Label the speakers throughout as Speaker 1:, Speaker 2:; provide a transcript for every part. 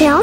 Speaker 1: 聊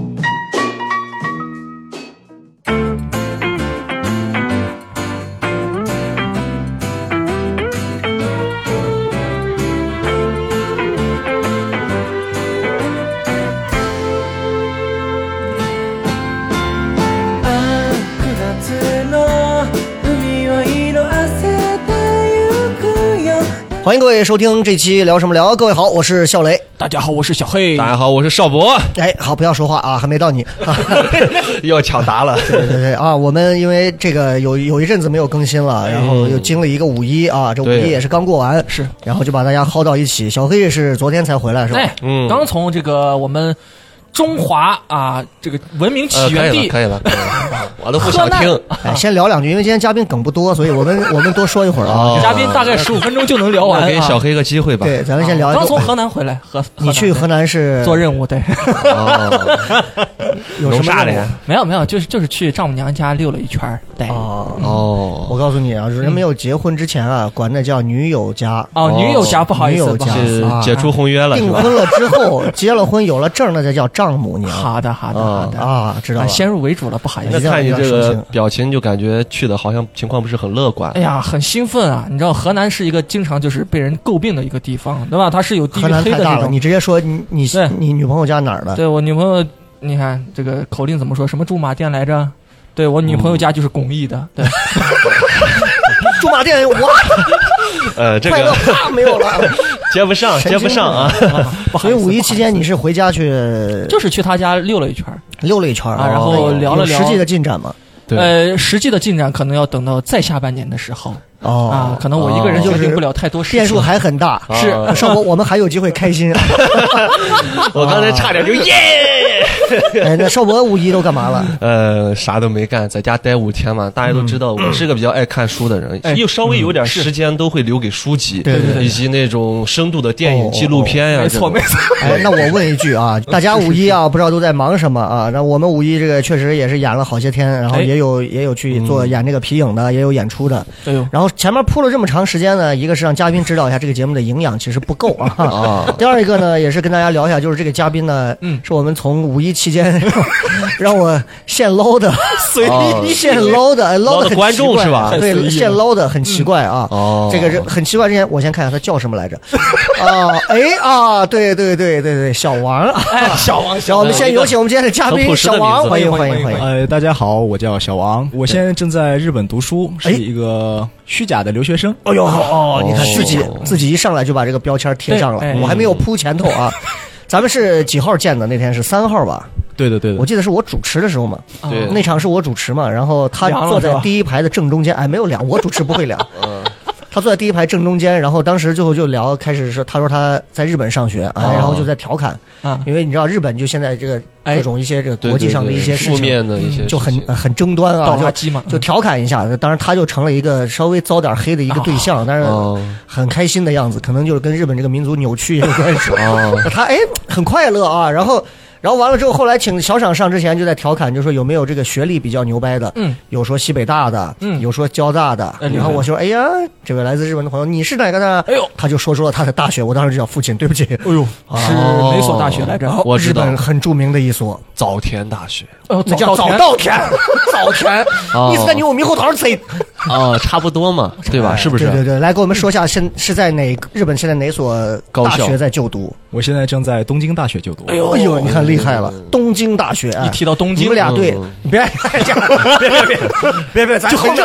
Speaker 2: ああ9月の海を色あせてゆくよ
Speaker 3: 欢迎各位收听这期聊什么聊。各位好，我是笑雷。
Speaker 4: 大家好，我是小黑。
Speaker 5: 大家好，我是邵 博，
Speaker 3: 哎，好，不要说话啊，还没到你。啊、
Speaker 5: 又抢答了。
Speaker 3: 对对对啊，我们因为这个有有一阵子没有更新
Speaker 4: 嗯
Speaker 3: 了，然后又经历一个五一啊，这五一
Speaker 5: 对
Speaker 3: 也是刚过完，
Speaker 4: 是，
Speaker 3: 然后就把大家薅到一起。小黑是昨天才回来是吧？
Speaker 4: 哎，
Speaker 5: 嗯
Speaker 4: 刚从这个我们中华啊这个文明
Speaker 5: 呃，
Speaker 4: 起
Speaker 5: 可
Speaker 4: 源地
Speaker 5: 以了，可以了，可以 了，我都不想听。
Speaker 4: 啊
Speaker 3: 哎，先聊两句，因为今天嘉宾梗不多，所以我们 我们多说一会儿啊。
Speaker 5: 哦
Speaker 4: 嘉宾大概十五分钟就能聊完
Speaker 5: 我
Speaker 4: 啊。
Speaker 5: 给小黑个机会吧。
Speaker 3: 对，咱们先聊一
Speaker 4: 刚从
Speaker 3: 个。
Speaker 4: 河南回来，河
Speaker 3: 你去河
Speaker 4: 河
Speaker 3: 南是
Speaker 4: 南 做任务对？
Speaker 5: 哦，
Speaker 3: 有什
Speaker 5: 弄
Speaker 3: 么
Speaker 5: 啥
Speaker 3: 任务
Speaker 5: 嘞？
Speaker 4: 没有没有，就是就是去丈母娘家嗯溜了一圈儿对。
Speaker 3: 哦，
Speaker 5: 哦，
Speaker 3: 我告诉你啊，人没有结婚之前啊，管那叫女友家。
Speaker 4: 哦，女友家不好意
Speaker 3: 女
Speaker 4: 思，
Speaker 3: 友
Speaker 4: 不
Speaker 3: 家
Speaker 4: 好意思。
Speaker 5: 是
Speaker 3: 啊
Speaker 5: 解除婚约了是
Speaker 3: 订
Speaker 5: 吧？
Speaker 3: 婚了之后，结了婚有了证儿，那才叫丈母娘
Speaker 4: 好的好的好的，
Speaker 3: 啊，知道
Speaker 4: 啊
Speaker 3: 吧？
Speaker 4: 先入为主了，不好意
Speaker 5: 那
Speaker 4: 思。
Speaker 5: 看你这
Speaker 3: 哎一定要啊
Speaker 5: 个
Speaker 3: 说清
Speaker 5: 表情，就感觉去的好像情况不是很乐观
Speaker 4: 哎。呀，很兴奋啊！你知道河南是一个经常就是被人诟病的一个地方，对吧？它是有地
Speaker 3: 河
Speaker 4: 域
Speaker 3: 南
Speaker 4: 黑
Speaker 3: 太
Speaker 4: 的
Speaker 3: 大
Speaker 4: 那
Speaker 3: 了，
Speaker 4: 种。
Speaker 3: 你直接说你你
Speaker 4: 对
Speaker 3: 你女朋友家哪儿的？
Speaker 4: 对我女朋友，你看这个口令怎么说？什么驻马店来着？对我女朋友家就是巩义的， 对，
Speaker 3: 驻马店哇，
Speaker 5: 呃，这
Speaker 3: 快乐
Speaker 5: 个
Speaker 3: 啪没有了。
Speaker 5: 接不上，
Speaker 3: 神
Speaker 5: 接
Speaker 3: 经
Speaker 5: 不上啊。
Speaker 4: 呃不好
Speaker 3: 所
Speaker 4: 意
Speaker 3: 以
Speaker 4: 思
Speaker 3: 五一期间你是回家去
Speaker 4: 就是去他家溜了一圈儿
Speaker 3: 溜了一圈儿
Speaker 4: 啊，然后
Speaker 5: 哦
Speaker 4: 聊了
Speaker 3: 有
Speaker 4: 聊
Speaker 3: 实际的进展吗？
Speaker 5: 对，
Speaker 4: 呃，实际的进展可能要等到再下半年的时候啊
Speaker 3: 哦，，
Speaker 4: 可能我一个人
Speaker 3: 哦
Speaker 4: 决定不了太多事情。
Speaker 3: 变数还很大。
Speaker 5: 是
Speaker 3: 啊少博，我们还有机会开 心。
Speaker 5: 我刚才差点就耶。
Speaker 3: 哎，那少博五一都干嘛了？
Speaker 5: 呃，啥都没干，在家待五天嘛。大家都知道，
Speaker 3: 嗯
Speaker 5: 我是个比较爱看书的人，
Speaker 4: 哎
Speaker 5: 又稍微有点时间都会留给书籍，
Speaker 3: 对对对
Speaker 5: 以及那种深度的电
Speaker 3: 哦
Speaker 5: 影、纪录片啊呀。
Speaker 4: 没错没
Speaker 5: 错。
Speaker 4: 错，
Speaker 3: 哎，那我问一句啊，大家五一啊，不知道都在忙什么啊？那我们五一这个确实也是演了好些天，然后
Speaker 4: 哎
Speaker 3: 也有也有去做演这个皮影的，也有演出的。
Speaker 4: 哎
Speaker 5: 嗯
Speaker 4: 呦，
Speaker 3: 然后前面铺了这么长时间呢，一个是让嘉宾知道一下这个节目的营养其实不够啊。
Speaker 5: 啊，
Speaker 3: 第二一个呢，也是跟大家聊一下，就是这个嘉宾呢，
Speaker 4: 嗯
Speaker 3: 是我们从五一期间 让我现捞 的，
Speaker 4: 随
Speaker 5: 哦
Speaker 3: 现捞的，哎捞
Speaker 5: 捞
Speaker 3: 的
Speaker 5: 的观众是吧
Speaker 4: 太随意
Speaker 3: 对，
Speaker 4: 了
Speaker 3: 现捞的很奇怪啊。
Speaker 5: 哦
Speaker 3: 这个人很奇怪，之前我先看看他叫什么来着。 啊，哎啊，对对对对对，小王啊。
Speaker 4: 哎，小王
Speaker 3: 然后我们
Speaker 5: 王
Speaker 3: 先有请我们今天的嘉
Speaker 5: 很
Speaker 3: 宾
Speaker 5: 朴实
Speaker 3: 小
Speaker 5: 的名
Speaker 3: 王，
Speaker 5: 字
Speaker 3: 欢迎
Speaker 4: 欢
Speaker 3: 欢
Speaker 4: 迎
Speaker 3: 迎欢迎。
Speaker 6: 呃，大家好，我叫小王，我现在正在日本读书，
Speaker 3: 哎
Speaker 6: 是一个虚假的留学生。
Speaker 3: 哎呦哦，你看
Speaker 5: 哦
Speaker 3: 自己自己一上来就把这个标签贴上
Speaker 4: 对
Speaker 3: 了
Speaker 4: 哎，
Speaker 3: 我还没有铺前头啊。咱们是几号见的？那天是三号吧？
Speaker 6: 对的，对的
Speaker 3: 我。记得是我主持的时候嘛，
Speaker 5: 对
Speaker 3: 那场是我主持嘛，然后他
Speaker 4: 凉了
Speaker 3: 坐在
Speaker 4: 是吧
Speaker 3: 第一排的正中间，哎，没有凉，我主持不会凉。他坐在第一排正中间，然后当时最后就聊，开始说他说他在日本上学啊，
Speaker 5: 哦
Speaker 3: 然后就在调侃，
Speaker 4: 啊，
Speaker 3: 因为你知道日本就现在这个
Speaker 4: 哎
Speaker 3: 各种一些这个
Speaker 5: 对
Speaker 3: 国际上的一些事
Speaker 5: 对对负
Speaker 3: 情
Speaker 5: 面的一些
Speaker 3: 就
Speaker 5: 事
Speaker 3: 很
Speaker 5: 情
Speaker 3: 很争端啊，
Speaker 4: 倒
Speaker 3: 就
Speaker 4: 垃圾嘛，
Speaker 3: 就调侃一下，当然他就成了一个稍微遭点黑的一个对
Speaker 4: 啊
Speaker 3: 象， 但是
Speaker 5: 哦
Speaker 3: 很开心的样子，可能就是跟日本这个民族扭曲也有关系。
Speaker 5: 哦，
Speaker 3: 他哎很快乐啊，然后然后完了之后，后来请小厂上之前就在调侃，就说有没有这个学历比较牛掰的，
Speaker 4: 嗯，
Speaker 3: 有说西北大的，
Speaker 4: 嗯
Speaker 3: 有说交大的，
Speaker 4: 哎厉害
Speaker 3: 然后我说哎呀，这位来自日本的朋友，你是哪个的？
Speaker 4: 哎呦，
Speaker 3: 他就说出了他的大学，我当时就叫父亲，对不起，
Speaker 4: 哎呦，是
Speaker 3: 哦
Speaker 4: 哪所大学来着？
Speaker 5: 我
Speaker 3: 日
Speaker 5: 知道
Speaker 3: 本很著名的一所，
Speaker 5: 早田大学
Speaker 4: 哦，
Speaker 3: 那叫早
Speaker 4: 田
Speaker 3: 稻田，早田，
Speaker 5: 哦
Speaker 3: 意思在你我猕猴桃贼，
Speaker 5: 哦，差不多嘛， 对吧？是 不是？
Speaker 3: 哎对对对，来给我们说一下，现是在哪个日本现在哪所
Speaker 5: 高
Speaker 3: 大
Speaker 5: 校
Speaker 3: 学在就读？
Speaker 6: 我现在正在东京大学就读。哎
Speaker 3: 哎呦，你看厉害了，东京大学。哎
Speaker 4: 一提到东
Speaker 3: 你
Speaker 4: 京
Speaker 3: 们，俩对，
Speaker 5: 嗯
Speaker 3: 你别这样，别别别别别，咱后面，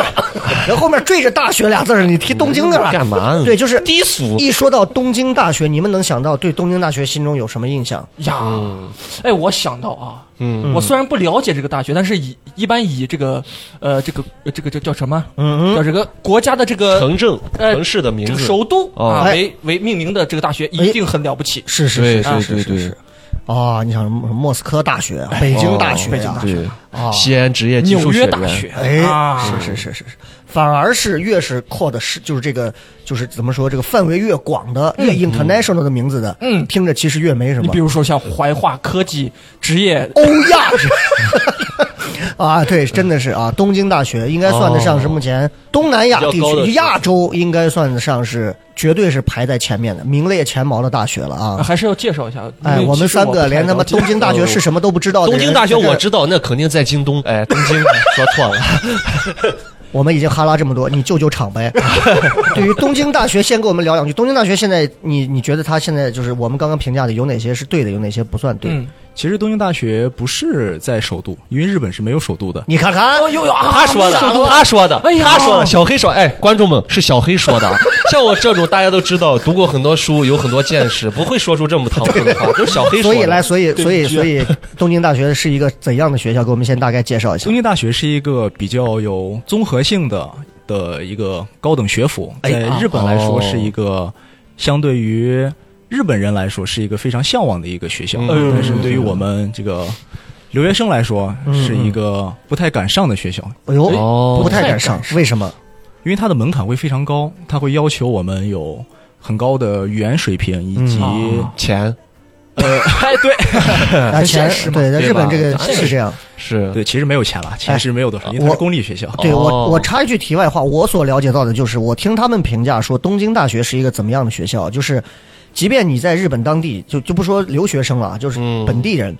Speaker 3: 然后后面缀着大学俩字儿，你提东京的了
Speaker 5: 嗯干嘛
Speaker 3: 对，就是
Speaker 5: 低俗
Speaker 3: 一说到东京大学，你们能想到对东京大学心中有什么印象？
Speaker 4: 呀，
Speaker 3: 嗯
Speaker 4: 哎，我想到啊，
Speaker 5: 嗯，
Speaker 4: 我虽然不了解这个大学，但是以一般以这个呃这个呃这个这叫什么？
Speaker 3: 嗯
Speaker 4: 叫这个国家的这个
Speaker 5: 城镇
Speaker 4: 呃
Speaker 5: 城市的名
Speaker 4: 这个
Speaker 5: 字，
Speaker 4: 首都
Speaker 5: 哦
Speaker 4: 啊
Speaker 3: 哎
Speaker 4: 为为命名的这个大学一定很了不起。
Speaker 3: 是是
Speaker 5: 对
Speaker 3: 啊是，
Speaker 4: 是
Speaker 5: 对
Speaker 4: 是
Speaker 5: 对
Speaker 4: 是
Speaker 5: 对，
Speaker 3: 啊，你想什么莫斯科大学、北京大学、
Speaker 5: 哦
Speaker 3: 啊、
Speaker 5: 对
Speaker 3: 啊，
Speaker 5: 西安职业技术
Speaker 4: 纽
Speaker 5: 学
Speaker 4: 约大学
Speaker 5: 院，
Speaker 3: 哎，
Speaker 4: 啊
Speaker 3: 是是是是是，反而是越是扩的是就是这个就是怎么说这个范围越广的越 international 的名字的，
Speaker 4: 嗯
Speaker 3: 听着其实越没什
Speaker 4: 你
Speaker 3: 么
Speaker 4: 比。如说像怀化科技职业，
Speaker 3: 欧亚是 啊，对，真的是啊，东京大学应该算得上是目
Speaker 4: 哦
Speaker 3: 前东南亚地
Speaker 5: 比较高的
Speaker 3: 区、
Speaker 5: 是
Speaker 3: 亚洲应该算得上是绝对是排在前面的，名列前茅的大学了啊。
Speaker 4: 还是要介绍一下。
Speaker 3: 哎，
Speaker 4: 因为
Speaker 3: 我
Speaker 4: 其
Speaker 3: 们
Speaker 4: 实
Speaker 3: 三
Speaker 4: 不
Speaker 3: 个
Speaker 4: 太
Speaker 3: 连他妈
Speaker 4: 了解哦
Speaker 3: 东京大学是什么都不知道的
Speaker 5: 东
Speaker 3: 人，
Speaker 5: 京大学我
Speaker 3: 这
Speaker 5: 知道，那肯定在京东。哎，东京 说错了，
Speaker 3: 我们已经哈拉这么多，你救救场呗。对于东京大学，先给我们聊两句。东京大学现在，你你觉得它现在就是我们刚刚评价的有哪些是对的，有哪些不算对？
Speaker 4: 嗯，
Speaker 6: 其实东京大学不是在首都，因为日本是没有首都的。
Speaker 3: 你看看，
Speaker 4: 哦呦呦，啊
Speaker 5: 他说的，
Speaker 4: 首都
Speaker 5: 他说的
Speaker 4: 哎，呀
Speaker 5: 他说的。小黑说，哎，观众们是小黑说的。啊像我这种大家都知道，读过很多书，有很多见识，不会说出这么唐突的话，就是小黑说
Speaker 3: 所以
Speaker 5: 的。
Speaker 3: 来，所以所以所以，东京大学是一个怎样的学校？给我们先大概介绍一下
Speaker 6: 东。京大学是一个比较有综合性的的一个高等学府，
Speaker 3: 哎
Speaker 6: 在
Speaker 3: 啊
Speaker 6: 日本来说
Speaker 5: 哦
Speaker 6: 是一个相对于日本人来说是一个非常向往的一个学校，
Speaker 5: 嗯
Speaker 6: 但是对于我们这个留学生来说
Speaker 3: 嗯
Speaker 6: 是一个不太敢上的学校，
Speaker 3: 哎呦，
Speaker 5: 哦
Speaker 3: 不太敢上，为什么？
Speaker 6: 因为它的门槛会非常高，它会要求我们有很高的语言水平以及、
Speaker 4: 嗯
Speaker 5: 钱
Speaker 4: 哎对，
Speaker 3: 啊，前
Speaker 4: 现实嘛
Speaker 3: 对，在
Speaker 5: 对
Speaker 3: 日本
Speaker 5: 吧
Speaker 3: 这个
Speaker 5: 咱也
Speaker 3: 是这样。
Speaker 5: 是
Speaker 6: 对，其实没有钱了，钱是没有多少，因为它
Speaker 3: 哎我
Speaker 6: 是公立学校。
Speaker 3: 对我，
Speaker 5: 哦
Speaker 3: 我插一句题外话，我所了解到的就是，我听他们评价说，东京大学是一个怎么样的学校？就是，即便你在日本当地，就就不说留学生了，啊就是
Speaker 5: 嗯
Speaker 3: 本地人，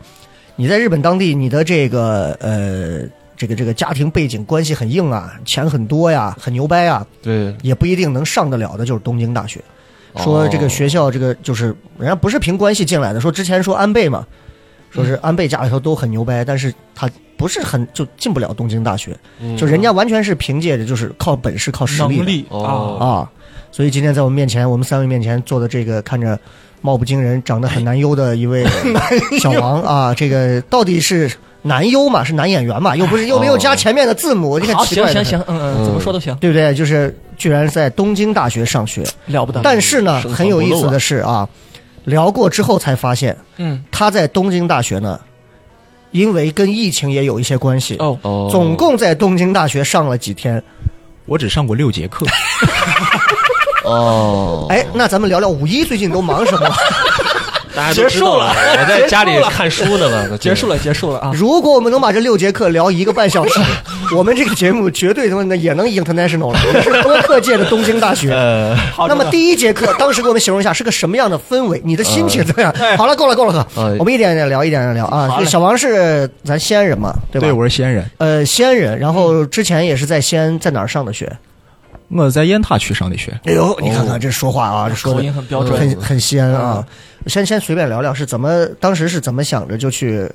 Speaker 3: 你在日本当地，你的这个呃，这个这个家庭背景关系很硬啊，钱很多呀，很牛掰啊，
Speaker 5: 对，
Speaker 3: 也不一定能上得了的，就是东京大学。说
Speaker 5: 哦
Speaker 3: 这个学校，这个就是人家不是凭关系进来的。说之前说安倍嘛，说
Speaker 5: 嗯
Speaker 3: 是安倍家里头都很牛掰，但是他不是很就进不了东京大学。
Speaker 5: 嗯
Speaker 3: 就人家完全是凭借着就是靠本事、靠实力的
Speaker 4: 能力啊
Speaker 5: 哦，
Speaker 3: 啊。所以今天在我们面前，我们三位面前坐的这个看着貌不惊人、长得很难优的一 位小王啊，这个到底是男优嘛？是男演员嘛？又不是又没有加前面的字母，你很
Speaker 4: 好
Speaker 3: 奇
Speaker 4: 行
Speaker 3: 怪的
Speaker 4: 行行，，嗯嗯，怎么说都行，
Speaker 3: 对不对？就是居然在东京大学上学，
Speaker 4: 了不得。
Speaker 3: 但是呢，
Speaker 5: 深藏
Speaker 3: 很有
Speaker 5: 不
Speaker 3: 意
Speaker 5: 露
Speaker 3: 思
Speaker 5: 啊
Speaker 3: 的是啊，聊过之后才发现
Speaker 4: 嗯
Speaker 3: 他在东京大学呢，因为跟疫情也有一些关系，
Speaker 4: 哦，
Speaker 5: 哦
Speaker 3: 总共在东京大学上了几天。
Speaker 6: 我只上过六节课，
Speaker 5: 哦，
Speaker 3: 哎，那咱们聊聊五一最近都忙什 么？
Speaker 5: 大家都知道了， 我在家里看书呢嘛，
Speaker 4: 结束
Speaker 5: 了。
Speaker 4: 了结束了啊，
Speaker 3: 如果我们能把这六节课聊一个半小 时，我们这个节目绝对他妈的也能 international 了，我们是播客界的东京大学。
Speaker 5: 呃，
Speaker 4: 哎好
Speaker 3: 那么
Speaker 4: 真的
Speaker 3: 第一节课，当时给我们形容一下是个什么样的氛围，你的心情怎么样？好了，够了，够了，够了
Speaker 5: 哎
Speaker 3: 我们一点一点聊，一点一点聊啊
Speaker 4: 好。嘞
Speaker 3: 小王是咱西安人嘛，对吧？
Speaker 6: 对，我是西安人，
Speaker 3: 呃西安人，然后之前也是在西安，在哪儿上的学？
Speaker 6: 我在燕塔区上的学。
Speaker 3: 哎呦，你看看这说话啊，这说
Speaker 4: 哦口
Speaker 3: 的
Speaker 4: 音很标准，嗯
Speaker 3: 很很西安啊。先先随便聊聊是怎么当时是怎么想着就去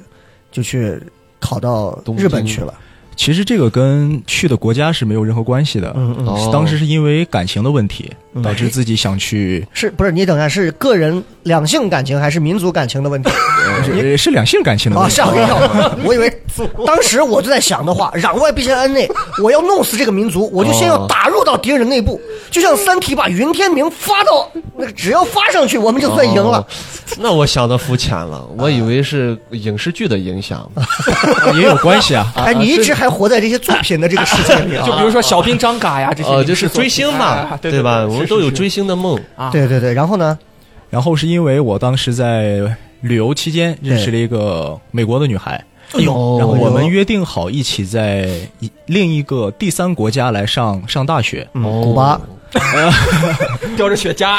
Speaker 3: 就去考到日本去了？
Speaker 6: 其实这个跟去的国家是没有任何关系的，
Speaker 3: 嗯嗯，
Speaker 5: 哦
Speaker 6: 当时是因为感情的问题
Speaker 3: 嗯
Speaker 6: 导致自己想去，
Speaker 3: 是不是？你等一下是个人两性感情还是民族感情的问题
Speaker 6: 是是两性感情的
Speaker 3: 啊？
Speaker 6: 问题。
Speaker 3: 哎吓我一跳！我以为当时我就在想的话，攘外必先安内，我要弄死这个民族，我就先要
Speaker 5: 哦
Speaker 3: 打入到敌人内部，就像三体把云天明发到那个，只要发上去，我们就算赢了
Speaker 5: 哦。那我想的肤浅了，我以为是影视剧的影响。
Speaker 6: 也有关系啊。
Speaker 3: 哎，你一直还活在这些作品的这个世界 里啊！
Speaker 4: 就比如说小兵张嘎呀这些影视作品，
Speaker 5: 呃，就是追星嘛
Speaker 4: 哎，对
Speaker 5: 啊吧？
Speaker 4: 对
Speaker 5: 我们
Speaker 4: 是
Speaker 5: 都有
Speaker 4: 是
Speaker 5: 追星的梦。
Speaker 4: 啊，
Speaker 3: 对对对，然后呢？
Speaker 6: 然后是因为我当时在旅游期间认识了一个美国的女孩，
Speaker 3: 哎呦
Speaker 6: 然后我
Speaker 5: 哦
Speaker 6: 们约定好一起在一另一个第三国家来上上大学。
Speaker 3: 嗯古巴
Speaker 6: 哦
Speaker 4: 叼着雪茄，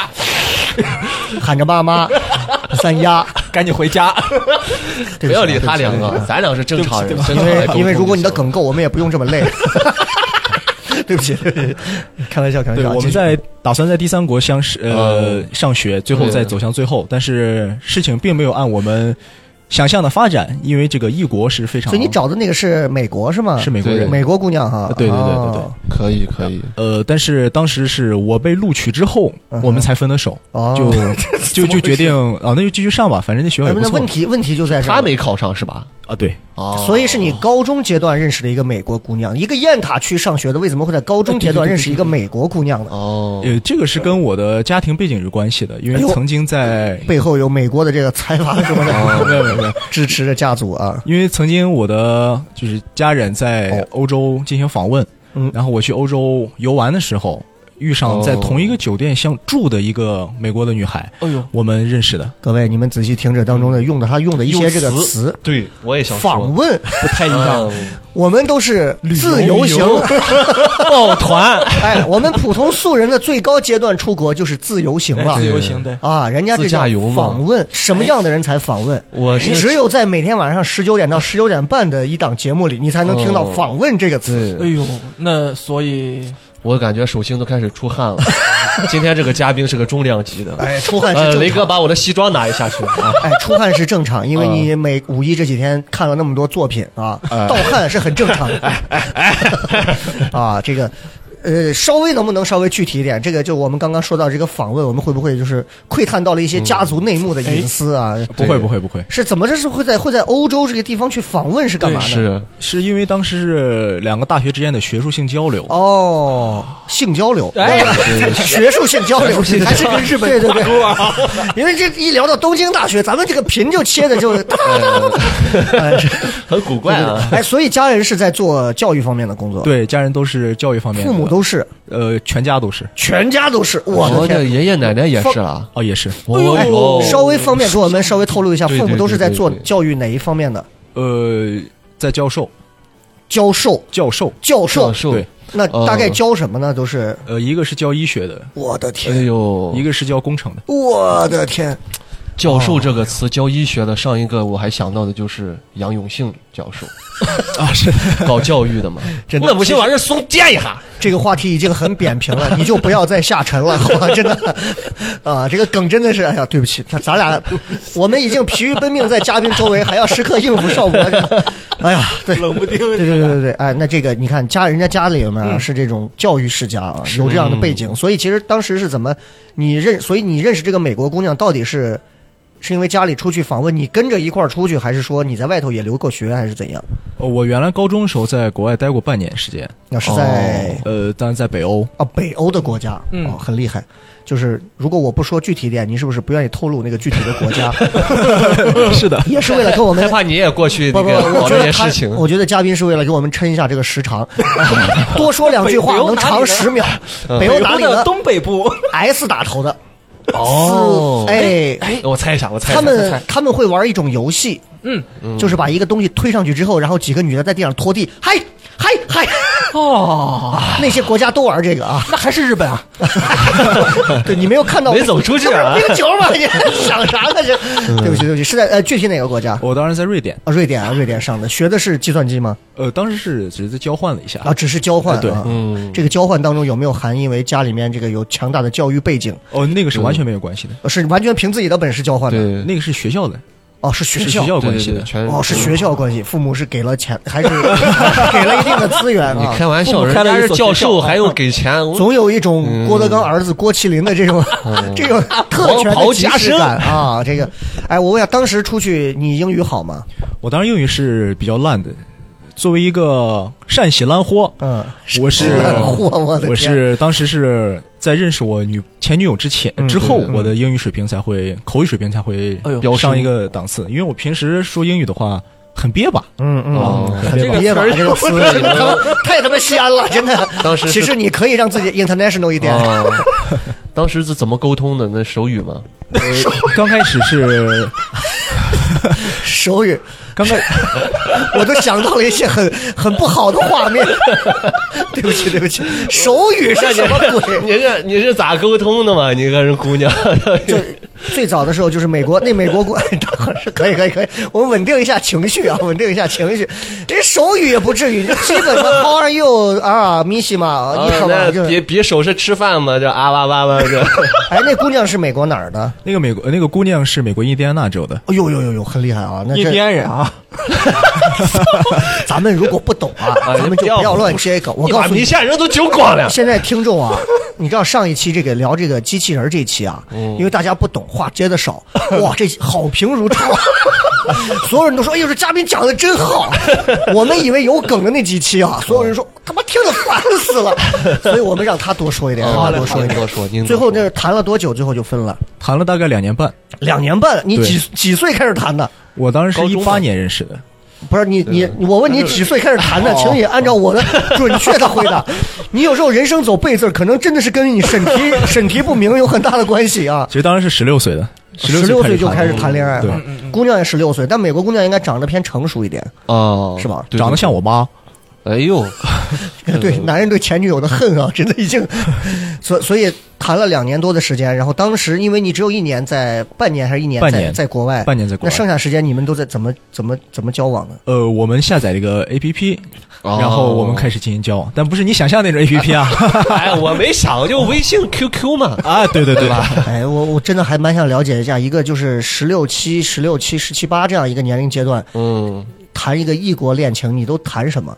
Speaker 3: 喊着妈 妈，三丫，
Speaker 4: 赶紧回 家。
Speaker 5: 哎
Speaker 3: 对
Speaker 5: 不要
Speaker 3: 起啊
Speaker 5: 理他
Speaker 3: 对不
Speaker 5: 两
Speaker 3: 起啊
Speaker 5: 个，咱俩是正常人。
Speaker 3: 因
Speaker 5: 正
Speaker 3: 为
Speaker 5: 常
Speaker 3: 因为如果你的梗够，我们也不用这么 累。对不起，对不起开玩笑，开玩
Speaker 6: 对，
Speaker 3: 笑。
Speaker 6: 我
Speaker 3: 继续
Speaker 6: 们在打算在第三国相识呃
Speaker 5: 哦
Speaker 6: 上学，最后再
Speaker 5: 对
Speaker 6: 走向最后，但是事情并没有按我们想象的发展，因为这个异国是非常
Speaker 3: 所以你找的那个是美国是吗？
Speaker 6: 是美国人啊呃
Speaker 5: 对。
Speaker 3: 美国姑娘哈。
Speaker 6: 对对对对对
Speaker 3: 哦
Speaker 5: 可以可以，
Speaker 6: 呃，但是当时是我被录取之后，
Speaker 3: 嗯哼
Speaker 6: 我们才分的手，
Speaker 3: 哦
Speaker 6: 就就就决定啊，那就继续上吧，反正那学校也
Speaker 3: 哎
Speaker 6: 不
Speaker 3: 那
Speaker 6: 错
Speaker 3: 问。题问题就在这儿
Speaker 5: 他没考上是吧？
Speaker 6: 啊，对，
Speaker 5: 哦，
Speaker 3: 所以是你高中阶段认识的一个美国姑娘，一个雁塔区上学的，为什么会在高中阶段认识一个美国姑娘呢？
Speaker 5: 哦，
Speaker 6: 呃，这个是跟我的家庭背景有关系的，因
Speaker 3: 哎
Speaker 6: 为
Speaker 3: 呦
Speaker 6: 曾经在
Speaker 3: 背后有美国的这个财阀什么的
Speaker 6: 哦没有没有没有，
Speaker 3: 支持着家族啊，
Speaker 6: 因为曾经我的就是家人在欧洲进行访问，
Speaker 3: 嗯
Speaker 6: 然后我去欧洲游玩的时候，遇上在同一个酒店相住的一个美国的女孩，
Speaker 4: 哎呦，
Speaker 6: 我们认识的。
Speaker 3: 各位你们仔细听着当中的用的他用的一些这个
Speaker 5: 嗯用词哦
Speaker 3: 词，
Speaker 5: 对，我也想说
Speaker 3: 访问，
Speaker 4: 不太一样。
Speaker 5: 嗯
Speaker 3: 我们都是自由 行，
Speaker 4: 抱团，
Speaker 3: 哎，我们普通素人的最高阶段出国就是自由行了。
Speaker 4: 哎自由行对。
Speaker 3: 啊，人家这
Speaker 5: 自驾游
Speaker 3: 叫
Speaker 5: 嘛哎
Speaker 3: 访问，什么样的人才访问？
Speaker 5: 我是
Speaker 3: 只有在每天晚上十九点到十九点半的一档节目里，你才能听到“
Speaker 5: 哦
Speaker 3: 访问”这个词。
Speaker 4: 哎呦，那所以
Speaker 5: 我感觉手心都开始出 汗了。今天这个嘉宾是个重量级的，
Speaker 3: 哎，出汗是正
Speaker 5: 呃，
Speaker 3: 常。
Speaker 5: 雷哥把我的西装拿一下去啊！
Speaker 3: 哎，出汗是正常，因为你每五一这几天看了那么多作品啊，盗汗是很正常 的。啊，这个。呃，稍微能不能稍微具体一点？这个就我们刚刚说到这个访问，我们会不会就是窥探到了一些家族内幕的隐私啊？
Speaker 6: 不会不会不会，
Speaker 3: 是怎么这是会在会在欧洲这个地方去访问是干嘛呢？
Speaker 5: 是
Speaker 6: 是因为当时是两个大学之间的学术性交流。
Speaker 3: 哦，性交流，
Speaker 4: 哎
Speaker 3: 学术性交流，还是跟日本啊对对对， 因为这一聊到东京大学，咱们这个频就切的就哒哒哒哒，哎是
Speaker 5: 很古怪啊。
Speaker 3: 哎，所以家人是在做教育方面的工作，，
Speaker 6: 对，家人都是教育方面的，
Speaker 3: 父母都是，
Speaker 6: 呃，全家都是
Speaker 3: 全家都是，我的
Speaker 5: 我的
Speaker 3: 天！
Speaker 5: 爷爷奶奶也是啊。
Speaker 6: 哦，也是。
Speaker 5: 我
Speaker 3: 哎
Speaker 5: 哦
Speaker 3: 稍微方便给我们稍微透露一下，
Speaker 5: 对对
Speaker 3: 父母都是在做
Speaker 5: 对对对
Speaker 3: 教育哪一方面的？
Speaker 6: 呃，在教授
Speaker 3: 教授，
Speaker 6: 教授，
Speaker 3: 教
Speaker 5: 教
Speaker 3: 授，
Speaker 5: 授，
Speaker 6: 对
Speaker 3: 那
Speaker 5: 呃
Speaker 3: 大概教什么呢？都是
Speaker 6: 呃，一个是教医学的，
Speaker 3: 我的
Speaker 5: 哎
Speaker 3: 天，
Speaker 5: 呦，
Speaker 6: 一个是教工程的。
Speaker 3: 我的天，
Speaker 5: 教授这个词，教医学的上一个我还想到的就是杨永信教授 啊，是搞教育的 嘛，
Speaker 3: 真的
Speaker 5: 那不行，往这松垫一下。
Speaker 3: 这个话题已经很扁平了， 你就不要再下沉了， 好吧？真的，啊，这个梗真的是，哎呀，对不起，咱咱俩，我们已经疲于奔命在嘉宾周围，还要时刻应付少博，真的 哎呀，对，冷不丁，对对对对对，哎，那这个你看家人家家里面啊、是这种教育世家啊，有这样的背景，所以其实当时是怎么你认，所以你认识这个美国姑娘到底是？是因为家里出去访问，你跟着一块儿出去，还是说你在外头也留过学，还是怎样？
Speaker 6: 呃，我原来高中的时候在国外待过半年时间，
Speaker 3: 那是在、
Speaker 6: 呃，当然在北欧，
Speaker 3: 啊，北欧的国家，
Speaker 4: 嗯
Speaker 3: 哦，很厉害。就是如果我不说具体点，你是不是不愿意透露那个具体的国家？
Speaker 6: 是的，
Speaker 3: 也是为了跟我们
Speaker 5: 害怕你也过去
Speaker 3: 不
Speaker 5: 那
Speaker 3: 不，
Speaker 5: 个搞
Speaker 3: 我觉
Speaker 5: 这
Speaker 3: 得
Speaker 5: 些
Speaker 3: 他
Speaker 5: 事情，
Speaker 3: 我觉得嘉宾是为了给我们抻一下这个时长， 多说两句话
Speaker 4: 北欧
Speaker 3: 能
Speaker 4: 哪里
Speaker 3: 长
Speaker 4: 的
Speaker 3: 十秒。北欧哪里
Speaker 4: 的
Speaker 3: 的
Speaker 4: 东北部，
Speaker 3: ？S 打头的
Speaker 5: 哦，
Speaker 3: 哎。
Speaker 5: 哎，我猜一下，我猜一
Speaker 3: 他
Speaker 5: 下，
Speaker 4: 猜
Speaker 3: 们
Speaker 4: 猜
Speaker 3: 他们会玩一种游戏，
Speaker 4: 嗯，
Speaker 3: 就是把一个东西推上去之后，然后几个女的在地上拖地，嗨嗨嗨，
Speaker 4: 哦，
Speaker 3: 那些国家都玩这个啊。
Speaker 4: 那还是日本啊，
Speaker 3: 对你没有看到
Speaker 5: 没走出去 啊
Speaker 3: 这不是冰球吗？你想啥呢？这对不起对不起，是在呃具体哪个国家？
Speaker 6: 哦我当时在瑞典，
Speaker 3: 啊，瑞典啊，瑞典上的，学的是计算机吗？
Speaker 6: 呃，当时是只是交换了一下，
Speaker 3: 啊，只是交换、啊。
Speaker 6: 啊对
Speaker 5: 嗯
Speaker 3: 这个交换当中有没有含因为家里面这个有强大的教育背景，
Speaker 6: 哦，那个是完全没有关系的，呃
Speaker 3: 呃是完全凭自己的本事交换的？
Speaker 5: 对，
Speaker 6: 那个是学校的，
Speaker 3: 哦，是学
Speaker 6: 是
Speaker 3: 校
Speaker 6: 学。校
Speaker 5: 对
Speaker 6: 关
Speaker 5: 对
Speaker 6: 系
Speaker 5: 对，
Speaker 6: 的。
Speaker 5: 全
Speaker 3: 哦，是学校关系，父母是给了钱，还是给了一定的资源
Speaker 5: 你
Speaker 3: 啊？
Speaker 5: 开玩
Speaker 4: 父
Speaker 5: 笑，
Speaker 4: 母
Speaker 5: 人
Speaker 4: 开了
Speaker 5: 家
Speaker 4: 一
Speaker 5: 是
Speaker 4: 所
Speaker 5: 教
Speaker 4: 学校
Speaker 5: 授，
Speaker 4: 啊
Speaker 5: 还用给钱，
Speaker 3: 嗯
Speaker 5: 我
Speaker 3: 总有一种郭德纲儿子郭麒麟的这种、 这种特权的即视感啊！这个，哎，我问一下，当时出去你英语好吗？
Speaker 6: 我当时英语是比较烂的，作为一个善喜烂货，
Speaker 3: 嗯，
Speaker 6: 我是
Speaker 3: 烂货我的天
Speaker 6: 我是当时是在认识我女前女友之前之后，我的英语水平才会口语水平才会
Speaker 4: 哎呦
Speaker 6: 飙上一个档次，因为我平时说英语的话很憋吧，
Speaker 3: 嗯
Speaker 5: 哦
Speaker 3: 嗯，
Speaker 4: 这个
Speaker 3: 别把
Speaker 4: 词儿
Speaker 3: 这个词儿太他妈西安了，真的。
Speaker 5: 当时是
Speaker 3: 其实你可以让自己 international 一点，
Speaker 5: 哦， 当时是怎么沟通的？那手语吗？
Speaker 6: 刚开始是
Speaker 3: 手语，
Speaker 6: 刚开
Speaker 3: 我都想到了一些很很不好的画面。 对不起，对不起，手语是什么鬼？
Speaker 5: 你这你是咋沟通的嘛？你个人姑娘，
Speaker 3: 就最早的时候，就是美国那美国 国，等会儿是可以可以可以，我们稳定一下情绪啊，稳定一下情绪。这手语也不至于，基本的 How are you 啊，米西嘛，你好吗？
Speaker 5: 那
Speaker 3: 就是
Speaker 5: 比比手势吃饭嘛，这啊哇哇哇这。
Speaker 3: 哎，那姑娘是美国哪儿的？
Speaker 6: 那个美国那个姑娘是美国印第安纳州的，
Speaker 3: 哎呦呦呦呦，很厉害啊！那
Speaker 4: 印
Speaker 3: 这
Speaker 4: 第安人啊，
Speaker 3: 咱们如果不懂啊，咱们就不要乱接梗。我
Speaker 5: 你
Speaker 3: 告
Speaker 5: 把
Speaker 3: 诉
Speaker 5: 迷
Speaker 3: 你，
Speaker 5: 线人都 揪 光了。
Speaker 3: 现在听众啊，你知道上一期这个聊这个机器人这一期啊，因为大家不懂，猛，话接的少，哇，这好评如潮， 所有人都说，哎呦，这嘉宾讲的真好。我们以为有梗的那几期啊，所有人说他妈听得烦死了，所以我们让他多说一点，让他多说一
Speaker 5: 您多
Speaker 3: 点。
Speaker 5: 说，您
Speaker 3: 最后那是谈了多久？最后就分了
Speaker 6: 谈了大概两年半。
Speaker 3: 两年半。你
Speaker 6: 对
Speaker 3: 几几岁开始谈的？
Speaker 6: 我当时
Speaker 5: 高
Speaker 6: 是一
Speaker 5: 中
Speaker 6: 八
Speaker 5: 嘛
Speaker 6: 年认识的，
Speaker 3: 不是你你，我问你几岁开始谈的，
Speaker 6: 哦
Speaker 3: 请你按照 我的准确的回答。你有时候人生走背字儿，可能真的是跟你审 题审题不明有很大的关系啊。
Speaker 6: 其实当时是十六岁的，
Speaker 3: 十
Speaker 6: 六
Speaker 3: 六岁就开始
Speaker 6: 的
Speaker 3: 谈恋爱
Speaker 6: 对
Speaker 3: 了，姑娘也十六岁，但美国姑娘应该长得偏成熟一点。
Speaker 5: 哦，
Speaker 3: 是吧
Speaker 5: 对
Speaker 6: 长得像。我妈，
Speaker 5: 对对哎呦，
Speaker 3: 对，男人对前女友的恨 啊，真的已经，所所以谈了两年多的时间，然后当时因为你只有一年在半年还是一年
Speaker 6: 半
Speaker 3: 在
Speaker 6: 年
Speaker 3: 在国外，
Speaker 6: 半年在国
Speaker 3: 那
Speaker 6: 外。
Speaker 3: 剩下时间你们都在怎么怎么怎么交往呢？
Speaker 6: 呃，我们下载了一个 A P P，
Speaker 5: 哦
Speaker 6: 然后我们开始进行交往，但不是你想象那种 A P P 啊
Speaker 5: 哎，我没想，就微信、QQ 嘛。
Speaker 6: 啊，对对对吧？
Speaker 3: 哎，我我真的还蛮想了解一下，一个就是十六七、十六七、十七八这样一个年龄阶段
Speaker 5: 嗯，
Speaker 3: 谈一个异国恋情，你都谈什么？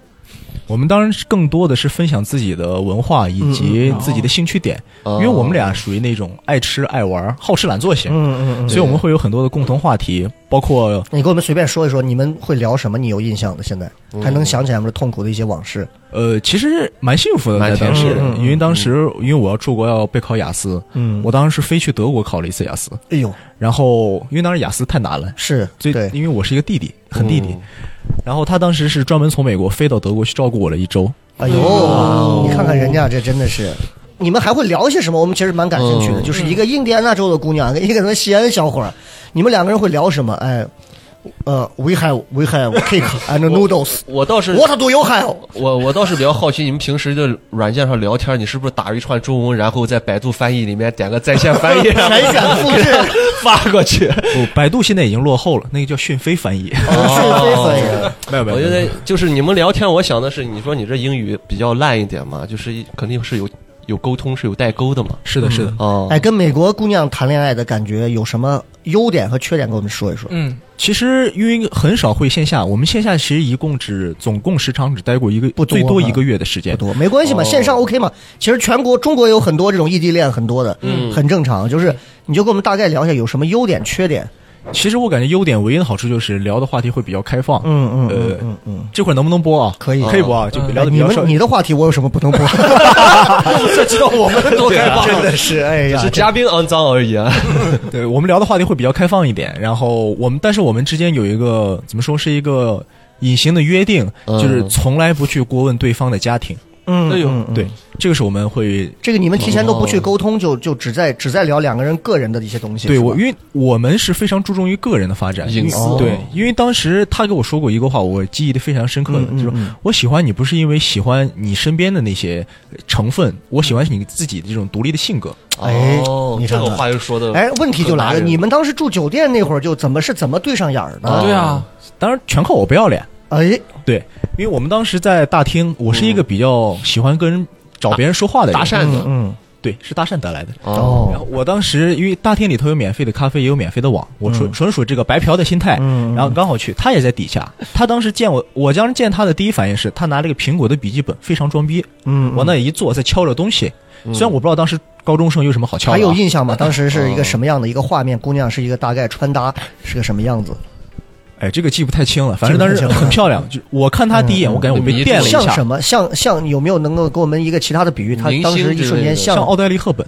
Speaker 6: 我们当然更多的是分享自己的文化以及自己的兴趣点，
Speaker 5: 哦
Speaker 6: 因为我们俩属于那种爱吃爱玩、好吃懒做型，
Speaker 3: 嗯嗯嗯，
Speaker 6: 所以我们会有很多的共同话题，包括
Speaker 3: 你给我们随便说一说，你们会聊什么？你有印象的，现在
Speaker 5: 嗯
Speaker 3: 还能想起来吗？痛苦的一些往事？
Speaker 6: 呃，其实蛮幸福的，
Speaker 5: 蛮
Speaker 6: 在当
Speaker 5: 幸
Speaker 6: 时
Speaker 5: 福的，嗯
Speaker 6: 因为当时因为我要出国要备考雅思，
Speaker 3: 嗯
Speaker 6: 我当时飞去德国考了一次雅思，
Speaker 3: 哎呦，
Speaker 6: 然后因为当时雅思太难了，
Speaker 3: 是
Speaker 6: 所以
Speaker 3: 对，
Speaker 6: 因为我是一个弟弟，
Speaker 5: 嗯
Speaker 6: 很弟弟，然后他当时是专门从美国飞到德国去照顾我了一 周，哦
Speaker 3: 哎呦，你看看人家这真的 是。你们还会聊些什么？我们其实蛮感兴趣的，
Speaker 5: 嗯
Speaker 3: 就是一个印第安纳州的姑娘，跟一个什么西安小伙儿，你们两个人会聊什么？哎，呃，we have we have cake and noodles。
Speaker 5: 我倒是
Speaker 3: What do you have？
Speaker 5: 我我倒是比较好奇，你们平时的软件上聊天，你是不是打一串中文，然后在百度翻译里面点个在线 翻译，然后
Speaker 3: 全选复制，
Speaker 5: 发过去？
Speaker 6: 不，百度现在已经落后了，那个叫讯飞翻译，
Speaker 3: 是非所以。
Speaker 6: 没有没
Speaker 5: 哦
Speaker 6: 有，
Speaker 5: 我觉
Speaker 6: 没有
Speaker 5: 得就是你们聊天，我想的是，你说你这英语比较烂一点嘛，就是一肯定是有有沟通，是有代沟的嘛。
Speaker 6: 是的，是的。
Speaker 5: 哦，
Speaker 3: 哎，跟美国姑娘谈恋爱的感觉有什么优点和缺点？跟我们说一说。
Speaker 4: 嗯，
Speaker 6: 其实因为很少会线下，我们线下其实一共只总共时长只待过一个，
Speaker 3: 不多
Speaker 6: 最多
Speaker 3: 哈
Speaker 6: 一个月的时间
Speaker 3: 不。多，没关系嘛，
Speaker 5: 哦
Speaker 3: 线上 OK 嘛。其实全国中国有很多这种异地恋，很多的，
Speaker 5: 嗯
Speaker 3: 很正常。就是你就跟我们大概聊一下有什么优点、缺点。
Speaker 6: 其实我感觉优点唯一的好处就是聊的话题会比较开放。
Speaker 3: 嗯
Speaker 6: 呃
Speaker 3: 嗯嗯，
Speaker 6: 这会儿能不能播啊？
Speaker 3: 可以
Speaker 6: 可以播啊，就聊的比
Speaker 3: 嗯哎你
Speaker 6: 较少
Speaker 3: 们。你的话题我有什么不能 播？
Speaker 5: 这知道我们多开放，
Speaker 3: 真的是，哎
Speaker 5: 只
Speaker 3: 呀
Speaker 5: 是，嘉宾肮脏而已啊。
Speaker 6: 对我们聊的话题会比较开放一点，然后我们但是我们之间有一个怎么说是一个隐形的约定，
Speaker 5: 嗯
Speaker 6: 就是从来不去过问对方的家庭。
Speaker 3: 嗯，
Speaker 4: 哎呦
Speaker 3: 嗯，
Speaker 6: 对
Speaker 3: 嗯，
Speaker 6: 这个是我们会
Speaker 3: 这个你们提前都不去沟通，就就只在只在聊两个人个人的一些东西。
Speaker 6: 对
Speaker 3: 是吧
Speaker 6: 我，因为我们是非常注重于个人的发展，
Speaker 5: 隐
Speaker 6: 因为
Speaker 5: 私
Speaker 6: 对
Speaker 5: 哦，
Speaker 6: 因为当时他给我说过一个话，我记忆的非常深刻的，
Speaker 3: 嗯嗯
Speaker 6: 就是
Speaker 3: 嗯
Speaker 6: 我喜欢你不是因为喜欢你身边的那些成分，我喜欢你自己的这种独立的性格。
Speaker 3: 哎
Speaker 5: 哦
Speaker 3: 你
Speaker 5: 这
Speaker 3: 看看
Speaker 5: 个话又说的，
Speaker 3: 哎，问题就来了，
Speaker 5: 很男人
Speaker 3: 你们当时住酒店那会儿就怎么是怎么对上眼儿的？
Speaker 5: 哦
Speaker 4: 对啊，
Speaker 6: 当然，全靠我不要脸，
Speaker 3: 哎，
Speaker 6: 对，因为我们当时在大厅，我是一个比较喜欢跟人找别人说话的
Speaker 5: 嗯
Speaker 6: 人，
Speaker 5: 搭讪
Speaker 3: 嗯
Speaker 5: 的
Speaker 3: 嗯，
Speaker 6: 对，是搭讪得来的。
Speaker 5: 哦，
Speaker 6: 然后我当时因为大厅里头有免费的咖啡，也有免费的网，我纯、
Speaker 3: 嗯
Speaker 6: 纯属这个白嫖的心态，
Speaker 3: 嗯嗯
Speaker 6: 然后刚好去，他也在底下。他当时见我，我当时见他的第一反应是他拿了一个苹果的笔记本，非常装逼，
Speaker 3: 嗯，
Speaker 6: 往那一坐在敲着东西。虽然我不知道当时高中生有什么好敲的、啊，
Speaker 3: 还有印象 吗？当时是一个什么样的一个画面？姑娘是一个大概穿搭是个什么样子？
Speaker 6: 哎，这个记不太清了，反正当时很漂亮。就我看他第一眼，我感觉我被电了一
Speaker 3: 像
Speaker 6: 下
Speaker 3: 什，么？像像有没有能够给我们一个其他的比喻？她
Speaker 5: 明星
Speaker 3: 当时一瞬间
Speaker 5: 之类的
Speaker 6: 像奥黛丽·赫本。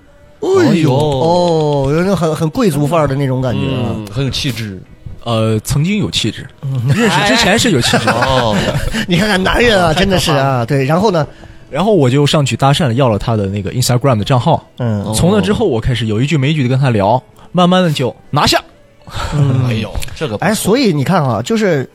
Speaker 5: 哎呦
Speaker 3: 哦，有那种很很贵族范儿的那种感觉啊。
Speaker 5: 嗯，很有气质。
Speaker 6: 呃，曾经有气质，认识之前是有气质的。
Speaker 5: 哦，
Speaker 3: 你看看男人啊，真的是啊，对。然后呢，
Speaker 6: 然后我就上去搭讪了，要了他的那个 Instagram 的账号。
Speaker 5: 哦
Speaker 3: 嗯，
Speaker 6: 从那之后，我开始有一句没一句的跟他聊，慢慢的就拿下。
Speaker 5: 哎呦，这个不
Speaker 3: 哎，
Speaker 5: 错
Speaker 3: 所以你看啊，就是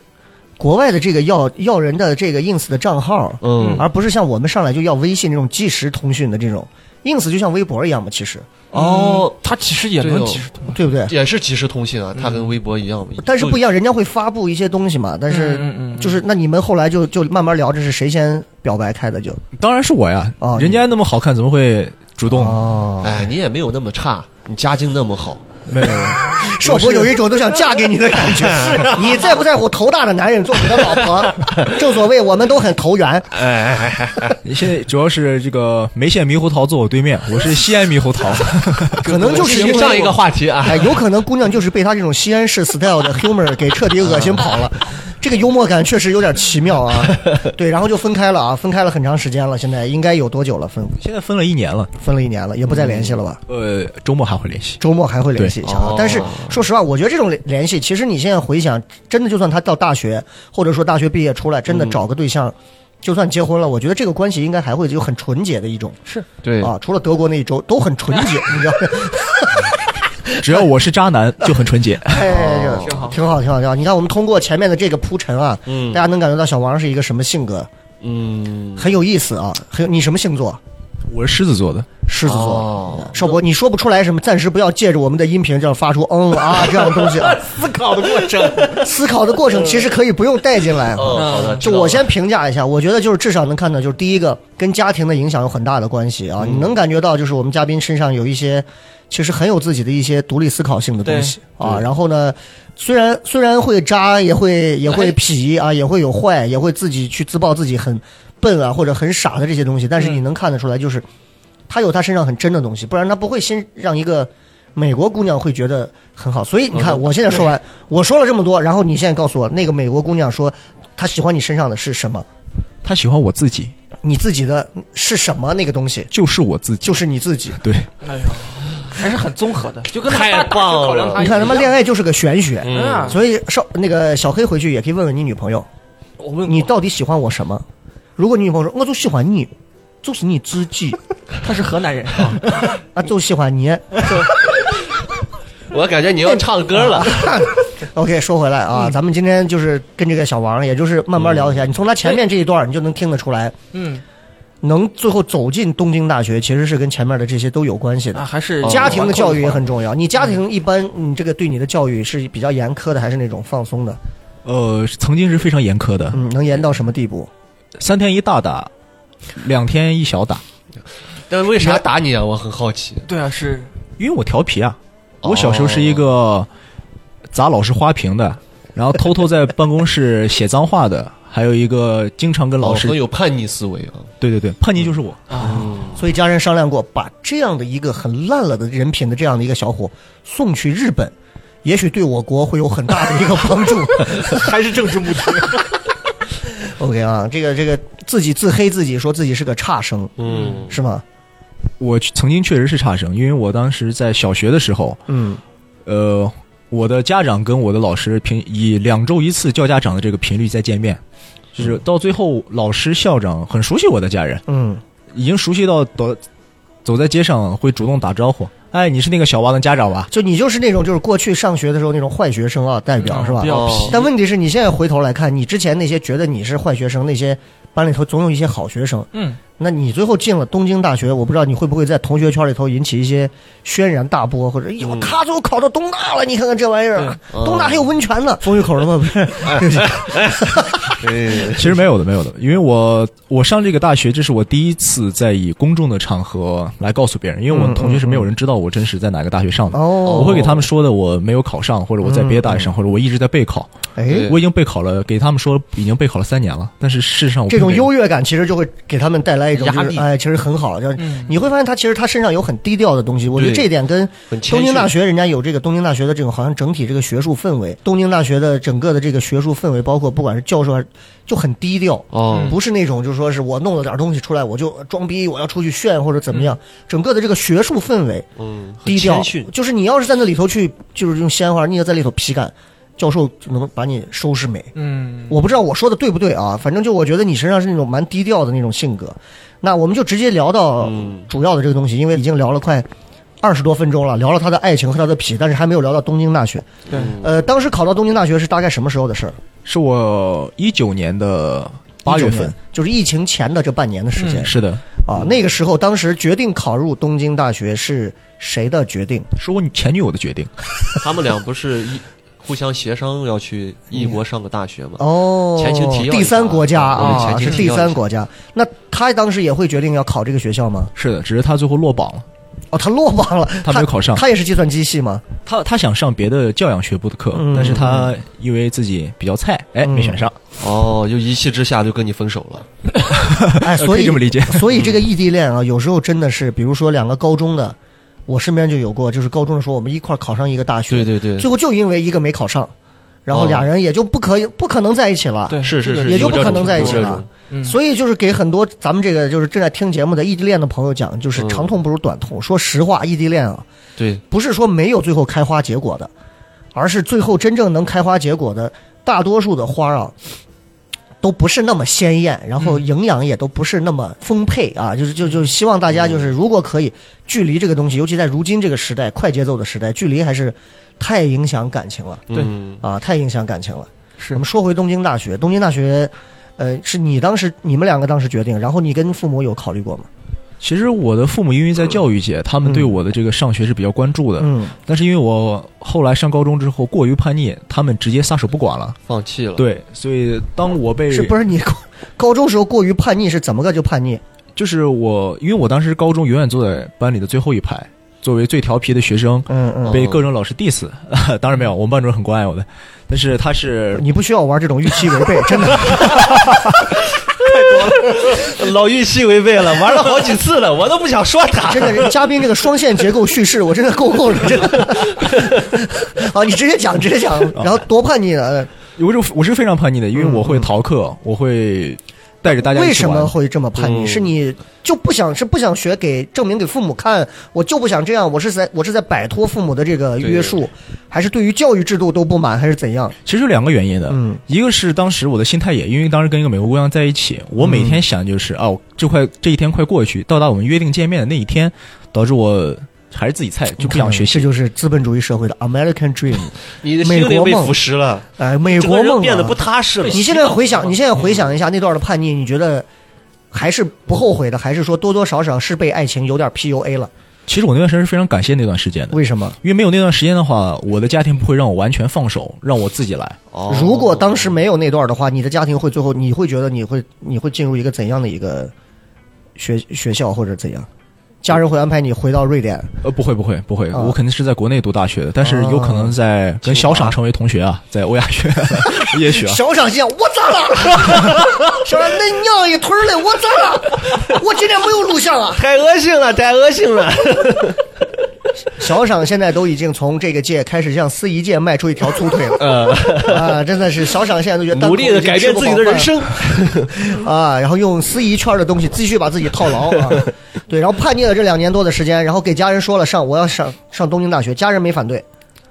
Speaker 3: 国外的这个要要人的这个 ins 的账号，
Speaker 5: 嗯
Speaker 3: 而不是像我们上来就要微信这种即时通讯的这种 ins，就像微博一样嘛，其实
Speaker 5: 哦
Speaker 4: 嗯，他其实也
Speaker 5: 对
Speaker 4: 能
Speaker 5: 哦
Speaker 4: 其实通，
Speaker 3: 对不对？
Speaker 5: 也是即时通信啊，它跟微博一样，
Speaker 3: 嗯但是不一
Speaker 5: 样。
Speaker 3: 样，人家会发布一些东西嘛。但是
Speaker 4: 嗯嗯嗯
Speaker 3: 就是那你们后来就就慢慢聊，这是谁先表白开的就
Speaker 6: 当然是我呀
Speaker 3: 哦，
Speaker 6: 人家那么好看，怎么会主动？
Speaker 3: 哦
Speaker 5: 哎，你也没有那么差，你家境那么好，
Speaker 6: 没有，
Speaker 3: 少博有一种都想嫁给你的感觉。啊你在不在乎头大的男人做你的老婆？正所谓我们都很投缘。
Speaker 6: 你现在主要是这个眉县猕猴桃坐我对面，我是西安猕猴桃，
Speaker 3: 可能就是因为
Speaker 5: 上一个话题啊，
Speaker 3: 哎，有可能姑娘就是被他这种西安式 style 的 humor 给彻底恶心跑了。这个幽默感确实有点奇妙啊。对，然后就分开了啊，分开了很长时间了，现在应该有多久了？分
Speaker 6: 现在分了一年了，
Speaker 3: 分了一年了，也不再联系了吧？
Speaker 6: 呃，周末还会联系。
Speaker 3: 周末还会联系一下啊
Speaker 5: 对哦。
Speaker 3: 但是说实话，我觉得这种联联系，其实你现在回想，真的就算他到大学，或者说大学毕业出来，
Speaker 5: 嗯
Speaker 3: 真的找个对象，就算结婚了，我觉得这个关系应该还会有很纯洁的一种
Speaker 5: 对
Speaker 3: 啊。除了德国那一周都很纯 洁，你知道吗？
Speaker 6: 只要我是渣男，就很纯洁。
Speaker 3: 哎，
Speaker 5: 哦
Speaker 3: 这
Speaker 4: 挺好
Speaker 3: 挺好，挺好，挺好。你看，我们通过前面的这个铺陈啊，
Speaker 5: 嗯
Speaker 3: 大家能感觉到小王是一个什么性格，
Speaker 5: 嗯，
Speaker 3: 很有意思啊。很有，你什么星座？
Speaker 6: 我是狮子座的，
Speaker 3: 狮子座。
Speaker 5: 哦，
Speaker 3: 少博，你说不出来什么，暂时不要借着我们的音频这样发出嗯啊这样的东西啊。
Speaker 5: 思考的过程。嗯
Speaker 3: 思考的过程其实可以不用带进来。
Speaker 5: 哦，好的，
Speaker 3: 嗯就我先评价一下，我觉得就是至少能看到，就是第一个跟家庭的影响有很大的关系啊。
Speaker 5: 嗯
Speaker 3: 你能感觉到，就是我们嘉宾身上有一些其实很有自己的一些独立思考性的东西啊。然后呢，虽然虽然会渣，也会也会痞啊，也会有坏，也会自己去自曝自己很笨啊或者很傻的这些东西，但是你能看得出来，就是他有他身上很真的东西，不然他不会先让一个。美国姑娘会觉得很好，所以你看，我现在说完，我说了这么多，然后你现在告诉我，那个美国姑娘说她喜欢你身上的是什么？
Speaker 6: 他喜欢我自己，
Speaker 3: 你自己的是什么？那个东西
Speaker 6: 就是我自己。
Speaker 3: 就是你自己。
Speaker 6: 对，
Speaker 4: 哎呀，还是很综合的，就跟
Speaker 5: 太
Speaker 4: 他大大
Speaker 5: 棒
Speaker 4: 学考
Speaker 5: 了
Speaker 4: 量他一样，
Speaker 3: 你看，他妈恋爱就是个玄学，
Speaker 5: 嗯
Speaker 4: 哎嗯，
Speaker 3: 所以少那个小黑回去也可以问问你女朋友，
Speaker 4: 我 问
Speaker 3: 你
Speaker 4: 你，
Speaker 3: 到底喜欢我什么？如果你女朋友说我就喜欢你，就是你自己
Speaker 4: 他是河南人，
Speaker 3: 啊，就喜欢你。
Speaker 5: 我感觉你要唱歌了，
Speaker 3: 嗯 OK，说回来啊，咱们今天就是跟这个小王，也就是慢慢聊一下。你从他前面这一段，你就能听得出来，
Speaker 4: 嗯，
Speaker 3: 能最后走进东京大学，其实是跟前面的这些都有关系
Speaker 4: 那
Speaker 3: 的。
Speaker 4: 还
Speaker 5: 哦
Speaker 4: 是
Speaker 3: 啊家庭的教育也很重要。你家庭一般，你这个对你的教育是比较严苛的，还是那种放松的？
Speaker 6: 呃，曾经是非常严苛的，
Speaker 3: 嗯，能严到什么地步？
Speaker 6: 三天一大打，两天一小打，
Speaker 5: 但为啥打你啊？我很好奇。
Speaker 4: 对啊，是
Speaker 6: 因为我调皮啊。
Speaker 5: 哦
Speaker 6: 我小时候是一个砸老师花瓶的，然后偷偷在办公室写脏话的， 还有一个经常跟老
Speaker 5: 老
Speaker 4: 哦
Speaker 6: 师
Speaker 5: 师有叛逆思维啊，
Speaker 6: 对对对叛逆就是我。
Speaker 3: 所以家人商量过，把这样的一个很烂了的人品的这样的一个小伙送去日本，也许对我国会有很大的一个帮助。
Speaker 4: 还是政治目的，
Speaker 3: OK 啊，这个这个自己自黑自己，说自己是个差生，
Speaker 5: 嗯，
Speaker 3: 是吗？
Speaker 6: 我曾经确实是差生，因为我当时在小学的时候，
Speaker 3: 嗯，
Speaker 6: 呃，我的家长跟我的老师频以两周一次叫家长的这个频率在见面，就是到最后，老师、校长很熟悉我的家人，
Speaker 3: 嗯，
Speaker 6: 已经熟悉到走走在街上会主动打招呼。哎，你是那个小王的家长吧？
Speaker 3: 就你就是那种就是过去上学的时候那种坏学生啊，代表是吧
Speaker 4: 比？较
Speaker 5: 哦
Speaker 4: 皮，
Speaker 3: 但问题是你现在回头来看，你之前那些觉得你是坏学生，那些班里头总有一些好学生，
Speaker 4: 嗯，
Speaker 3: 那你最后进了东京大学，我不知道你会不会在同学圈里头引起一些轩然大波，或者哟，他最后考到东大了，你看看这玩意儿，东大还有温泉呢，嗯风雨口了 吗？不是，
Speaker 5: 对，
Speaker 3: 嗯
Speaker 5: 哎
Speaker 6: 其实没有的，没有的，因为我我上这个大学，这是我第一次在以公众的场合来告诉别人，因为我们同学是没有人知道我真实在哪个大学上的。
Speaker 3: 哦
Speaker 6: 我会给他们说的，我没有考上，或者我在别的大学上，或者我一直在备考。
Speaker 3: 哎，
Speaker 6: 我已经备考了，给他们说已经备考了三年了，但是事实上我
Speaker 3: 这种
Speaker 6: 并没有
Speaker 3: 优越感其实就会给他们带来一种
Speaker 5: 压
Speaker 3: 就
Speaker 5: 力
Speaker 3: 是哎，其实很好，就是
Speaker 4: 嗯
Speaker 3: 你会发现他其实他身上有很低调的东西，我觉得
Speaker 5: 对
Speaker 3: 这一点跟
Speaker 5: 很谦虚
Speaker 3: 东京大学人家有这个东京大学的这种好像整体这个学术氛围，东京大学的整个的这个学术氛围，包括不管是教授还是就很低调，
Speaker 5: 哦，
Speaker 3: 不是那种就是说是我弄了点东西出来我就装逼，我要出去炫或者怎么样，整个的这个学术氛围
Speaker 5: 嗯，很
Speaker 3: 低调
Speaker 5: 谦 逊，
Speaker 3: 就是你要是在那里头去就是用鲜花，你也在里头皮干，教授就能把你收拾美。
Speaker 4: 嗯，
Speaker 3: 我不知道我说的对不对啊，反正就我觉得你身上是那种蛮低调的那种性格。那我们就直接聊到
Speaker 5: 嗯
Speaker 3: 主要的这个东西，因为已经聊了快二十多分钟了，聊了他的爱情和他的痞，但是还没有聊到东京大学。
Speaker 4: 对，
Speaker 3: 呃，当时考到东京大学是大概什么时候的事儿？
Speaker 6: 是我一九年的八月
Speaker 3: 19
Speaker 6: 份嗯
Speaker 3: 年，，就是疫情前的这半年的时间、
Speaker 6: 是的，
Speaker 3: 啊。那个时候，当时决定考入东京大学是谁的决定？
Speaker 6: 是我前女友的决定。
Speaker 5: 他们俩不是一互相协商要去异国上个大学吗？
Speaker 3: 哦，
Speaker 5: 前情提要一下啊
Speaker 3: 第三国家
Speaker 5: 我
Speaker 3: 啊，
Speaker 5: 们前
Speaker 3: 是
Speaker 5: 情提
Speaker 3: 第
Speaker 5: 要一下
Speaker 3: 三国家。那他当时也会决定要考这个学校吗？
Speaker 6: 是的，只是她最后落榜了。
Speaker 3: 哦，他落榜了，
Speaker 6: 他没有考上
Speaker 3: 他也是计算机系嘛，
Speaker 6: 他他想上别的教养学部的课，
Speaker 3: 嗯
Speaker 6: 但是他因为自己比较菜，哎，
Speaker 3: 嗯
Speaker 6: 没选上。
Speaker 5: 哦，就一气之下就跟你分手了。
Speaker 3: 哎，
Speaker 6: 呃
Speaker 3: 所
Speaker 6: 可以
Speaker 3: 以
Speaker 6: 这么理解
Speaker 3: 所以这个异地恋啊，有时候真的是，比如说两个高中的，我身边就有过，就是高中的时候我们一块儿考上一个大学，
Speaker 5: 对对对，
Speaker 3: 最后就因为一个没考上，然后
Speaker 5: 哦
Speaker 3: 俩人也就不可以不可能在一起了。
Speaker 4: 嗯对，
Speaker 5: 是是
Speaker 4: 这
Speaker 5: 是，
Speaker 4: 个
Speaker 3: 也就
Speaker 5: 有
Speaker 3: 不
Speaker 5: 这
Speaker 3: 可
Speaker 5: 种
Speaker 3: 能在一起
Speaker 5: 有这
Speaker 3: 了
Speaker 5: 种
Speaker 4: 嗯
Speaker 3: 所以就是给很多咱们这个就是正在听节目的异地恋的朋友讲，就是
Speaker 5: 嗯
Speaker 3: 长痛不如短痛。说实话，异地恋啊，
Speaker 5: 对，
Speaker 3: 不是说没有最后开花结果的，而是最后真正能开花结果的，大多数的花啊，都不是那么鲜艳，然后营养也都不是那么丰沛啊。就是就就希望大家就是，如果可以，距离这个东西，尤其在如今这个时代，快节奏的时代，距离还是太影响感情了
Speaker 4: 对
Speaker 5: 嗯
Speaker 3: 啊，太影响感情了。
Speaker 4: 是
Speaker 3: 我们说回东京大学，东京大学。呃，是你当时你们两个当时决定，然后你跟父母有考虑过吗？
Speaker 6: 其实我的父母因为在教育界，他们对我的这个上学是比较关注的，
Speaker 3: 嗯，
Speaker 6: 但是因为我后来上高中之后过于叛逆，他们直接撒手不管了。
Speaker 5: 放弃了。
Speaker 6: 对，所以当我被
Speaker 3: 嗯是不是你高高中时候过于叛逆是怎么个就叛逆？
Speaker 6: 就是我，因为我当时高中永远坐在班里的最后一排，作为最调皮的学生，
Speaker 3: 嗯嗯，
Speaker 6: 被各种老师 diss、当 然没有，我们班主任很关爱我的，但是他是
Speaker 3: 你不需要玩这种预期违背，真的。
Speaker 5: 老预期违背了，玩了好几次了，我都不想说他。
Speaker 3: 真的，嘉宾这个双线结构叙事，我真的 够够了，真的。啊，你直接讲，直接讲，然后多叛逆呃呢？
Speaker 6: 我是我是非常叛逆的，因为我会逃课，我会带着大家一
Speaker 3: 嗯为
Speaker 6: 起
Speaker 3: 什
Speaker 6: 玩。
Speaker 3: 么会这么叛逆？
Speaker 5: 嗯
Speaker 3: 是你就不想是不想学给证明给父母看，我就不想这样，我是在我是在摆脱父母的这个约束，还是对于教育制度都不满，还是怎样？
Speaker 6: 其实有两个原因的，
Speaker 3: 嗯
Speaker 6: 一个是当时我的心态也，因为当时跟一个美国姑娘在一起，我每天想就是、啊，我这快这一天快过去，到达我们约定见面的那一天，导致我还是自己菜，就不想学
Speaker 3: 这
Speaker 6: 习。
Speaker 3: 就是资本主义社会的 American Dream，
Speaker 5: 你的心灵被腐蚀了，
Speaker 3: 哎，美
Speaker 5: 整
Speaker 3: 国
Speaker 5: 个
Speaker 3: 梦、
Speaker 5: 人
Speaker 3: 啊、
Speaker 5: 变得不踏实了。
Speaker 3: 你现在回想，你现在回想一下那段的叛逆，你觉得还是不后悔的，还是说多多少少是被爱情有点 PUA 了？
Speaker 6: 其实我那段时间是非常感谢那段时间的，
Speaker 3: 为什么？
Speaker 6: 因为没有那段时间的话，我的家庭不会让我完全放手，让我自己来。
Speaker 5: 哦
Speaker 3: 如果当时没有那段的话，你的家庭会最后你会觉得你会你会进入一个怎样的一个学学校或者怎样？家人会安排你回到瑞典，
Speaker 6: 呃，不会不会不会，
Speaker 3: 啊
Speaker 6: 我肯定是在国内读大学的，但是有可能在跟小赏成为同学啊，在欧亚学院也 许啊。
Speaker 3: 小赏心想我咋 了？小赏那娘一腿儿嘞，我咋了？我今天没有录像啊！
Speaker 5: 太恶心了，太恶心 了。
Speaker 3: 小赏现在都已经从这个界开始向司仪界迈出一条粗腿了， 啊，真的是小赏现在都觉得单口
Speaker 5: 努力的
Speaker 3: 已经
Speaker 5: 改
Speaker 3: 吃
Speaker 5: 变
Speaker 3: 不
Speaker 5: 自己
Speaker 3: 饱
Speaker 5: 的人
Speaker 3: 饭了
Speaker 5: 生。
Speaker 3: 啊，然后用司仪圈的东西继续把自己套牢啊，对，然后叛逆了这两年多的时间，然后给家人说了上我要上上东京大学，家人没反对，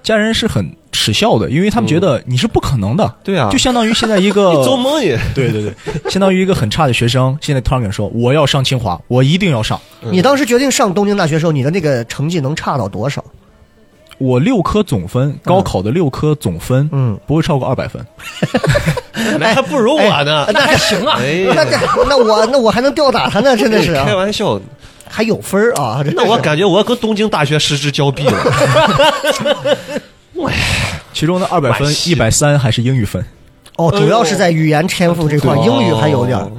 Speaker 6: 家人是很耻笑的，因为他们觉得你是不可能的，
Speaker 5: 对啊
Speaker 6: 就相当于现在一
Speaker 3: 哦
Speaker 6: 个
Speaker 5: 做梦也，
Speaker 6: 对对对，相当于一个很差的学生，现在突然跟你说我要上清华，我一定要上。
Speaker 5: 嗯
Speaker 3: 你当时决定上东京大学的时候，你的那个成绩能差到多少？
Speaker 6: 我六科总分，高考的六科总分，
Speaker 3: 嗯，
Speaker 6: 不会超过二百分。
Speaker 5: 那还不如我呢。
Speaker 4: 那还行啊，
Speaker 5: 哎
Speaker 3: 哎那
Speaker 5: 呀，
Speaker 3: 那那我那我还能吊打他呢，真的是啊、
Speaker 5: 开玩笑，
Speaker 3: 还有分儿啊！真的
Speaker 5: 那
Speaker 3: 是
Speaker 5: 我感觉我跟东京大学失之交臂了。
Speaker 6: 其中的二百分
Speaker 5: 哇，
Speaker 6: 一
Speaker 5: 塞
Speaker 6: 百三还是英语分。
Speaker 3: 哦，主要是在语言天赋这块，
Speaker 5: 对
Speaker 3: 英语还有点儿
Speaker 5: 哦。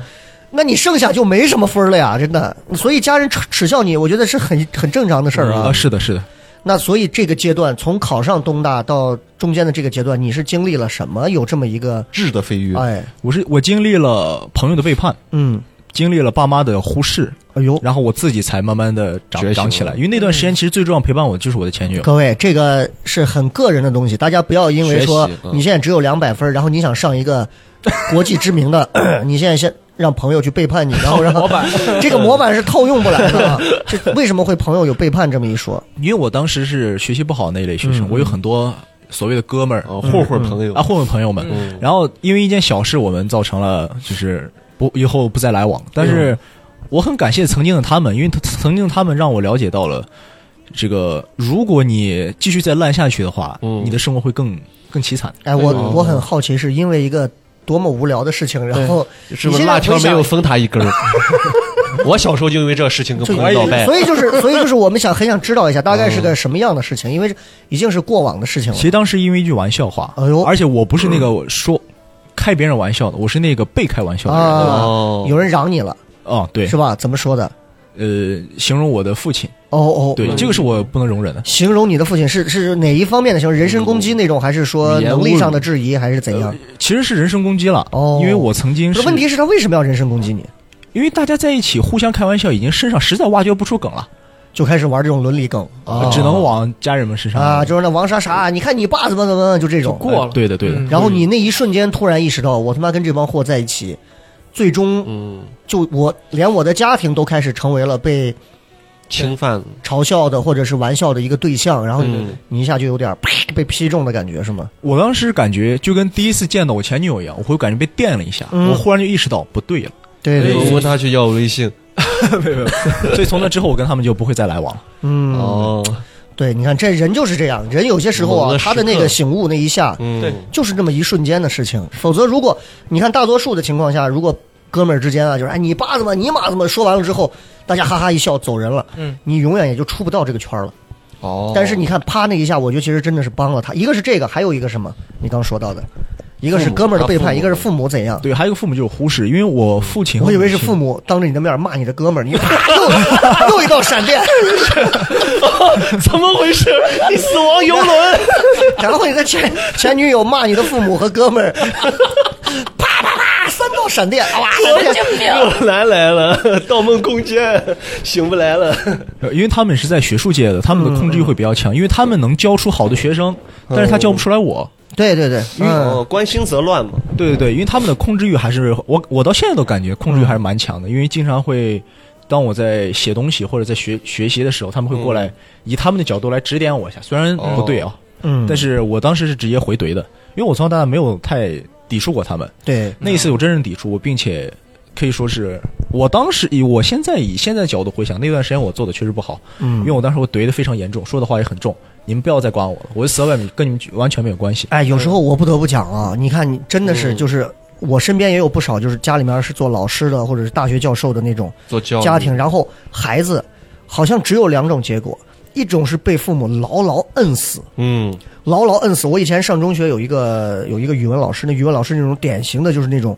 Speaker 3: 那你剩下就没什么分儿了呀，真的。所以家人耻耻笑你，我觉得是很很正常的事儿啊。
Speaker 5: 嗯
Speaker 6: 是的，是的。
Speaker 3: 那所以这个阶段，从考上东大到中间的这个阶段，你是经历了什么？有这么一个，
Speaker 5: 质的飞跃
Speaker 3: 哎，
Speaker 6: 我是我经历了朋友的背叛，
Speaker 3: 嗯，
Speaker 6: 经历了爸妈的忽视，
Speaker 3: 哎呦，
Speaker 6: 然后我自己才慢慢的
Speaker 5: 觉醒
Speaker 6: 长
Speaker 5: 了
Speaker 6: 长起来。因为那段时间其实最重要陪伴我的就是我的前女友。
Speaker 3: 各位，这个是很个人的东西，大家不要因为说
Speaker 5: 学习嗯
Speaker 3: 你现在只有两百分，然后你想上一个 国际知名的， 你现在先让朋友去背叛你，然后让模板， 这个模板是套用不来的啊。 这为什么会朋友有背叛这么一说？
Speaker 6: 因为我当时是学习不好那一类学生，我有很多所谓的哥们儿、
Speaker 5: 嗯哦，混混朋
Speaker 3: 嗯
Speaker 5: 友
Speaker 6: 啊，混混朋友们。
Speaker 5: 嗯
Speaker 6: 然后因为一件小事，我们造成了就是不以后不再来往。但是我很感谢曾经的他们，因为他曾经他们让我了解到了这个，如果你继续再烂下去的话，
Speaker 5: 嗯
Speaker 6: 你的生活会更更凄惨。
Speaker 3: 哎，我
Speaker 5: 对哦
Speaker 3: 我很好奇，是因为一个多么无聊的事情，然后
Speaker 5: 是
Speaker 3: 你
Speaker 5: 不是
Speaker 3: 现在
Speaker 5: 辣条
Speaker 3: 回
Speaker 5: 没
Speaker 3: 想
Speaker 5: 有分他一 根儿？我小时候就因为这事情跟
Speaker 3: 就
Speaker 5: 朋友闹掰。
Speaker 3: 哎所以就是，所以就是我们 想很想知道一下，大概是个什么样的事情，因为这已经是过往的事情了
Speaker 6: 嗯其。实当时因为一句玩笑话，
Speaker 3: 哎呦
Speaker 6: 而且我不是那个说开别人玩笑的，我是那个被开玩笑的人。
Speaker 3: 啊
Speaker 5: 哦
Speaker 3: 有人嚷你了，
Speaker 6: 哦，对
Speaker 3: 是，吧？怎么说的？
Speaker 6: 呃形容我的父亲，
Speaker 3: 哦哦，
Speaker 6: 对，这个是我不能容忍的。
Speaker 3: 形容你的父亲是是哪一方面的形容？人身攻击那种，还是说
Speaker 6: 语言
Speaker 3: 能
Speaker 6: 侮
Speaker 3: 力
Speaker 6: 辱呃
Speaker 3: 上的质疑，还是怎样？
Speaker 6: 其实是人身攻击了，
Speaker 3: 哦
Speaker 6: 因为我曾经
Speaker 3: 不
Speaker 6: 是
Speaker 3: 是问题是他为什么要人身攻击你？
Speaker 6: 因为大家在一起互相开玩笑，已经身上实在挖掘不出梗了，
Speaker 3: 就开始玩这种伦理梗，啊
Speaker 6: 呃只能往家人们身上
Speaker 3: 啊，就是那王啥啥，你看你爸怎么怎么，就这种。
Speaker 5: 哎
Speaker 4: 过了
Speaker 6: 对的，对的，
Speaker 4: 嗯
Speaker 3: 然后你那一瞬间突然意识到，我他妈跟这帮货在一起，最终
Speaker 5: 嗯，
Speaker 3: 就我连我的家庭都开始成为了被
Speaker 5: 侵犯了
Speaker 3: 嘲笑的或者是玩笑的一个对象，然后你
Speaker 5: 嗯
Speaker 3: 你一下就有点儿啪被劈中的感觉，是吗？
Speaker 6: 我当时感觉就跟第一次见到我前女友一样，我会感觉被电了一下，
Speaker 3: 嗯
Speaker 6: 我忽然就意识到不对了。
Speaker 3: 对对
Speaker 5: 我
Speaker 3: 对，
Speaker 5: 问他去要微信，
Speaker 6: 没有没有，所以从那之后我跟他们就不会再来往了。
Speaker 3: 嗯，
Speaker 5: 哦，
Speaker 3: 对，你看这人就是这样，人有些时候
Speaker 5: 某
Speaker 3: 啊，
Speaker 5: 个
Speaker 3: 他的
Speaker 5: 时刻
Speaker 3: 那个醒悟那一下，
Speaker 5: 嗯，
Speaker 4: 对
Speaker 3: 就是这么一瞬间的事情。否则，如果你看大多数的情况下，如果哥们儿之间啊，就是哎你爸怎么你妈怎么说完了之后，大家哈哈一笑走人了，
Speaker 4: 嗯，
Speaker 3: 你永远也就出不到这个圈儿了。
Speaker 5: 哦，
Speaker 3: 但是你看啪那一下，我觉得其实真的是帮了他。一个是这个，还有一个什么？你刚说到的，一个是哥们儿的背
Speaker 5: 他父
Speaker 3: 叛，
Speaker 5: 母
Speaker 3: 一个是父母怎样。
Speaker 6: 对，还有一个父母就是忽视，因为我父亲和
Speaker 3: 我以为是
Speaker 6: 母亲
Speaker 3: 父母当着你的面骂你的哥们儿，你啪 又又一道闪电，
Speaker 5: 怎么回事？你哎死亡 游轮，
Speaker 3: 然后你的前前女友骂你的父母和哥们儿，啪啪啪三道闪电，哇！
Speaker 5: 又来来了，《盗梦空间》醒不来了，
Speaker 6: 呃因为他们是在学术界的，他
Speaker 3: 嗯
Speaker 6: 们的控制欲会比较强，因为他们能教出好的学生，但是他教不出来我。
Speaker 3: 对对对，嗯，
Speaker 5: 哦，关心则乱嘛，
Speaker 6: 对对对，因为他们的控制欲还是我，我到现在都感觉控制欲还是蛮强的，因为经常会。当我在写东西或者在学学习的时候，他们会过来以他们的角度来指点我一下，虽然不对啊，
Speaker 3: 嗯
Speaker 6: 但是我当时是直接回怼的，因为我从小到大没有太抵触过他们。
Speaker 3: 对，
Speaker 6: 那一次有真正抵触，我并且可以说是我当时以我现在以现在角度回想，那段时间我做的确实不好，
Speaker 3: 嗯
Speaker 6: 因为我当时我怼的非常严重，说的话也很重，你们不要再管我了，我就死在外面跟你们完全没有关系。
Speaker 3: 哎，有时候我不得不讲啊，你看，你真的是就是。我身边也有不少，就是家里面是做老师的，或者是大学教授的那种
Speaker 5: 做教育
Speaker 3: 家庭，然后孩子好像只有两种结果，一种是被父母牢牢摁死，
Speaker 5: 嗯，
Speaker 3: 牢牢摁死。我以前上中学有一个有一个语文老师，那语文老师那种典型的就是那种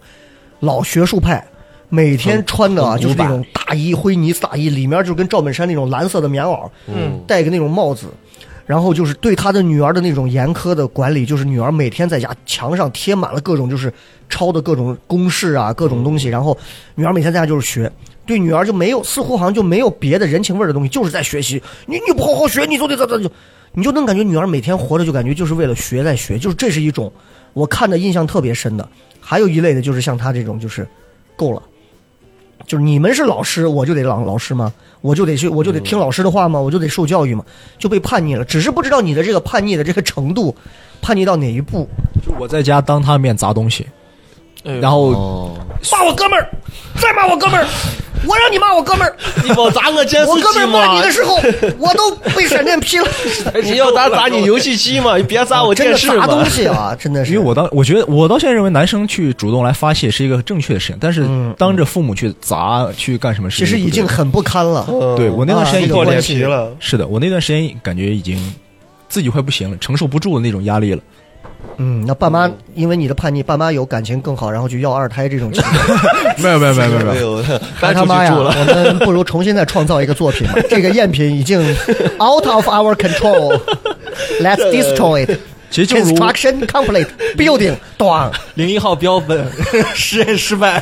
Speaker 3: 老学术派，每天穿的啊
Speaker 6: 很古
Speaker 3: 就是那
Speaker 6: 板
Speaker 3: 种大衣灰呢子大衣，里面就跟赵本山那种蓝色的棉袄，
Speaker 4: 嗯，
Speaker 3: 戴个那种帽子。然后就是对他的女儿的那种严苛的管理，就是女儿每天在家墙上贴满了各种就是抄的各种公式啊，各种东西。然后女儿每天在家就是学，对女儿就没有似乎好像就没有别的人情味儿的东西，就是在学习。你你不好好学，你就得咋咋就，你就能感觉女儿每天活着就感觉就是为了学在学，就是这是一种我看的印象特别深的。还有一类的就是像他这种就是够了。就是你们是老师，我就得当老师吗？我就得去，我就得听老师的话吗？我就得受教育吗？就被叛逆了，只是不知道你的这个叛逆的这个程度，叛逆到哪一步。
Speaker 6: 就我在家当他的面砸东西，
Speaker 4: 哎
Speaker 6: 然后
Speaker 5: 哦，
Speaker 3: 骂我哥们儿，再骂我哥们儿，我让你骂我哥们儿，
Speaker 5: 你老砸我监
Speaker 3: 我
Speaker 5: 视
Speaker 3: 哥们
Speaker 5: 器
Speaker 3: 儿骂
Speaker 5: 嘛
Speaker 3: 你的，时候，我都被闪电劈了。
Speaker 5: 你要砸砸你游戏机嘛，你别砸我
Speaker 3: 真
Speaker 5: 电
Speaker 3: 的
Speaker 5: 视
Speaker 3: 砸
Speaker 5: 嘛
Speaker 3: 东，西啊，真的是。
Speaker 6: 因为我当我觉得我到现在认为男生去主动来发泄是一个正确的事情，但是
Speaker 3: 嗯
Speaker 6: 当着父母去砸去干什么事
Speaker 3: 其
Speaker 6: 情，
Speaker 3: 实已经很不堪了。
Speaker 5: 嗯
Speaker 6: 对我那段时
Speaker 3: 啊
Speaker 6: 间已
Speaker 3: 这个
Speaker 6: 经
Speaker 5: 破脸
Speaker 3: 关系
Speaker 5: 皮了，
Speaker 6: 是的，我那段时间感觉已经自己快不行了，承受不住的那种压力了。
Speaker 3: 嗯，那爸妈因为你的叛逆，爸妈有感情更好，然后去要二胎这种情况，
Speaker 6: 没有没有没有没有
Speaker 5: 没，有
Speaker 3: 那
Speaker 5: 搬出
Speaker 3: 他
Speaker 5: 去
Speaker 3: 妈呀，
Speaker 5: 住 了，
Speaker 3: 我们不如重新再创造一个作 品吧。这个赝品已经 out of our control。Let's destroy it.
Speaker 6: 其实就如
Speaker 3: Construction complete. Building. 咣，
Speaker 4: 零一号标本实验失败，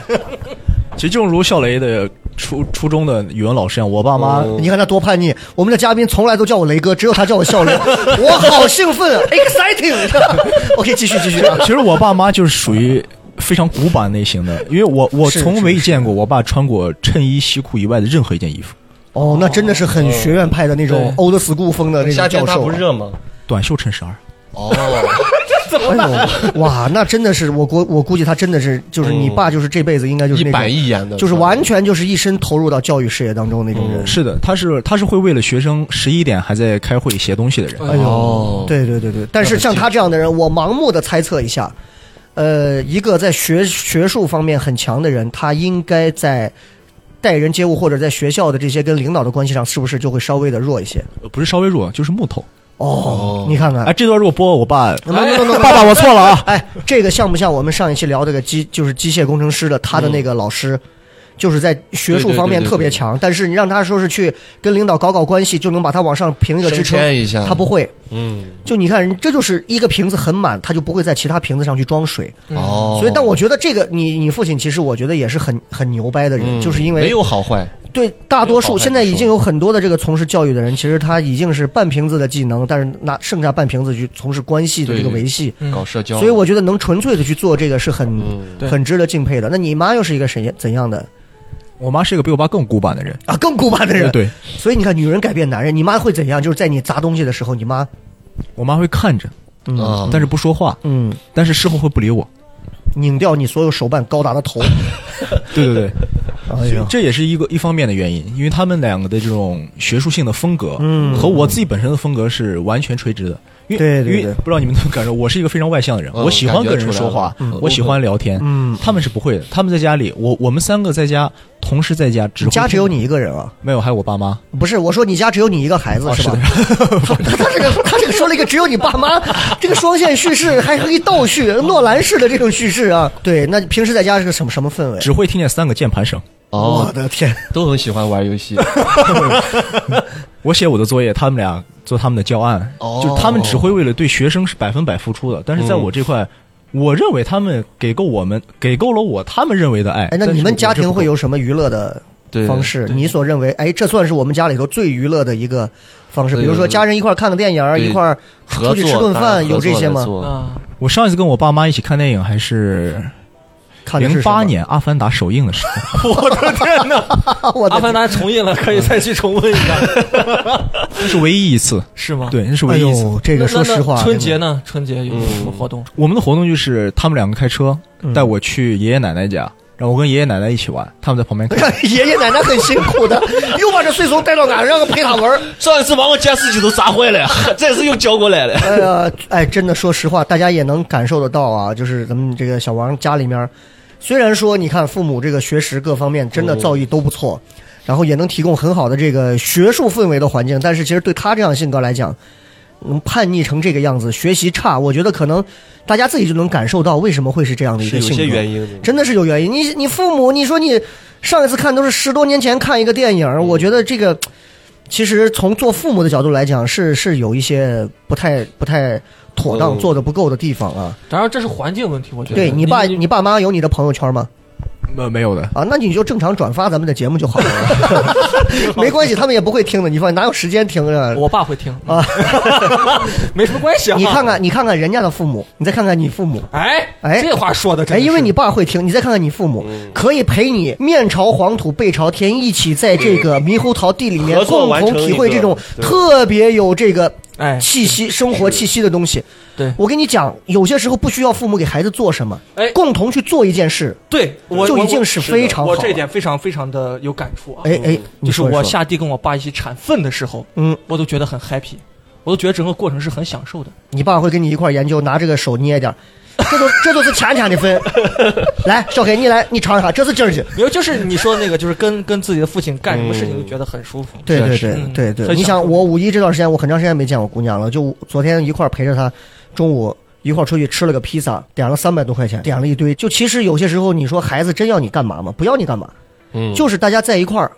Speaker 6: 其实就如笑雷的初初中的语文老师一样，我爸妈、
Speaker 5: 嗯
Speaker 3: 你看他多叛逆！我们的嘉宾从来都叫我雷哥，只有他叫我笑雷，我好兴奋啊，exciting！OK，继续继续啊。
Speaker 6: 其实我爸妈就是属于非常古板类型的，因为我我
Speaker 3: 是
Speaker 6: 从
Speaker 3: 是
Speaker 6: 没见过我爸穿过衬衣、西裤以外的任何一件衣服，
Speaker 3: 哦，那真的是很学院派的那种 old school 风的那
Speaker 5: 夏
Speaker 3: 种教
Speaker 5: 天他
Speaker 3: 授
Speaker 5: 不
Speaker 3: 啊。
Speaker 5: 热吗？
Speaker 6: 短袖衬衫儿。
Speaker 5: 哦，
Speaker 3: 哎呦， 哇，那真的是我估我估计他真的是就是你爸就是这辈子应该就是
Speaker 5: 哦一
Speaker 3: 那种
Speaker 5: 板一眼的，
Speaker 3: 就是完全就是一身投入到教育事业当中那种人。
Speaker 6: 是的，他是他是会为了学生十一点还在开会写东西的人。
Speaker 4: 哎呦
Speaker 5: 哦，
Speaker 3: 对对对对，但是像他这样的人，我盲目的猜测一下，呃，一个在学学术方面很强的人，他应该在待人接物或者在学校的这些跟领导的关系上，是不是就会稍微的弱一些？
Speaker 6: 呃不是稍微弱，就是木头。
Speaker 3: 哦，你看看，
Speaker 6: 哎，这段如果播我爸，
Speaker 3: 能能能能
Speaker 6: 爸爸我错了啊！
Speaker 3: 哎，这个像不像我们上一期聊这个机，就是机械工程师的他的那个老师？就是在学术方面
Speaker 5: 对对对对对
Speaker 3: 特别强，但是你让他说是去跟领导搞搞关系，就能把他往上评一个支
Speaker 5: 升
Speaker 3: 撑，
Speaker 5: 迁一下，
Speaker 3: 他不会。
Speaker 5: 嗯
Speaker 3: 就你看，这就是一个瓶子很满，他就不会在其他瓶子上去装水。
Speaker 5: 哦，
Speaker 3: 嗯所以，但我觉得这个你你父亲其实我觉得也是很很牛掰的人，
Speaker 5: 嗯
Speaker 3: 就是因为
Speaker 5: 没有好坏，
Speaker 3: 对大多
Speaker 5: 没有好
Speaker 3: 数
Speaker 5: 坏
Speaker 3: 现在
Speaker 5: 之
Speaker 3: 已
Speaker 5: 说
Speaker 3: 经有很多的这个从事教育的人，其实他已经是半瓶子的技能，但是拿剩下半瓶子去从事关系的这个
Speaker 5: 对
Speaker 3: 维系。
Speaker 4: 嗯
Speaker 5: 搞社交，
Speaker 3: 所以我觉得能纯粹的去做这个是很、
Speaker 5: 嗯
Speaker 4: 对
Speaker 3: 很值得敬佩的。那你妈又是一个谁怎样的
Speaker 6: 我妈是一个比我爸更古板的人，
Speaker 3: 啊？更古板的人。
Speaker 6: 对
Speaker 3: 所以你看，女人改变男人，你妈会怎样？就是在你砸东西的时候，你妈
Speaker 6: 我妈会看着，
Speaker 3: 嗯、
Speaker 5: 啊，
Speaker 6: 但是不说话，
Speaker 3: 嗯，
Speaker 6: 但是事后会不理我。
Speaker 3: 拧掉你所有手办高达的头。
Speaker 6: 对对对，
Speaker 3: 哎呀，
Speaker 6: 这也是一个一方面的原因，因为他们两个的这种学术性的风格，
Speaker 3: 嗯
Speaker 6: 和我自己本身的风格是完全垂直的。因为
Speaker 3: 对对对
Speaker 6: 因为不知道你们能感受，我是一个非常外向的人，
Speaker 5: 嗯
Speaker 6: 我喜欢跟人说话
Speaker 5: 感觉出来了嗯，
Speaker 6: 我喜欢聊天。
Speaker 3: 嗯
Speaker 6: 他们是不会的，他们在家里，我我们三个在家同时在家，只
Speaker 3: 你
Speaker 6: 会
Speaker 3: 家只有你一个人啊？
Speaker 6: 没有，还有我爸妈。
Speaker 3: 不是，我说你家只有你一个孩子、
Speaker 6: 哦
Speaker 3: 是吧
Speaker 6: 是？
Speaker 3: 他 他这个他这个说了一个只有你爸 妈，这个双线叙事还可以倒叙，诺兰式的这种叙事啊。对，那平时在家是个什么什么氛围？
Speaker 6: 只会听见三个键盘声。
Speaker 3: 我
Speaker 5: 哦，
Speaker 3: 的天，
Speaker 5: 都很喜欢玩 游戏，
Speaker 6: 我写我的作业，他们俩做他们的教案，
Speaker 5: 哦
Speaker 6: 就是他们只会为了对学生是百分百付出的，但是在
Speaker 3: 嗯
Speaker 6: 我这块。我认为他们给够我们，给够了我他们认为的爱。
Speaker 3: 哎，那你们家庭会
Speaker 6: 有？
Speaker 3: 有什么娱乐的
Speaker 5: 对
Speaker 3: 方式？你所认为，哎，这算是我们家里头最娱乐的一个方式？比如说家人一块儿看个电影儿，
Speaker 5: 对
Speaker 3: 一块儿出
Speaker 5: 合
Speaker 3: 去
Speaker 5: 作
Speaker 3: 吃顿饭，
Speaker 5: 当然
Speaker 3: 有这些
Speaker 5: 合
Speaker 3: 吗？
Speaker 5: 作合作
Speaker 4: 啊，
Speaker 6: 我上一次跟我爸妈一起看电影还是
Speaker 3: 看的是
Speaker 6: 零
Speaker 3: 什么
Speaker 6: 八，年《阿凡达》首映 的时候，
Speaker 3: 我
Speaker 4: 阿
Speaker 3: 的
Speaker 4: 凡达重映了，
Speaker 5: 嗯
Speaker 4: 可以再去重温 一下，
Speaker 6: 那是唯一一次。
Speaker 4: 是吗？
Speaker 6: 对，那是
Speaker 3: 哎
Speaker 6: 唯一一次。
Speaker 3: 呦，这
Speaker 4: 那
Speaker 3: 个说
Speaker 4: 那
Speaker 3: 实话，
Speaker 4: 春
Speaker 3: 真
Speaker 4: 节
Speaker 3: 的
Speaker 4: 呢？春节有
Speaker 5: 嗯
Speaker 4: 什么活动？
Speaker 6: 我们的活动就是他们两个开车
Speaker 3: 嗯
Speaker 6: 带我去爷爷奶奶家，然后我跟爷爷奶奶一起玩，他们在旁
Speaker 3: 哎
Speaker 6: 边看。
Speaker 3: 爷爷奶奶很辛苦的，又把这岁数带到俺，让个陪他玩儿。
Speaker 5: 上一次把我家自己都砸坏了， 这次又交过来了。
Speaker 3: 哎呀，哎，真的，说实话，大家也能感受得到啊，就是咱们这个小王家里面，虽然说你看父母这个学识各方面真的造诣都不错，然后也能提供很好的这个学术氛围的环境，但是其实对他这样性格来讲，能叛逆成这个样子，学习差，我觉得可能大家自己就能感受到为什么会是这样的一
Speaker 5: 是
Speaker 3: 个
Speaker 5: 有
Speaker 3: 性格。
Speaker 5: 些原因的，
Speaker 3: 真的是有原因。你你父母，你说你上一次看都是十多年前看一个电影，我觉得这个其实从做父母的角度来讲，是是有一些不太不太妥当、
Speaker 5: 嗯
Speaker 3: 做的不够的地方啊。
Speaker 4: 当然这是环境问题，我觉得。
Speaker 3: 对你爸你爸妈有你的朋友圈吗？
Speaker 6: 没没有的，
Speaker 3: 啊，那你就正常转发咱们的节目就好了，没关系，他们也不会听的。你放心哪有时间听啊？
Speaker 4: 我爸会听
Speaker 3: 啊，
Speaker 4: 没什么关系啊。
Speaker 3: 你看，看，你看看人家的父母，你再看看你父母，
Speaker 4: 哎
Speaker 3: 哎
Speaker 4: 这话说
Speaker 5: 啊
Speaker 4: 的真
Speaker 3: 哎，
Speaker 4: 的是，
Speaker 3: 因为你爸会听，你再看看你父母，
Speaker 5: 嗯
Speaker 3: 可以陪你面朝黄土背朝天，一起在这个猕猴桃地里面
Speaker 5: 合作
Speaker 3: 共
Speaker 5: 完
Speaker 3: 同
Speaker 5: 成
Speaker 3: 体会
Speaker 5: 一个
Speaker 3: 这种
Speaker 5: 对
Speaker 3: 特别有这个
Speaker 4: 哎
Speaker 3: 气息、生活气息的东西。
Speaker 4: 对
Speaker 3: 我跟你讲，有些时候不需要父母给孩子做什么，
Speaker 4: 哎
Speaker 3: 共同去做一件事，
Speaker 4: 对我
Speaker 3: 就
Speaker 4: 我
Speaker 3: 已经
Speaker 4: 我
Speaker 3: 是非常好
Speaker 4: 我
Speaker 3: 了。
Speaker 4: 这一点非常非常的有感触啊。
Speaker 3: 哎哎，你
Speaker 4: 就是
Speaker 3: 说一
Speaker 4: 我
Speaker 3: 说
Speaker 4: 下地跟我爸一起铲粪的时候，
Speaker 3: 嗯，
Speaker 4: 我都觉得很 happy，我都觉得整个过程是很享受的。
Speaker 3: 你爸会跟你一块儿研究，拿这个手捏点儿。这都这都是浅浅的 分，来，小黑你来，你尝一下，这是劲儿去。
Speaker 4: 没有，就是你说那个，就是跟跟自己的父亲干什么事情都觉得很舒服。
Speaker 3: 嗯对对
Speaker 5: 是
Speaker 3: 对
Speaker 4: 嗯
Speaker 3: 对对，
Speaker 4: 很
Speaker 3: 你
Speaker 4: 享
Speaker 3: 想
Speaker 4: 受
Speaker 3: 我五一这段时间，我很长时间没见我姑娘了，就昨天一块儿陪着她，中午一块儿出去吃了个披萨，点了三百多块钱，点了一堆。就其实有些时候，你说孩子真要你干嘛吗？不要你干嘛，
Speaker 5: 嗯，
Speaker 3: 就是大家在一块儿，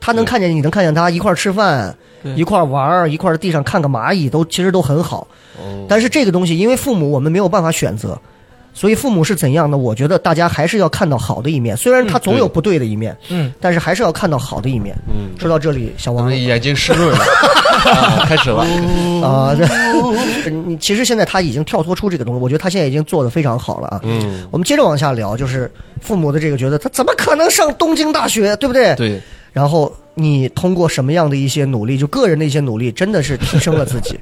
Speaker 3: 他能看见你，能看见他，一块儿吃饭，
Speaker 4: 对
Speaker 3: 一块儿玩儿，一块儿地上看个蚂蚁，都其实都很好。
Speaker 4: 哦
Speaker 5: 嗯
Speaker 3: 但是这个东西，因为父母我们没有办法选择。所以父母是怎样的？我觉得大家还是要看到好的一面，虽然他总有不对的一面，
Speaker 4: 嗯，
Speaker 3: 但是还是要看到好的一面。
Speaker 5: 嗯，
Speaker 3: 说到这里，小
Speaker 5: 我
Speaker 3: 王，
Speaker 5: 们眼睛湿 润了，啊开始了，
Speaker 3: 啊， 这嗯你其实现在他已经跳脱出这个东西，我觉得他现在已经做得非常好了啊。
Speaker 5: 嗯，
Speaker 3: 我们接着往下聊，就是父母的这个觉得他怎么可能上东京大学，对不对？。
Speaker 5: 对，
Speaker 3: 然后你通过什么样的一些努力，就个人的一些努力，真的是提升了自己。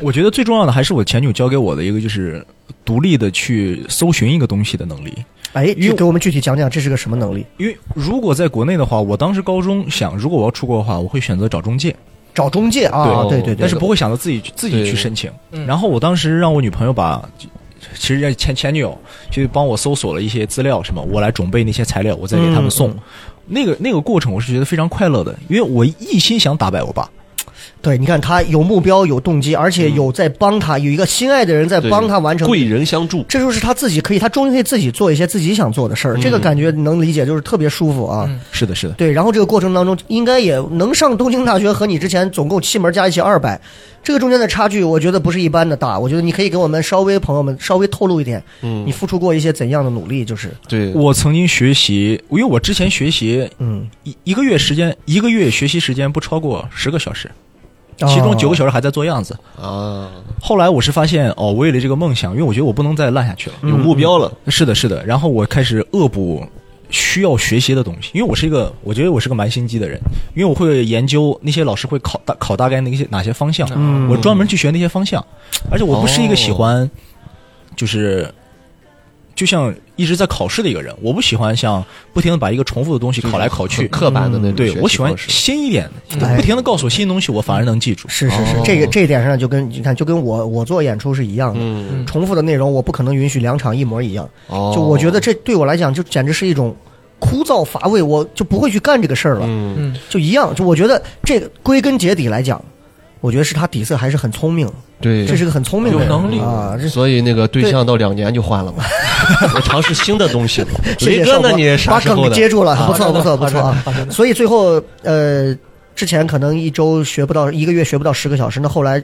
Speaker 6: 我觉得最重要的还是我前女友教给我的一个，就是独立的去搜寻一个东西的能力。
Speaker 3: 哎，
Speaker 6: 因为
Speaker 3: 就给我们具体讲讲这是个什么能力？
Speaker 6: 因为如果在国内的话，我当时高中想，如果我要出国的话，我会选择找中介，
Speaker 3: 找中介啊，
Speaker 5: 对
Speaker 3: 对对对，
Speaker 6: 但是不会想到自己去自己去
Speaker 5: 对
Speaker 6: 申请。
Speaker 4: 嗯
Speaker 6: 然后我当时让我女朋友把，其实前前女友去帮我搜索了一些资料什么，我来准备那些材料，我再给他们送。那个那个过程我是觉得非常快乐的，因为我一心想打败我爸，
Speaker 3: 对，你看他有目标、有动机，而且有在帮他，有一个心爱的人在
Speaker 5: 对
Speaker 3: 帮他完成。
Speaker 5: 贵人相助，
Speaker 3: 这就是他自己可以，他终于可以自己做一些自己想做的事儿，这个感觉能理解，就是特别舒服啊。
Speaker 4: 嗯
Speaker 6: 是的，是的，
Speaker 3: 对，然后这个过程当中，应该也能上东京大学，和你之前总共七门加一起二百，这个中间的差距，我觉得不是一般的大。我觉得你可以给我们稍微朋友们稍微透露一点，
Speaker 5: 嗯哦
Speaker 3: 你，付出过一些怎样的努力？就是，
Speaker 5: 对，
Speaker 6: 我曾经学习，因为我之前学习
Speaker 3: 嗯，
Speaker 6: 一一个月时间，一个月学习时间不超过十个小时，
Speaker 3: 哦
Speaker 6: 其中九个小时还在做样子。
Speaker 5: 啊，
Speaker 6: 后来我是发现哦，为了这个梦想，因为我觉得我不能再烂下去了。
Speaker 5: 有目标了，
Speaker 6: 是的，是的。然后我开始恶补需要学习的东西，因为我是一个，我觉得我是个蛮心机的人，因为我会研究那些老师会考大考大概那些哪些方向，
Speaker 3: 嗯
Speaker 6: 我专门去学那些方向，而且我不是一个喜
Speaker 5: 哦
Speaker 6: 欢，就是。就像一直在考试的一个人，我不喜欢像不停的把一个重复的东西考来考去
Speaker 5: 很，嗯刻板的那种
Speaker 6: 对
Speaker 5: 学习
Speaker 6: 我喜欢
Speaker 5: 方式
Speaker 6: 新一点的，
Speaker 3: 哎
Speaker 6: 不停的告诉我新东西，我反而能记住。
Speaker 3: 是是是，
Speaker 5: 哦
Speaker 3: 这个这一点上就跟你看，就跟我我做演出是一样的，
Speaker 5: 嗯，
Speaker 3: 重复的内容我不可能允许两场一模一样。
Speaker 5: 哦
Speaker 3: 就我觉得，这对我来讲，就简直是一种枯燥乏味，我就不会去干这个事儿了。
Speaker 5: 嗯，
Speaker 4: 嗯，
Speaker 3: 就一样，就我觉得这个归根结底来讲，我觉得是他底色还是很聪明，
Speaker 5: 对，
Speaker 3: 这是个很聪明的人
Speaker 4: 有能力
Speaker 3: 啊。这
Speaker 5: 所以那个对象到两年就换了嘛， 我尝试新的东西了。
Speaker 3: 谢谢
Speaker 5: 雷哥
Speaker 3: 少
Speaker 5: 呢？
Speaker 3: 博
Speaker 5: 你啥
Speaker 3: 把
Speaker 5: 时候
Speaker 3: 梗
Speaker 5: 的？
Speaker 3: 接住了，不错
Speaker 4: 好的
Speaker 3: 不错不错啊
Speaker 4: 好的好！的
Speaker 3: 所以最后呃，之前可能一周学不到，一个月学不到十个小时，那后来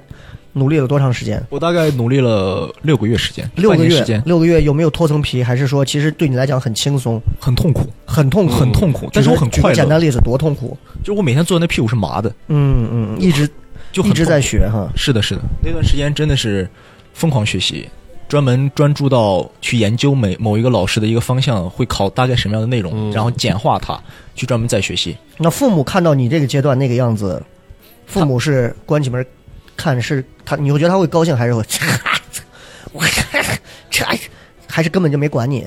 Speaker 3: 努力了多长时间？
Speaker 6: 我大概努力了六个月时间，
Speaker 3: 六
Speaker 6: 半
Speaker 3: 个
Speaker 6: 年时
Speaker 3: 月
Speaker 6: 间，
Speaker 3: 六个月有没有脱层皮？还是说其实对你来讲很轻松，
Speaker 6: 很痛苦，
Speaker 3: 很痛苦，
Speaker 6: 很痛苦，
Speaker 3: 举
Speaker 6: 嗯但是我
Speaker 3: 个
Speaker 6: 很
Speaker 3: 举
Speaker 6: 快
Speaker 3: 个
Speaker 6: 乐。
Speaker 3: 简单例子，多痛苦！
Speaker 6: 就我每天坐在那屁股是麻的，
Speaker 3: 嗯嗯，一直
Speaker 6: 就很
Speaker 3: 一直
Speaker 6: 痛
Speaker 3: 在
Speaker 6: 苦。
Speaker 3: 学哈。
Speaker 6: 是的，是的，那段时间真的是疯狂学习，专门专注到去研究每某一个老师的一个方向会考大概什么样的内容，
Speaker 5: 嗯
Speaker 6: 然后简化它，去专门再学习。
Speaker 3: 那父母看到你这个阶段那个样子，父母是关起门看是他，你会觉得他会高兴还是会？ 我这还是根本就没管你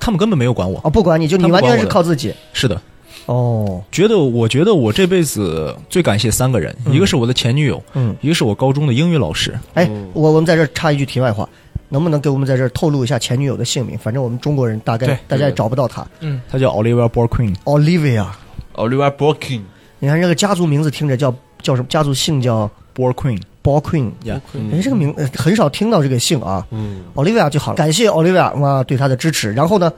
Speaker 6: 他们根本没有管我。
Speaker 3: 哦，不管你就
Speaker 6: 他
Speaker 3: 你
Speaker 6: 不
Speaker 3: 完
Speaker 6: 管
Speaker 3: 全
Speaker 6: 我
Speaker 3: 是
Speaker 6: 的
Speaker 3: 靠自己
Speaker 6: 是的，
Speaker 3: 哦，
Speaker 6: 觉得我觉得我这辈子最感谢三个人，一个是我的前女友，
Speaker 3: 嗯，
Speaker 6: 一个是我高中的英语老师，
Speaker 3: 哎，我我们在这儿插一句题外话，能不能给我们在这儿透露一下前女友的姓名？反正我们中国人大概
Speaker 4: 对
Speaker 3: 大家也
Speaker 5: 对
Speaker 3: 找不到她
Speaker 6: 他叫 Olivia b o r q u i n
Speaker 3: ，Olivia。
Speaker 5: Oliver Brokin，
Speaker 3: 你看这个家族名字听着叫叫什么？家族姓叫
Speaker 6: b o r q u i n
Speaker 3: Ball Queen。
Speaker 6: 呀，
Speaker 3: 哎，这个名、呃很少听到这个姓啊。
Speaker 5: 嗯，
Speaker 3: Olivia 就好了，感谢 Olivia 哇对他的支持。然后呢，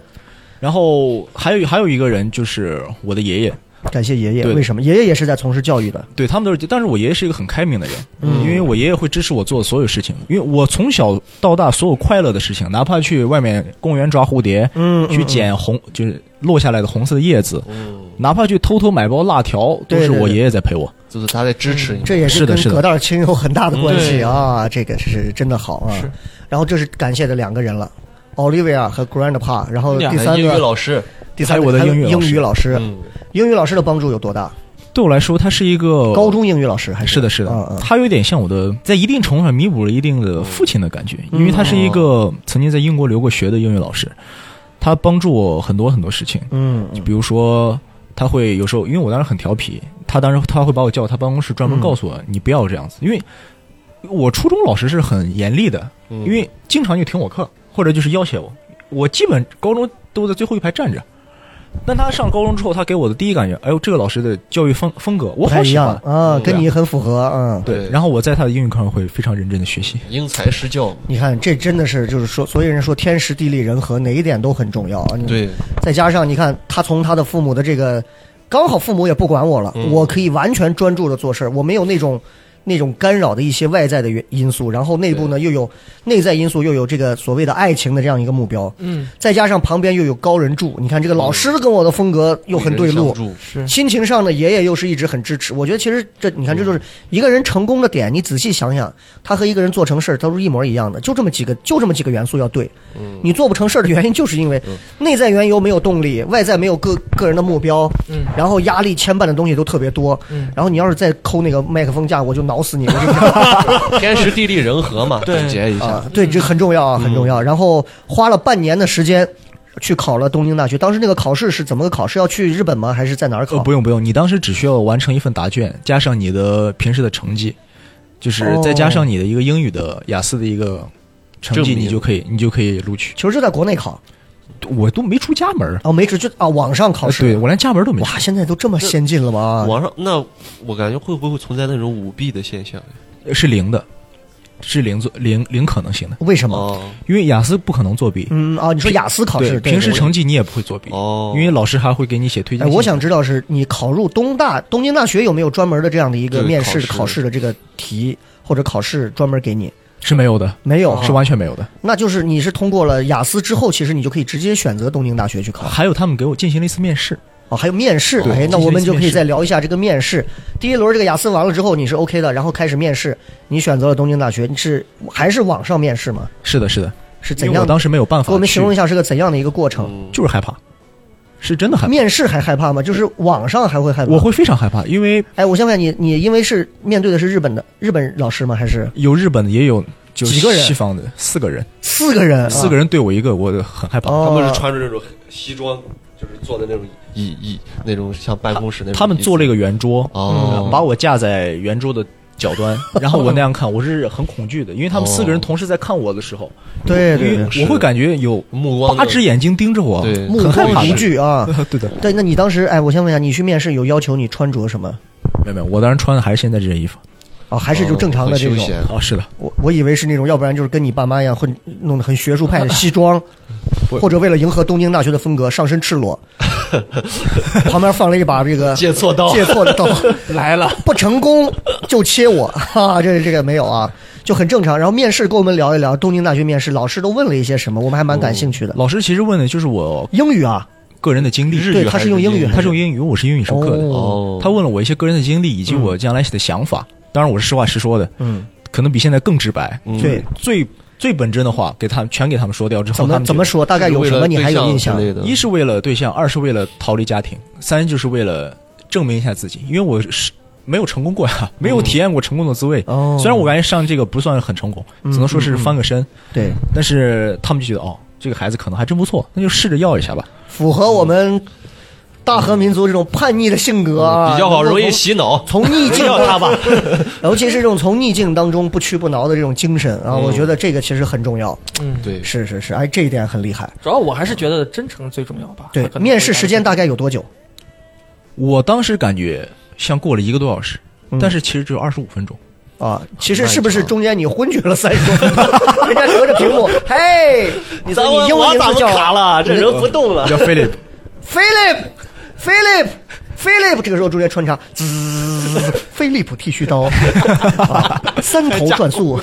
Speaker 6: 然后还有还有一个人就是我的爷爷，
Speaker 3: 感谢爷爷，
Speaker 6: 对嗯
Speaker 3: 为什么？爷爷也是在从事教育的。
Speaker 6: 对他们都是，但是我爷爷是一个很开明的人，
Speaker 3: 嗯
Speaker 6: 因为我爷爷会支持我做所有事情，因为我从小到大所有快乐的事情，哪怕去外面公园抓蝴蝶，
Speaker 3: 嗯
Speaker 6: 去捡红就是落下来的红色的叶子，
Speaker 5: 嗯
Speaker 6: 哪怕去偷偷买包辣条，都
Speaker 3: 对
Speaker 6: 是
Speaker 3: 对
Speaker 6: 我
Speaker 3: 对
Speaker 6: 爷爷在陪我。
Speaker 5: 就是他在支持你。
Speaker 3: 这也是
Speaker 6: 是的
Speaker 3: 跟
Speaker 6: 是的
Speaker 3: 葛大清有很大的关系
Speaker 4: 嗯
Speaker 3: 啊，这个是真的好啊
Speaker 4: 是。
Speaker 3: 然后这是感谢的两个人了，Olivia 和 Grandpa，然后
Speaker 4: 两
Speaker 3: 第
Speaker 4: 个
Speaker 5: 哎
Speaker 3: 三
Speaker 5: 英语
Speaker 3: 个，
Speaker 5: 老师，
Speaker 3: 第三
Speaker 6: 还
Speaker 3: 个
Speaker 6: 有我的
Speaker 3: 还有
Speaker 6: 英语老
Speaker 3: 英
Speaker 6: 师
Speaker 3: 语老师，
Speaker 5: 嗯，
Speaker 3: 英语老师的帮助有多大？
Speaker 6: 对我来说，他是一个哎
Speaker 3: 高。中英语老师还
Speaker 6: 是的，是
Speaker 3: 嗯
Speaker 6: 的，
Speaker 3: 嗯
Speaker 6: 他有点像我的，在一定程度上弥补了一定的父亲的感觉，
Speaker 3: 嗯
Speaker 6: 因为他是一
Speaker 3: 哦
Speaker 6: 个曾经在英国留过学的英语老师，他帮助我很多很多事情。
Speaker 3: 嗯嗯
Speaker 6: 比如说，他会有时候，因为我当时很调皮，他当时他会把我叫到他办公室，专门
Speaker 3: 嗯
Speaker 6: 告诉我、你不要这样子，因为我初中老师是很严厉的，
Speaker 5: 嗯
Speaker 6: 因为经常就停我课，或者就是要挟我，我基本高中都在最后一排站着。但他上高中之后，他给我的第一感觉，哎呦，这个老师的教育风风格我
Speaker 3: 不太
Speaker 6: 好
Speaker 3: 一
Speaker 6: 喜
Speaker 3: 样
Speaker 6: 欢。
Speaker 3: 啊，
Speaker 5: 嗯
Speaker 3: 跟你很符合嗯。
Speaker 6: 对
Speaker 5: 对，
Speaker 6: 然后我在他的英语课上会非常认真的学习。
Speaker 5: 因材施教，
Speaker 3: 你看，这真的是就是说，所有人说天时地利人和，哪一点都很重要啊。你
Speaker 5: 对，
Speaker 3: 再加上你看，他从他的父母的这个，刚好父母也不管我了，
Speaker 5: 嗯
Speaker 3: 我可以完全专注的做事儿，我没有那种那种干扰的一些外在的原因素，然后内部呢又有内在因素，又有这个所谓的爱情的这样一个目标，
Speaker 4: 嗯，
Speaker 3: 再加上旁边又有高人助，你看这个老师跟我的风格又很对
Speaker 4: 嗯
Speaker 3: 路
Speaker 5: 相。助，
Speaker 4: 是
Speaker 3: 亲情上的爷爷又是一直很支持，我觉得其实这你看这就是一个人成功的点，你仔细想想，他和一个人做成事儿都是一模一样的，就这么几个就这么几个元素要对，
Speaker 4: 嗯
Speaker 3: 你做不成事儿的原因就是因为内在缘由没有动力，外在没有个个人的目标，
Speaker 4: 嗯
Speaker 3: 然后压力牵绊的东西都特别多，
Speaker 4: 嗯
Speaker 3: 然后你要是再抠那个麦克风架，我就挠死你，我就
Speaker 5: 天时地利人和嘛，
Speaker 4: 对
Speaker 5: 总结一下，
Speaker 3: 啊，对，这很重要
Speaker 6: 嗯
Speaker 3: 啊，很重要。然后花了半年的时间。去考了东京大学，当时那个考试是怎么个考试？要去日本吗？还是在哪儿考？
Speaker 6: 呃，不用不用，你当时只需要完成一份答卷，加上你的平时的成绩，就是
Speaker 3: 哦
Speaker 6: 再加上你的一个英语的雅思的一个成
Speaker 5: 证
Speaker 6: 绩，
Speaker 5: 明
Speaker 6: 你就可以你就可以录取。
Speaker 3: 其实就在国内考，
Speaker 6: 我都没出家门儿，呃
Speaker 3: 哦，没准就啊，网上考试。
Speaker 6: 对我连家门儿都没出。呃
Speaker 3: 哇，现在都这么先进了吗？
Speaker 5: 网上那我感觉会不会存在那种舞弊的现象呀？
Speaker 6: 是零的，是零做零零可能性的，
Speaker 3: 为什么？
Speaker 5: 哦
Speaker 6: 因为雅思不可能作弊，
Speaker 3: 嗯啊，你说雅思考
Speaker 6: 呃对
Speaker 3: 试，对
Speaker 6: 平时
Speaker 3: 对
Speaker 6: 成绩你也不会作弊，
Speaker 5: 哦，
Speaker 6: 因为老师还会给你写推
Speaker 3: 哎，
Speaker 6: 荐信。
Speaker 3: 我想知道是你考入东大东京大学有没有专门的这样的一个
Speaker 5: 对
Speaker 3: 面试
Speaker 5: 考试
Speaker 3: 考试的这个题或者考试专门给你？
Speaker 6: 是没有的，
Speaker 3: 没有哈
Speaker 6: 是完全没有的。
Speaker 3: 那就是你是通过了雅思之后，其实你就可以直接选择东京大学去考。
Speaker 6: 还有他们给我进行了一次面试，
Speaker 3: 哦，还有面试，
Speaker 6: 对
Speaker 3: 哎，那
Speaker 6: 进行
Speaker 3: 我们
Speaker 6: 一次
Speaker 3: 就可以
Speaker 6: 面试
Speaker 3: 再聊一下这个面试。第一轮这个雅思完了之后，你是 OK 的，然后开始面试，你选择了东京大学，你是还是网上面试吗？
Speaker 6: 是的，是的，
Speaker 3: 是
Speaker 6: 因
Speaker 3: 怎
Speaker 6: 为我
Speaker 3: 样？
Speaker 6: 当时没有办法去，
Speaker 3: 给我们形容一下是个怎样的一个过程？
Speaker 5: 嗯
Speaker 6: 就是害怕，是真的害怕，
Speaker 3: 面试还害怕吗？就是网上还会害怕？
Speaker 6: 我。会非常害怕，因为
Speaker 3: 哎，我想问你，你因为是面对的是日本的日本老师吗？还是
Speaker 6: 有日本的，也有就
Speaker 3: 几个人
Speaker 6: 西方的，四个人，
Speaker 3: 四个人？啊
Speaker 6: 四个人对我一个，我很害怕。
Speaker 3: 哦，
Speaker 5: 他们是穿着那种西装，就是坐的那种椅椅，那种像办公室那种椅子。
Speaker 6: 他们做了一个圆桌，
Speaker 5: 哦
Speaker 6: 嗯把我架在圆桌的角端，然后我那样看，我是很恐惧的，因为他们四个人同时在看我的时候，
Speaker 3: 对
Speaker 6: 因
Speaker 3: 对
Speaker 6: 为
Speaker 3: 对，
Speaker 5: 是
Speaker 6: 我会感觉有
Speaker 5: 目光
Speaker 6: 八
Speaker 5: 的
Speaker 6: 只眼睛盯着我，
Speaker 5: 对
Speaker 3: 目
Speaker 6: 很害
Speaker 3: 光
Speaker 6: 怕
Speaker 3: 无惧啊。
Speaker 6: 对的，
Speaker 3: 对，那你当时，哎，我先问一下，你去面试有要求你穿着什么？
Speaker 6: 没有没有，我当时穿的还是现在这件衣服。
Speaker 3: 哦，还是就正常的这
Speaker 5: 哦很
Speaker 3: 种
Speaker 5: 休？闲
Speaker 6: 哦，是的，
Speaker 3: 我我以为是那种，要不然就是跟你爸妈一样，混弄得很学术派的西 装，
Speaker 6: 不
Speaker 3: 或者为了迎合东京大学的风格，上身赤裸，旁边放了一把这个
Speaker 5: 借错刀，
Speaker 3: 借错的刀，
Speaker 4: 来了，
Speaker 3: 不成功就切我，哈、哈，这这个没有啊，就很正常。然后面试跟我们聊一聊东京大学面试，老师都问了一些什么，我们还蛮感兴趣的。
Speaker 5: 哦
Speaker 6: 老师其实问的就是我
Speaker 3: 英语啊，
Speaker 6: 个人的经历，
Speaker 5: 日
Speaker 3: 对
Speaker 5: 语
Speaker 3: 他
Speaker 5: 还
Speaker 3: 是用英语
Speaker 5: 语，
Speaker 3: 还
Speaker 6: 他是用英语，我是英语授课的。
Speaker 5: 哦，
Speaker 6: 他问了我一些个人的经历以及我将来的想法，当然我是实话实说的，
Speaker 3: 嗯，
Speaker 6: 可能比现在更直白。
Speaker 5: 嗯
Speaker 3: 对，
Speaker 6: 最最本真的话给他们全给他们说掉之后，
Speaker 3: 怎
Speaker 6: 他
Speaker 3: 么
Speaker 6: 们
Speaker 3: 怎么
Speaker 6: 觉嗯
Speaker 3: 说？大概有什么你还有印象
Speaker 5: 之？类的
Speaker 6: 得？一是为了对象，二是为了逃离家庭，三就是为了证明一下自己，因为我是没有成功过呀、没有体验过成功的滋味。
Speaker 3: 嗯哦嗯
Speaker 6: 虽然我感觉上这个不算很成功，只能说是翻个身，
Speaker 3: 对，
Speaker 6: 但是他们就觉得哦，这个孩子可能还真不错，那就试着要一下吧。
Speaker 3: 符合我们大和民族这种叛逆的性格啊，
Speaker 5: 嗯比较好，
Speaker 3: 能够
Speaker 5: 容易洗脑。
Speaker 3: 从从逆境
Speaker 5: 要他吧，
Speaker 3: 尤其是这种从逆境当中不屈不挠的这种精神啊，我觉得这个其实很重要。
Speaker 4: 嗯，
Speaker 5: 对，
Speaker 3: 是是是，哎，这一点很厉害。
Speaker 4: 主要我还是觉得真诚最重要吧。
Speaker 3: 对
Speaker 4: 可，能
Speaker 3: 面试时间大概有多久？
Speaker 6: 我当时感觉像过了一个多小时，
Speaker 3: 嗯
Speaker 6: 但是其实只有二十五 分钟。
Speaker 3: 啊，其实是不是中间你昏厥了三十多分 钟？人家隔着屏幕，嘿，你说你英文名字叫
Speaker 5: 了？这人不动了。
Speaker 6: 叫 Philip，
Speaker 3: Philip，Philip。Philip，这个时候中间穿插滋， 飞利浦剃须刀，啊三 头转速，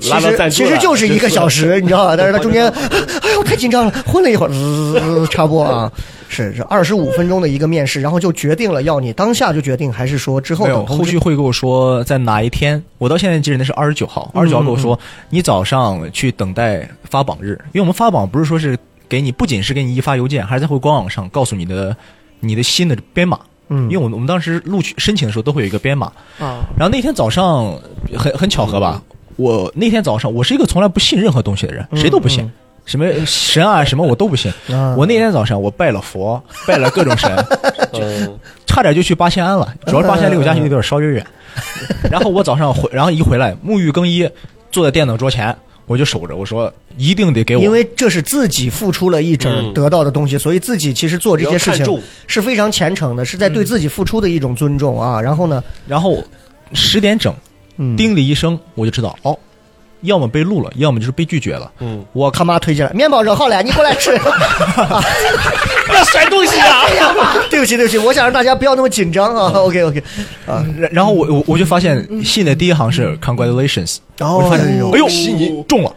Speaker 3: 其
Speaker 5: 拉到
Speaker 3: 实
Speaker 5: 赞
Speaker 3: 嗯
Speaker 5: 助
Speaker 3: 其
Speaker 5: 了
Speaker 3: 实就是一个小 时，你知道吧？但是他中间， 哎呦，太紧张了，昏了一会儿， 滋插播啊，是是二十五分钟的一个面试，然后就决定了要你当下就决定，还是说之后
Speaker 6: 没有，
Speaker 3: 等通
Speaker 6: 后
Speaker 3: 知
Speaker 6: 续会跟我说在哪一天。我到现在记得那是二十九号，
Speaker 3: 嗯
Speaker 6: 二十九号跟我说、你早上去等待发榜日，因为我们发榜不是说是给你，不仅是给你一发邮件，还是在会官网上告诉你的你的新的编码。
Speaker 3: 嗯
Speaker 6: 因为我们我们当时录取申请的时候都会有一个编码，
Speaker 4: 啊，
Speaker 6: 然后那天早上很很巧合吧，我那天早上我是一个从来不信任何东西的人，谁都不信。什么神啊，什么我都不信。
Speaker 3: 嗯 啊
Speaker 6: 我那天早上我拜 了佛，拜了各种神，
Speaker 5: 嗯
Speaker 6: 差点就去八仙庵了，
Speaker 3: 嗯
Speaker 6: 主要是八仙庵离我家有点稍 微远。然后我早上回，然后一回来沐浴更衣，坐在电脑桌前，我就守着，我说一定得给我，
Speaker 3: 因为这是自己付出了一整
Speaker 5: 嗯
Speaker 3: 得到的东西，所以自己其实做这些事
Speaker 5: 比较
Speaker 3: 情
Speaker 5: 看重嗯
Speaker 3: 是非常虔诚的，是在对自己付出的一种尊重啊。然后呢，
Speaker 6: 然后十点整
Speaker 3: 嗯，
Speaker 6: 叮了一声，我就知道哦，要么被录了，要么就是被拒绝了。
Speaker 5: 嗯，
Speaker 3: 我他妈推进来，面包惹号了，你过来吃。
Speaker 5: 要甩东西啊！
Speaker 3: 对不起，对不起，我想让大家不要那么紧张啊。OK OK，啊，
Speaker 6: 然然后我我我就发现信的第一行是 congratulations，
Speaker 3: 然后
Speaker 6: 我就发现
Speaker 3: 哎呦
Speaker 6: 哎呦悉尼中了，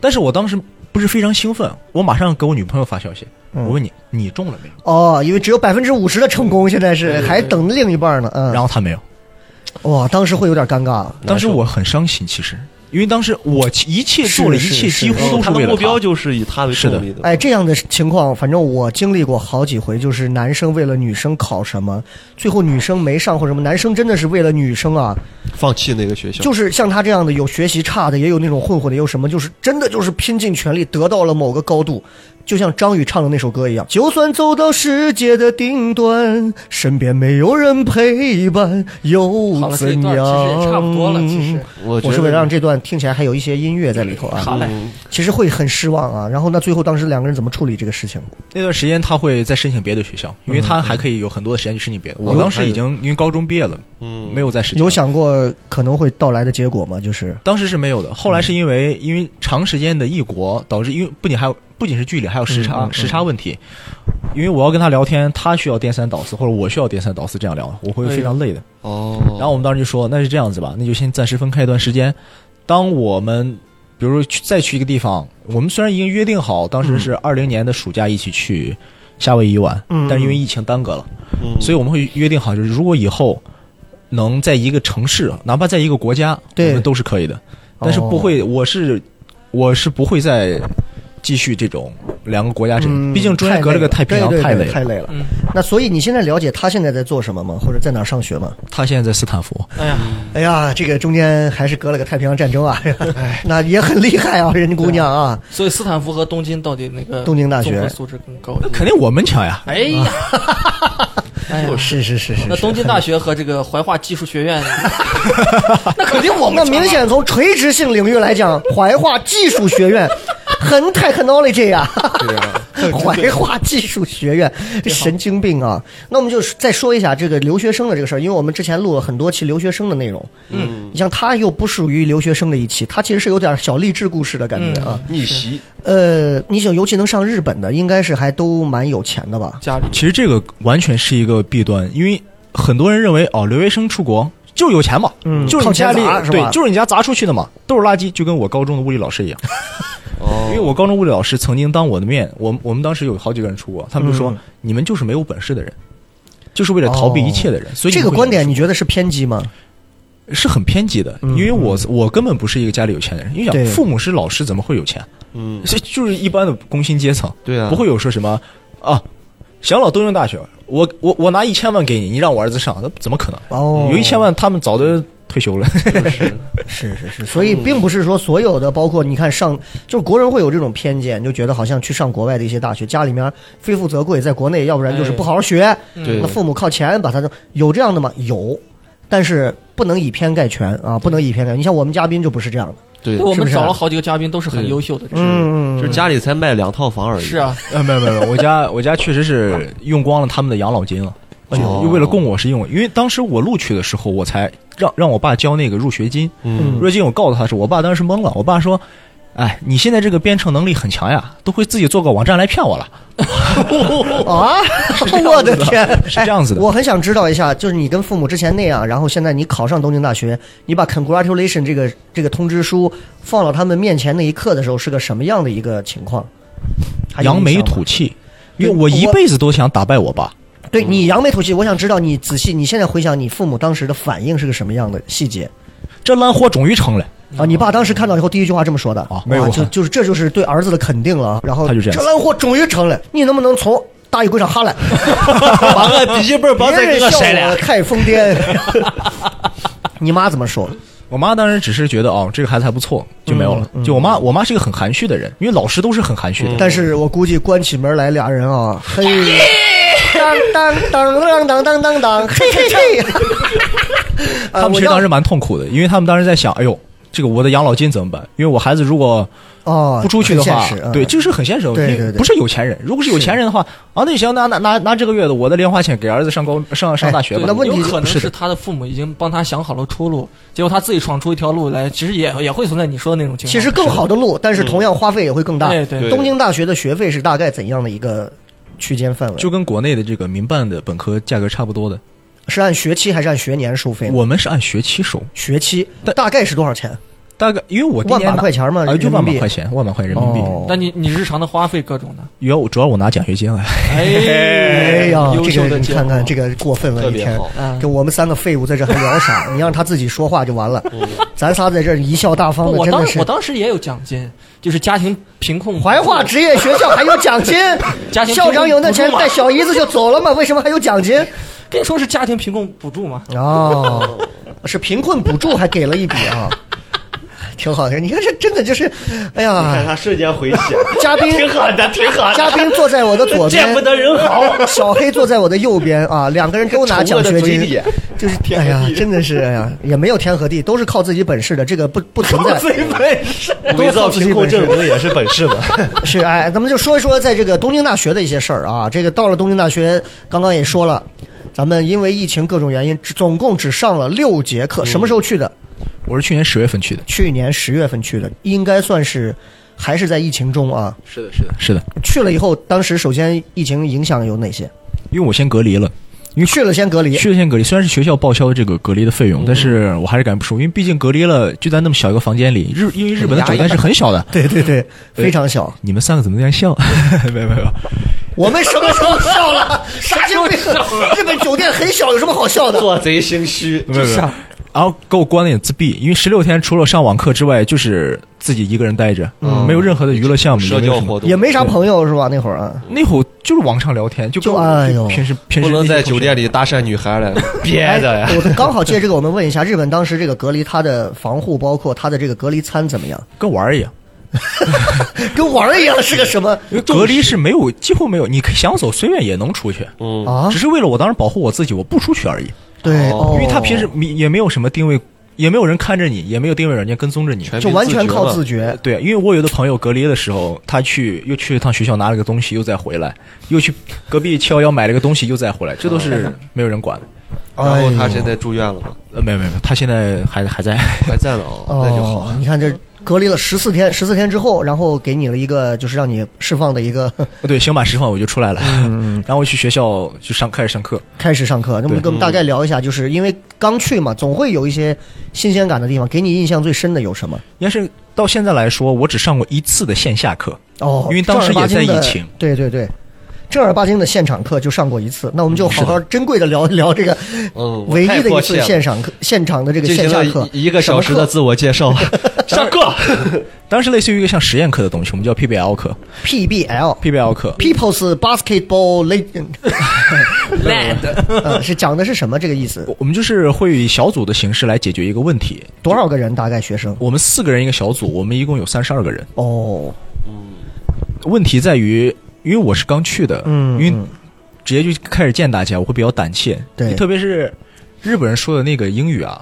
Speaker 6: 但是我当时不是非常兴奋，我马上给我女朋友发消息，我问你你中了没有？
Speaker 3: 哦，因为只有百分之五十的成功，现在是还等另一半呢。嗯，
Speaker 6: 然后她没有，
Speaker 3: 后哇，当时会有点尴尬。
Speaker 6: 当时我很伤心，其实因为当时我一切做了一
Speaker 3: 是是
Speaker 6: 切
Speaker 3: 是
Speaker 6: 几乎都
Speaker 5: 他
Speaker 6: 是
Speaker 5: 的
Speaker 6: 为了
Speaker 5: 目
Speaker 6: 她
Speaker 5: 标就是以他为
Speaker 6: 是的
Speaker 5: 动力的。
Speaker 3: 哎，这样的情况，反正我经历过好几回，就是男生为了女生考什么，最后女生没上或者什么，男生真的是为了女生啊，
Speaker 5: 放弃那个学校，
Speaker 3: 就是像他这样的，有学习差的，也有那种混混的，也有什么，就是真的就是拼尽全力得到了某个高度，就像张宇唱的那首歌一样。就算走到世界的顶端，身边没有人陪伴，又
Speaker 4: 好了，这一
Speaker 3: 怎
Speaker 4: 段
Speaker 3: 样？
Speaker 4: 其实也差不多了，其实。
Speaker 5: 我觉
Speaker 3: 我
Speaker 5: 得嗯
Speaker 3: 是为了让这段段听起来还有一些音乐在里头啊，
Speaker 4: 嘞，
Speaker 3: 其实会很失望啊。然后那最后当时两个人怎么处理这个事情？
Speaker 6: 那段时间他会再申请别的学校，因为他还可以有很多的时间去申请别的。我当时已经因为高中毕业了，
Speaker 5: 嗯，
Speaker 6: 没有再申请。
Speaker 3: 有，想过可能会到来的结果吗？就是
Speaker 6: 当时是没有的。后来
Speaker 3: 嗯
Speaker 6: 是因为因为长时间的异国，导致因为不仅还有不仅是距离，还有时差、
Speaker 3: 嗯嗯嗯
Speaker 6: 时差问题。因为我要跟他聊天，他需要颠三倒四，或者我需要颠三倒四这样聊，我会非常累的。
Speaker 3: 哎
Speaker 5: 哦，
Speaker 6: 然后我们当时就说，那就这样子吧，那就先暂时分开一段时间。当我们比如说去再去一个地方，我们虽然已经约定好，当时是二零年的暑假一起去夏威夷玩，
Speaker 3: 嗯
Speaker 6: 但是因为疫情耽搁了，
Speaker 5: 嗯
Speaker 6: 所以我们会约定好，就是如果以后能在一个城市，哪怕在一个国家，我
Speaker 3: 对哦
Speaker 6: 们都是可以的，但是不会，我是我是不会再继续这种两个国家之间，
Speaker 3: 嗯
Speaker 6: 毕竟中间隔了个太平洋，
Speaker 3: 对对对
Speaker 6: 太累
Speaker 3: 啊太
Speaker 6: 了。
Speaker 3: 累了。
Speaker 4: 嗯，
Speaker 3: 那所以你现在了解他现在在做什么吗？或者在哪儿上学吗？
Speaker 6: 他现在在斯坦福，
Speaker 4: 哎呀，
Speaker 3: 哎呀，这个中间还是隔了个太平洋战争 啊，那也很厉害啊，人家姑娘 啊，
Speaker 4: 所以斯坦福和东京到底哪个
Speaker 3: 东京大学
Speaker 4: 综合素质更高一点？
Speaker 6: 肯定我们强呀。
Speaker 4: 哎呀，
Speaker 3: 啊
Speaker 4: 哎呀，
Speaker 3: 是是是是
Speaker 4: 那东京大学和这个怀化技术 学院，那肯定我们
Speaker 3: 那
Speaker 4: 强啊
Speaker 3: 明显从垂直性领域来讲，怀化技术学院。很 technology 啊，怀化技术学院，这神经病啊！那我们就再说一下这个留学生的这个事儿，因为我们之前录了很多期留学生的内容。嗯，你像他又不属于留学生的一期，他其实是有点小励志故事的感觉啊。
Speaker 5: 逆袭，
Speaker 3: 呃，你想，尤其能上日本的，应该是还都蛮有钱的吧？
Speaker 4: 家里
Speaker 6: 其实这个完全是一个弊端，因为很多人认为哦，留学生出国就是有钱嘛，
Speaker 3: 嗯
Speaker 6: 就是
Speaker 3: 靠
Speaker 6: 你家
Speaker 3: 钱
Speaker 6: 里
Speaker 3: 砸是吧
Speaker 6: 对，就是你家砸出去的嘛，都是垃圾，就跟我高中的物理老师一样。
Speaker 5: 哦
Speaker 3: 嗯
Speaker 6: 因为我高中物理老师曾经当我的面，我们我们当时有好几个人出国，他们就说、
Speaker 3: 嗯
Speaker 6: 你们就是没有本事的人，就是为了逃避一切的人。所以
Speaker 3: 哦这
Speaker 6: 你
Speaker 3: 个
Speaker 6: 们会
Speaker 3: 观点
Speaker 6: 出
Speaker 3: 你觉得是偏激吗？
Speaker 6: 国是很偏激的，因为我我根本不是一个家里有钱的人，因
Speaker 3: 嗯
Speaker 6: 为
Speaker 3: 对
Speaker 6: 想父母是老师，怎么会有钱？
Speaker 5: 嗯，
Speaker 6: 所以就是一般的工薪阶层。
Speaker 5: 对啊，
Speaker 6: 不会有说什么啊，享老东京大学，我我我拿一千万给你，你让我儿子上，那怎么可能？
Speaker 3: 哦，
Speaker 6: 有一千万，他们早都退休了。
Speaker 3: 是是是，所以并不是说所有的，包括你看上，就是国人会有这种偏见，就觉得好像去上国外的一些大学，家里面非富则贵，在国内要不然就是不好好学，
Speaker 5: 对
Speaker 3: 那，父母靠钱把他的有这样的吗？有，但是不能以偏概全啊，不能以偏概全。你像我们嘉宾就不是这样的，
Speaker 5: 对
Speaker 4: 对，我
Speaker 3: 是不
Speaker 4: 们
Speaker 3: 是
Speaker 4: 找了好几个嘉宾，都是很
Speaker 5: 对
Speaker 4: 优秀的，这是
Speaker 3: 嗯
Speaker 5: 就是家里才卖两套房而已，
Speaker 4: 是，啊，
Speaker 6: 呃，没有没有，没有我家我家确实是用光了他们的养老金了。
Speaker 5: 哦
Speaker 6: 就为了供我是用，因为当时我录取的时候，我才让让我爸交那个入学金。
Speaker 5: 嗯，
Speaker 6: 入学金我告诉他是，我爸当时懵了，我爸说：“哎，你现在这个编程能力很强呀，都会自己做个网站来骗 我了。
Speaker 3: 啊，我的天，
Speaker 6: 是这样子的
Speaker 3: 哎我很想知道一下，就是你跟父母之前那样，然后现在你考上东京大学，你把 congratulation 这个这个通知书放到他们面前那一刻的时候，是个什么样的一个情况？”还有
Speaker 6: 扬
Speaker 3: 印
Speaker 6: 眉
Speaker 3: 象吗
Speaker 6: 吐气，因
Speaker 3: 对
Speaker 6: 为我一
Speaker 3: 我
Speaker 6: 辈子都想打败我爸。
Speaker 3: 对你扬眉吐气，我想知道你仔细，你现在回想你父母当时的反应是个什么样的细节
Speaker 6: 这烂货终于 成了。
Speaker 3: 啊？你爸当时看到以后第一句话这么说的
Speaker 6: 嗯啊没有
Speaker 3: 哇
Speaker 6: 啊
Speaker 3: 就就是这就是对儿子的肯定了啊。然后
Speaker 6: 他就这样
Speaker 3: 烂货终于成了，你能不能从大衣柜上下来？
Speaker 5: 把我哎笔 记本把
Speaker 3: 别
Speaker 5: 再给
Speaker 3: 人
Speaker 5: 我
Speaker 3: 笑
Speaker 5: 删
Speaker 3: 我
Speaker 5: 了，
Speaker 3: 太疯癫。 你妈怎么说？
Speaker 6: 我妈当时只是觉得哦，这个孩子还不错，就没有了。
Speaker 5: 嗯
Speaker 6: 就我妈，我妈是一个很含蓄的人，因为老师都是很含蓄的。
Speaker 3: 但是我估计关起门来俩人啊，嘿，当当当当当当当，嘿嘿嘿。呃
Speaker 6: 他们其实
Speaker 3: 我要
Speaker 6: 当时蛮痛苦的，因为他们当时在想，哎呦，这个我的养老金怎么办？因为我孩子如果
Speaker 3: 哦
Speaker 6: 不出去的
Speaker 3: 很
Speaker 6: 话
Speaker 3: 现实，嗯
Speaker 6: 对，这是很现实的问
Speaker 3: 对
Speaker 6: 题，
Speaker 3: 对对
Speaker 6: 不是有钱人。如果是有钱人的话，啊，那行，那拿拿拿这个月的我的零花钱给儿子上高上上大学
Speaker 4: 对
Speaker 6: 吧。
Speaker 3: 哎那问题
Speaker 4: 有可能
Speaker 6: 是
Speaker 4: 是他的父母已经帮他想好了出路，结果他自己闯出一条路来，其实也也会存在你说的那种情况。
Speaker 3: 其实更好的路，但是同样花费也会更大。
Speaker 4: 对对
Speaker 5: 对
Speaker 3: 东京大学的学费是大概怎样的一个区间范围？
Speaker 6: 就跟国内的这个民办的本科价格差不多的，
Speaker 3: 是按学期还是按学年收费呢？
Speaker 6: 我们是按学期收，
Speaker 3: 学期大概是多少钱？
Speaker 6: 大概因为我第一
Speaker 3: 万
Speaker 6: 年
Speaker 3: 把
Speaker 6: 拿
Speaker 3: 块钱吗？
Speaker 6: 啊，就万把块
Speaker 3: 钱
Speaker 6: 钱，万把块人民币。
Speaker 3: 哦
Speaker 4: 但你你日常的花费各种的，
Speaker 6: 主要我主要我拿奖学金哎。
Speaker 3: 哎
Speaker 4: 哎
Speaker 3: 呀，
Speaker 4: 优
Speaker 3: 这
Speaker 4: 秀
Speaker 3: 个
Speaker 4: 的
Speaker 3: 你
Speaker 4: 节目
Speaker 3: 看看，这个过分了
Speaker 5: 特
Speaker 3: 一
Speaker 5: 别
Speaker 3: 天
Speaker 5: 好。
Speaker 4: 嗯
Speaker 3: 跟我们三个废物在这还聊啥？你让他自己说话就完了。
Speaker 5: 嗯
Speaker 3: 咱仨在这儿贻笑大方的，
Speaker 4: 我
Speaker 3: 真
Speaker 4: 当
Speaker 3: 的是
Speaker 4: 我。当时也有奖金，就是家庭贫困
Speaker 3: 怀化职业学校还有奖 金
Speaker 4: 家，庭
Speaker 3: 校长有那钱
Speaker 4: 补助嘛
Speaker 3: 带小姨子就走了嘛？为什么还有奖金？
Speaker 4: 跟你说是家庭贫困补助嘛，
Speaker 3: 哦，是贫困补助还给了一笔啊。挺好的。你看这真的就是，哎呀，
Speaker 5: 他瞬间回血，
Speaker 3: 嘉宾
Speaker 5: 挺狠的，挺狠
Speaker 3: 嘉
Speaker 5: 的，
Speaker 3: 宾坐在我的左
Speaker 5: 见不
Speaker 3: 边，
Speaker 5: 得人好。
Speaker 3: 小黑坐在我的右边啊，两个人都拿奖学
Speaker 5: 丑恶的嘴啊
Speaker 3: 金
Speaker 5: 脸，
Speaker 3: 就是哎呀，真的是哎呀，也没有天和地，都是靠自己本事的，这个不 不存在。
Speaker 5: 伪造贫困证明也是本事嘛。
Speaker 3: 是哎，咱们就说一说在这个东京大学的一些事儿啊。这个到了东京大学，刚刚也说了，咱们因为疫情各种原因，只总共只上了六节课。什么时候去的？
Speaker 6: 我是去年十月份去的。
Speaker 3: 去年十月份去的，应该算是还是在疫情中啊。
Speaker 6: 是的，是的，是的，
Speaker 3: 去了以后，当时首先疫情影响有哪些？
Speaker 6: 因为我先隔离了。
Speaker 3: 你去了先隔离，
Speaker 6: 去了先隔离，虽然是学校报销这个隔离的
Speaker 3: 嗯
Speaker 6: 费用，但是我还是感觉不舒服，因为毕竟隔离了，就在那么小一个房间里。日因为日本的酒店是很小的，
Speaker 3: 对对对，非常小。
Speaker 6: 你们三个怎么这样笑？ 没有没有，
Speaker 3: 我们什么时候笑 了？神经病！日本酒店很小，有什么好笑的？
Speaker 5: 做贼 心虚，
Speaker 6: 没有没有。
Speaker 4: 啊
Speaker 6: 然后给我关的也自闭，因为十六天除了上网课之外，就是自己一个人待着，
Speaker 3: 嗯
Speaker 6: 没有任何的娱乐项目，
Speaker 5: 社
Speaker 6: 也没有
Speaker 5: 交
Speaker 6: 什么
Speaker 5: 活动
Speaker 3: 也没啥朋友是吧？那会儿啊，
Speaker 6: 那会儿就是网上聊天，就跟
Speaker 3: 就
Speaker 6: 我
Speaker 3: 哎呦
Speaker 6: 平时平时
Speaker 5: 不能在酒店
Speaker 6: 里。
Speaker 5: 里搭讪女孩了，憋的呀
Speaker 3: 哎。我刚好借这个，我们问一下日本当时这个隔离它的防护，包括它的这个隔离餐怎么样？
Speaker 6: 跟玩儿一样，
Speaker 3: 跟玩儿一样是个什么
Speaker 6: 因为隔离是没有几乎没有，你可以想走随便也能出去，
Speaker 5: 嗯，
Speaker 3: 啊
Speaker 6: 只？是为了我当时保护我自己，我不出去而已。
Speaker 3: 对，
Speaker 5: 哦
Speaker 3: 哦
Speaker 6: 因为他平时没也没有什么定位，也没有人看着你，也没有定位软件跟踪着你。
Speaker 5: 全
Speaker 3: 就
Speaker 5: 民
Speaker 3: 完全靠
Speaker 5: 自
Speaker 3: 自
Speaker 5: 觉
Speaker 3: 觉。
Speaker 6: 对，因为我有的朋友隔离的时候，他去又去一趟学校拿了个东西，又再回来，又去隔壁七幺幺买了个东西，又再回来，这都
Speaker 3: 哦
Speaker 6: 是 没有人管的。
Speaker 5: 嘛。然后他
Speaker 3: 哎呦
Speaker 5: 现在住院了嘛，
Speaker 6: 呃，没有没有，没有他现在还还在。
Speaker 5: 还在呢，哦那就好
Speaker 3: 哦，。你看这隔离了十四天，十四天之后，然后给你了一个就是让你释放的一个
Speaker 6: 对，刑满释放我就出来了，
Speaker 3: 嗯
Speaker 6: 然后我去学校去上开始上课。
Speaker 3: 开始上课。那么
Speaker 6: 对
Speaker 3: 跟我们大概聊一下，就是因为刚去嘛，总会有一些新鲜感的地方。给你印象最深的有什么？
Speaker 6: 应该是到现在来说，我只上过一次的线下课，
Speaker 3: 哦，
Speaker 6: 因为当时也在疫情
Speaker 3: 正儿八经的对对对，正儿八经的现场课就上过一次，那
Speaker 6: 嗯
Speaker 3: 我们就好好珍贵的聊一聊这个
Speaker 5: 嗯，我
Speaker 3: 唯一
Speaker 5: 太
Speaker 3: 的一
Speaker 5: 迫切
Speaker 3: 次
Speaker 5: 了
Speaker 3: 现场课、现场的这个
Speaker 5: 进
Speaker 3: 线
Speaker 5: 行
Speaker 3: 下
Speaker 5: 了
Speaker 3: 课，
Speaker 5: 一一个小时的
Speaker 3: 什
Speaker 5: 自我 介绍，上课。
Speaker 6: 当时类似于一个像实验课的东西，我们叫 PBL 课
Speaker 3: 么课 PBL。
Speaker 6: ，PBL 课
Speaker 3: People's Basketball Legend，呃，是讲的是什么这个意思？
Speaker 6: 我我们就是会以小组的形式来解决一个问题。
Speaker 3: 多少个人大概学生？
Speaker 6: 我们四个人一个小组，我们一共有三十二个人。
Speaker 3: 哦，
Speaker 6: 问题在于，因为我是刚去的，
Speaker 3: 嗯
Speaker 6: 因为
Speaker 3: 嗯
Speaker 6: 直接就开始见大家，我会比较胆怯。
Speaker 3: 对
Speaker 6: 特别是日本人说的那个英 语啊，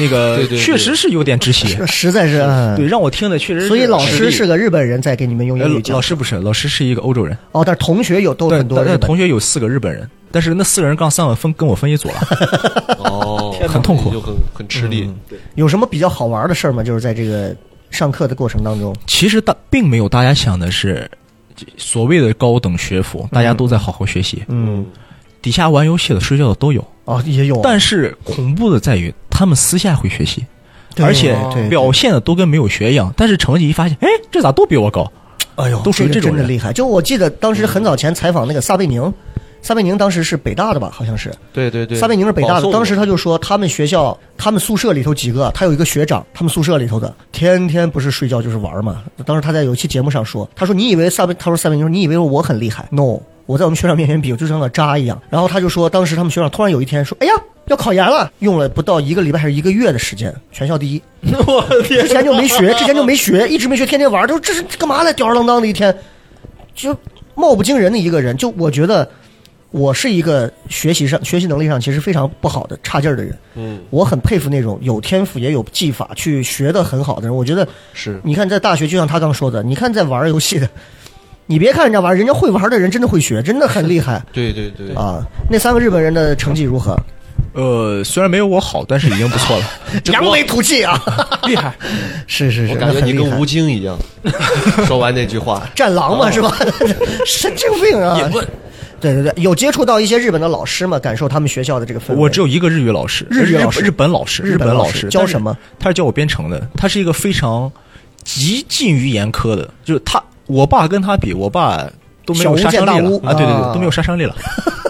Speaker 6: 那个
Speaker 5: 对对对
Speaker 6: 确实是有点窒息。
Speaker 3: 这实在是，嗯
Speaker 6: 对，让我听的确实是。
Speaker 3: 所以老师是
Speaker 6: 个、
Speaker 3: 个日本人在给你们用
Speaker 6: 呃
Speaker 3: 英语，讲
Speaker 6: 老师不是，老师是一个欧洲人，
Speaker 3: 哦，但是同学有都
Speaker 6: 但
Speaker 3: 很多
Speaker 6: 但
Speaker 3: 日
Speaker 6: 但
Speaker 3: 本
Speaker 6: 同学有四个日本人，但是那四个人杠三个分跟我分一组了。
Speaker 5: 哦，
Speaker 6: 很痛苦
Speaker 5: 就很很吃力。
Speaker 3: 有什么比较好玩的事儿吗？就是在这个上课的过程当中，
Speaker 6: 其实大并没有大家想的是。所谓的高等学府，大家都在好好学习，
Speaker 3: 嗯，
Speaker 6: 底下玩游戏的、睡觉的都有。啊
Speaker 3: 哦，也有，
Speaker 6: 但是恐怖的在于，他们私下会学习，
Speaker 3: 对
Speaker 6: 而且
Speaker 3: 对
Speaker 6: 表现的都跟没有学一样。但是成绩一发现，哎，这咋都比我高？
Speaker 3: 哎呦，
Speaker 6: 都属于
Speaker 3: 这个
Speaker 6: 这种
Speaker 3: 真的
Speaker 6: 人
Speaker 3: 厉害。就我记得当时很早前采访那个撒贝宁，撒贝宁当时是北大的吧？好像是
Speaker 5: 对对对，
Speaker 3: 撒贝宁是北大
Speaker 5: 保
Speaker 3: 的。
Speaker 5: 送
Speaker 3: 当时他就说，他们学校、他们宿舍里头几个，他有一个学长，他们宿舍里头的，天天不是睡觉就是玩嘛。当时他在有一期节目上说，他说你以为撒贝，他说撒贝宁说你以为我很厉害？No，我在我们学长面前比，我就像个渣一样。然后他就说，当时他们学长突然有一天说，哎呀。要考研了，用了不到一个礼拜还是一个月的时间，全校第一。
Speaker 5: 我的天
Speaker 3: 之前就没学，之前就没学，一直没学，天天玩，都这是干嘛来吊儿郎当的一天，就貌不惊人的一个人。就我觉得，我是一个学习上、学习能力上其实非常不好的差劲儿的人。
Speaker 5: 嗯，
Speaker 3: 我很佩服那种有天赋也有技法去学得很好的人。我觉得，
Speaker 5: 是
Speaker 3: 你看在大学，就像他刚说的，你看在玩游戏的，你别看人家玩，人家会玩的人真的会学，真的很厉害
Speaker 5: 对对对，
Speaker 3: 啊！那三个日本人的成绩如何？
Speaker 6: 呃，虽然没有我好，但是已经不 错了。
Speaker 5: 这
Speaker 3: 扬
Speaker 5: 不
Speaker 3: 眉吐气啊！
Speaker 4: 厉害，
Speaker 3: 是是是，
Speaker 5: 我感觉
Speaker 3: 那很
Speaker 5: 你
Speaker 3: 厉
Speaker 5: 跟
Speaker 3: 害
Speaker 5: 吴啊京一样，说完那句话，
Speaker 3: 战狼嘛， 是吧？神经病啊！对对对，有接触到一些日本的老师嘛，感受他们学校的这个氛围。
Speaker 6: 我只有一个日语老师，
Speaker 3: 日语老师
Speaker 6: 日本老师，
Speaker 3: 日本
Speaker 6: 本
Speaker 3: 老
Speaker 6: 老
Speaker 3: 师
Speaker 6: 师
Speaker 3: 教
Speaker 6: 但是
Speaker 3: 什么
Speaker 6: 他是教我编程的，他是一个非常极近于严苛的，就是他，我爸跟他比，我爸都没有杀伤
Speaker 3: 小巫见大
Speaker 6: 力
Speaker 3: 巫
Speaker 6: 了啊，对对
Speaker 3: 啊
Speaker 6: 对，都没有杀 伤力了。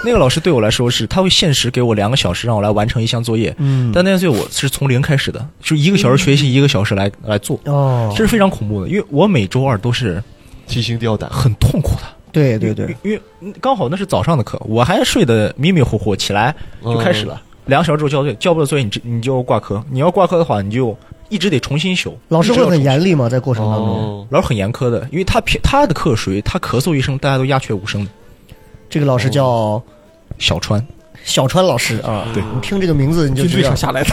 Speaker 6: 那个老师对我来说是，他会限时给我两个小时，让我来完成一项作业。
Speaker 3: 嗯
Speaker 6: 但那项作业我是从零开始的，就一个小时学习，一个小时来来做，
Speaker 3: 哦
Speaker 6: 这，是非常恐怖的。因为我每周二都是
Speaker 5: 提心吊胆。
Speaker 6: 很痛苦的，
Speaker 3: 对对对，
Speaker 6: 因为因为刚好那是早上的课，我还睡得迷迷糊糊，
Speaker 3: 哦
Speaker 6: 嗯起来就开始了。两个小时之后交作业，交不了作业你这你就挂科。你要挂科的话，你就一直得重新修。
Speaker 3: 老师
Speaker 6: 一
Speaker 3: 会
Speaker 6: 直要
Speaker 3: 很
Speaker 6: 重
Speaker 3: 严厉吗？在过程当中，
Speaker 5: 哦，
Speaker 6: 老师很严苛的，因为他偏他的课属于他咳嗽一声，大家都鸦雀无声的。
Speaker 3: 这个老师叫
Speaker 6: 小川，
Speaker 3: 小川老师啊。
Speaker 6: 对
Speaker 3: 你听这个名字你就
Speaker 4: 军
Speaker 3: 知
Speaker 4: 队
Speaker 3: 道
Speaker 4: 上，下来的，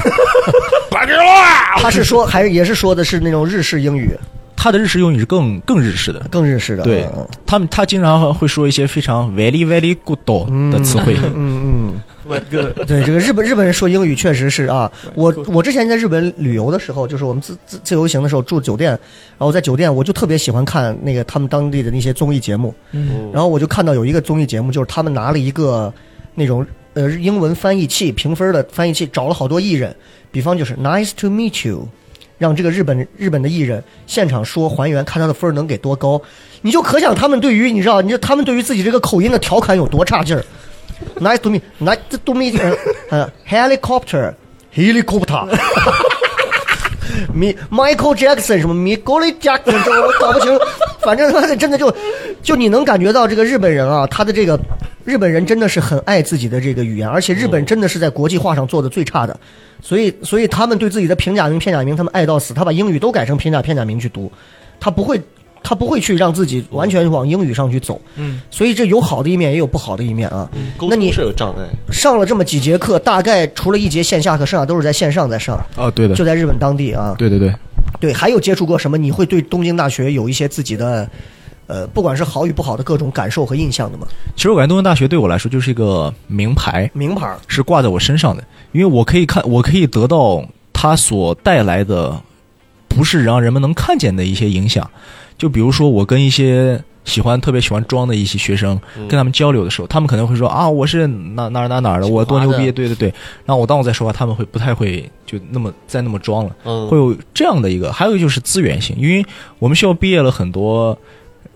Speaker 3: 他是说还是也是说的是那种日式英语，
Speaker 6: 他的日式英语是更更日式的，
Speaker 3: 更日式的。
Speaker 6: 对
Speaker 3: 嗯
Speaker 6: 他们他经常会说一些非常 very very good 的词汇。
Speaker 3: 嗯嗯，我 对这个日本日本人说英语确实是啊，我我之前在日本旅游的时候，就是我们自自自由行的时候住酒店，然后在酒店我就特别喜欢看那个他们当地的那些综艺节目，
Speaker 4: 嗯
Speaker 3: 然后我就看到有一个综艺节目，就是他们拿了一个那种呃英文翻译器评分的翻译器，找了好多艺人，比方就是 Nice to meet you。让这个日本日本的艺人现场说还原，看他的分儿能给多高，你就可想他们对于你知道，你就他们对于自己这个口音的调侃有多差劲儿。Nice to meet, nice to meet, 呃呃，helicopter, helicopter，米 Michael Jackson 什么 Michael Jackson，这我搞不清， 反正他真的就就你能感觉到这个日本人啊，他的这个日本人真的是很爱自己的这个语言，而且日本真的是在国际化上做的最差的，所以所以他们对自己的平假名、片假名，他们爱到死，他把英语都改成平假片假名去读，他不会。他不会去让自己完全往英语上去走，
Speaker 4: 嗯，
Speaker 3: 所以这有好的一面，也有不好的一面啊。
Speaker 5: 沟
Speaker 3: 那你
Speaker 5: 通是有障碍，
Speaker 3: 上了这么几节课，大概除了一节线下课，剩下都是在线上在上，
Speaker 6: 哦，对的
Speaker 3: 就，在日本当地啊。
Speaker 6: 对对对，
Speaker 3: 对，还有接触过什么？你会对东京大学有一些自己的，呃，不管是好与不好的各种感受和印象的吗？
Speaker 6: 其实我感觉东京大学对我来说就是一个名牌，
Speaker 3: 名牌儿，
Speaker 6: 是挂在我身上的，因为我可以看，我可以得到它所带来的，不是让人们能看见的一些影响。就比如说，我跟一些喜欢特别喜欢装的一些学生，跟他们交流的时候，他们可能会说啊，我是哪哪儿哪儿哪儿的，我多牛
Speaker 3: 清华的
Speaker 6: 逼，对对对。然后我当我在说话，他们会不太会就那么再那么装了。
Speaker 5: 嗯，
Speaker 6: 会有这样的一个，还有就是资源性，因为我们学校毕业了很多，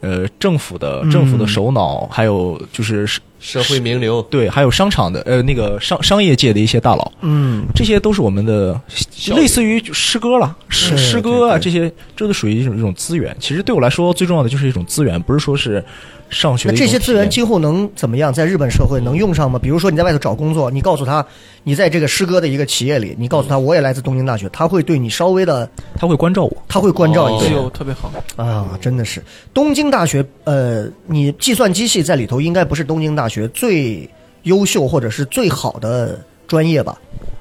Speaker 6: 呃，政府的政府的首脑，还有就是
Speaker 5: 社会名流，
Speaker 6: 对，还有商场的呃那个商商业界的一些大佬，
Speaker 3: 嗯，
Speaker 6: 这些都是我们的
Speaker 5: 效率
Speaker 6: 类似于诗歌了，诗
Speaker 3: 对
Speaker 6: 诗歌啊
Speaker 3: 对对
Speaker 6: 这些，这都属于一种一种资源。其实对我来说，最重要的就是一种资源，不是说是上学
Speaker 3: 那
Speaker 6: 的一
Speaker 3: 这
Speaker 6: 种
Speaker 3: 些
Speaker 6: 体
Speaker 3: 资源
Speaker 6: 验
Speaker 3: 今后能怎么样？在日本社会能用上吗？比如说你在外头找工作，你告诉他你在这个师哥的一个企业里，你告诉他我也来自东京大学，他会对你稍微的
Speaker 6: 他会关照我。
Speaker 3: 他会关照一
Speaker 5: 哦
Speaker 3: 些。
Speaker 4: 哎呦，特别好，
Speaker 3: 啊，真的是东京大学，呃，你计算机系在里头应该不是东京大学最优秀或者是最好的专业吧？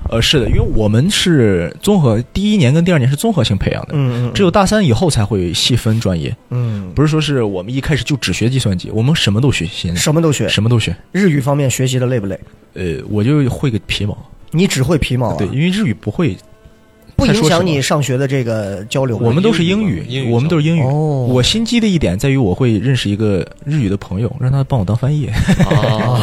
Speaker 6: 呃，是的，因为我们是综合第一年跟第二年是综合性培养的，
Speaker 3: 嗯
Speaker 6: 只有大三以后才会细分专业，
Speaker 3: 嗯，
Speaker 6: 不是说是我们一开始就只学计算机，我们什么都学，现在
Speaker 3: 什么都学。
Speaker 6: 什么都学。
Speaker 3: 日语方面学习的累不累？
Speaker 6: 呃，我就会个皮毛，
Speaker 3: 你只会皮毛啊，
Speaker 6: 对，因为日语不会
Speaker 3: 不影
Speaker 6: 太说什
Speaker 3: 响
Speaker 6: 么
Speaker 3: 你上学的这个交流吗。
Speaker 6: 我们都是英
Speaker 5: 英语嘛英语
Speaker 6: 我们都是英语。
Speaker 3: 哦
Speaker 6: 我心机的一点在于，我会认识一个日语的朋友，让他帮我当翻译。
Speaker 3: 哦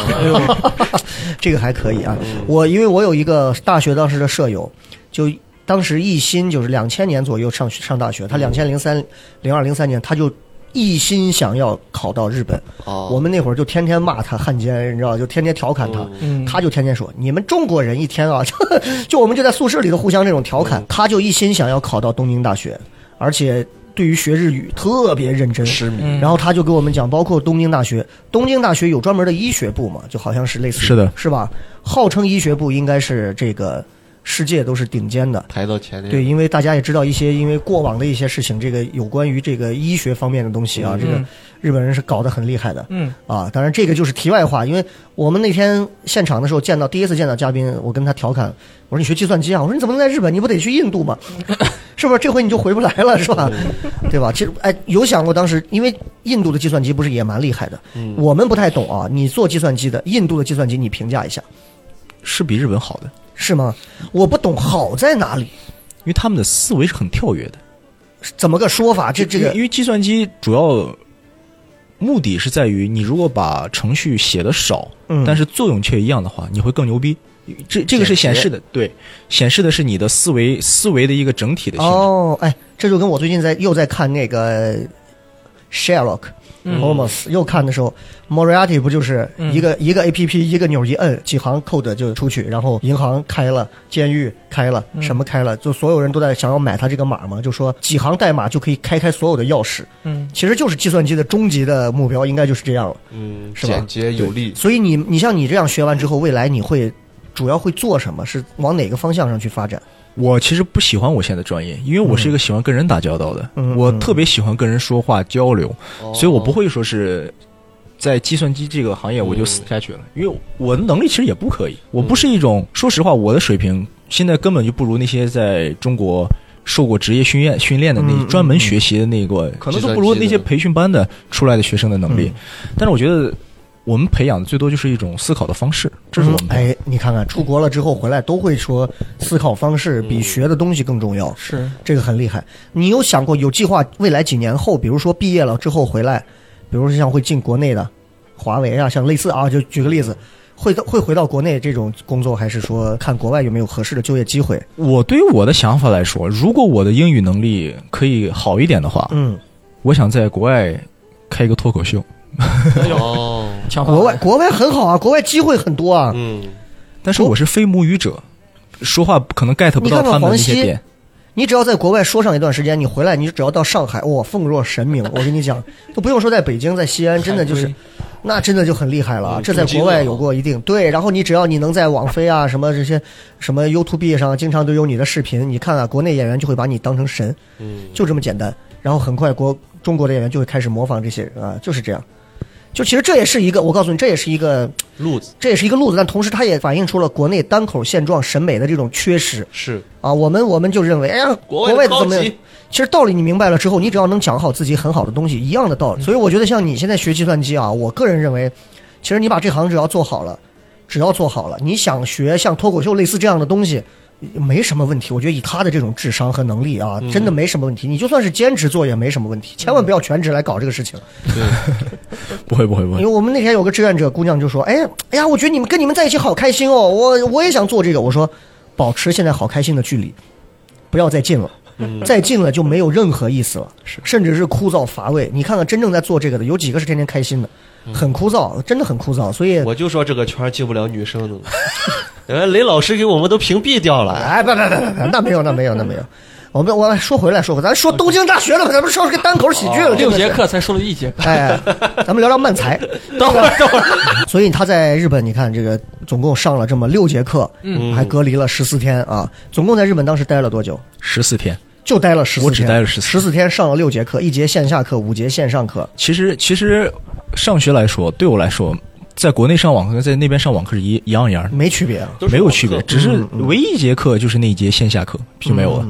Speaker 5: 啊，
Speaker 3: 这个还可以啊。我因为我有一个大学当时的舍友，就当时一心就是两千年左右上学上大学，他两千零三、零二、零三年他就一心想要考到日本。
Speaker 5: 哦
Speaker 3: 我们那会儿就天天骂他汉奸，你知道，就天天调侃他。
Speaker 4: 嗯，
Speaker 3: 他就天天说：“你们中国人一天啊，就 就我们就在宿舍里头互相这种调
Speaker 5: 嗯
Speaker 3: 侃。”他就一心想要考到东京大学，而且对于学日语特别认真，
Speaker 5: 痴迷，
Speaker 4: 嗯
Speaker 3: 然后他就给我们讲，包括东京大学，东京大学有专门的医学部嘛，就好像是类似于
Speaker 6: 是的
Speaker 3: 是吧？号称医学部应该是这个世界都是顶尖的。
Speaker 5: 排到前列，
Speaker 3: 对，因为大家也知道一些，因为过往的一些事情，这个有关于这个医学方面的东西啊，这个
Speaker 4: 嗯
Speaker 3: 日本人是搞得很厉害的。
Speaker 4: 嗯，
Speaker 3: 啊，当然这个就是题外话，因为我们那天现场的时候见到第一次见到嘉宾，我跟他调侃，我说你学计算机啊，我说你怎么能在日本，你不得去印度吗？是不是这回你就回不来了，是吧？ 对吧？其实哎，有想过当时，因为印度的计算机不是也蛮厉害的，我们不太懂啊。你做计算机的，印度的计算机你评价一下
Speaker 6: 是比日本好的，
Speaker 3: 是吗？我不懂好在哪里，
Speaker 6: 因为他们的思维是很跳跃的。
Speaker 3: 怎么个说法？这这
Speaker 6: 因为
Speaker 3: 个
Speaker 6: 因为计算机主要目的是在于，你如果把程序写的少，
Speaker 3: 嗯
Speaker 6: 但是作用却一样的话，你会更牛逼。这这个是显示的，对，显示的是你的思维思维的一个整体的性质。
Speaker 3: 哦，哎，这就跟我最近在又在看那个 Sherlock。Holmes 又看的时候，Moriarty 不就是一个、一个 A P P 一个钮一摁，几行 code 就出去，然后银行开了，监狱开了，什么开了，就所有人都在想要买他这个码嘛，就说几行代码就可以开开所有的钥匙，
Speaker 4: 嗯，
Speaker 3: 其实就是计算机的终极的目标，应该就是这样了。
Speaker 5: 嗯，
Speaker 3: 是吧
Speaker 5: 简洁有力，
Speaker 3: 所以你你像你这样学完之后，未来你会主要会做什么？是往哪个方向上去发展？
Speaker 6: 我其实不喜欢我现在专业，因为我是一个喜欢跟人打交道的，
Speaker 3: 嗯哦
Speaker 6: 我
Speaker 3: 嗯
Speaker 6: 特别喜欢跟人说话交流，所以我不会说是在计算机这个行业我就死下去了，
Speaker 3: 哦
Speaker 6: 因为我的能力其实也不可以，我不是一种，说实话，我的水平现在根本就不如那些在中国。受过职业训练训练的那
Speaker 3: 嗯嗯
Speaker 6: 专门学习的那个，可能都不如那些培训班的出来的学生的能力。
Speaker 3: 嗯
Speaker 6: 但是我觉得我们培养的最多就是一种思考的方式，这是我们培养的
Speaker 3: 哎，你看看出国了之后回来都会说思考方式
Speaker 6: 嗯
Speaker 3: 比学的东西更重要，
Speaker 4: 是
Speaker 3: 这个很厉害。你有想过有计划未来几年后，比如说毕业了之后回来，比如说像会进国内的华为啊，像类似啊，就举个例子，会到会回到国内这种工作，还是说看国外有没有合适的就业机会？
Speaker 6: 我对于我的想法来说，如果我的英语能力可以好一点的话，
Speaker 3: 嗯，
Speaker 6: 我想在国外开一个脱口秀。
Speaker 5: 哦，
Speaker 4: 强化
Speaker 3: 国外国外很好啊，国外机会很多啊。
Speaker 5: 嗯，
Speaker 6: 但是我是非母语者，说话可能 get 不到他们的那些点。
Speaker 3: 你只要在国外说上一段时间，你回来，你只要到上海，哇、奉若神明。我跟你讲，都不用说在北京，在西安，真的就是，那真的就很厉害了啊。
Speaker 5: 嗯
Speaker 3: 这在
Speaker 5: 镀金
Speaker 3: 国
Speaker 5: 了
Speaker 3: 外有过一定对，然后你只要你能在网飞啊什么这些什么 YouTube 啊上，经常都有你的视频，你看啊，国内演员就会把你当成神，
Speaker 5: 嗯，
Speaker 3: 就这么简单。然后很快国中国的演员就会开始模仿这些人啊，就是这样。就其实这也是一个，我告诉你，这也是一个，
Speaker 5: 路子
Speaker 3: 这也是一个路子，但同时它也反映出了国内单口现状审美的这种缺失。
Speaker 5: 是
Speaker 3: 啊，我们我们就认为，哎呀，
Speaker 5: 国
Speaker 3: 国
Speaker 5: 外的
Speaker 3: 外的
Speaker 5: 高
Speaker 3: 怎么样
Speaker 5: 级？
Speaker 3: 其实道理你明白了之后，你只要能讲好自己很好的东西，一样的
Speaker 5: 嗯
Speaker 3: 道理。所以我觉得像你现在学计算机啊，我个人认为，其实你把这行只要做好了，只要做好了，你想学像脱口秀类似这样的东西，没什么问题。我觉得以他的这种智商和能力啊，真
Speaker 5: 嗯
Speaker 3: 的没什么问题。你就算是兼职做也没什么问题，千万不要全职来搞这个事情。啊
Speaker 6: 不会不会不
Speaker 3: 因为
Speaker 6: 会，
Speaker 3: 我们那天有个志愿者姑娘就说：“哎，哎呀，我觉得你们跟你们在一起好开心哦，我我也想做这个。”我说：“保持现在好开心的距离，不要再近了，再近了就没有任何意思了，甚至是枯燥乏味。你看看真正在做这个的，有几个是天天开心的？很枯燥，真的很枯燥。所以，
Speaker 5: 我就说这个圈儿进不了女生的，原来雷老师给我们都屏蔽 掉了。
Speaker 3: 哎，不不不不不，那没有，那没有，那没有。我们我说回来说回来，咱说东京大学了，咱们说这个单口喜剧了，这
Speaker 4: 六
Speaker 3: 个
Speaker 4: 哦节
Speaker 3: 是。
Speaker 4: 课才说了一节课，
Speaker 3: 哎，咱们聊聊漫才。
Speaker 4: 等会儿等会儿，
Speaker 3: 所以他在日本，你看这个总共上了这么六节课，
Speaker 4: 嗯
Speaker 3: 还隔离了十四天啊，总共在日本当时待了多久？
Speaker 6: 十四天。
Speaker 3: 就待了十四天，
Speaker 6: 我只待了14
Speaker 3: 十四天，上了六节课，一节线下课，五节线上课。
Speaker 6: 其实其实上学来说，对我来说，在国内上网课跟在那边上网课是一一样一样的。
Speaker 3: 没区别啊。
Speaker 5: 都是
Speaker 6: 没有区别
Speaker 5: 网，课
Speaker 6: 只
Speaker 3: 嗯
Speaker 6: 是唯一一节课就是那一节线下课就没有了，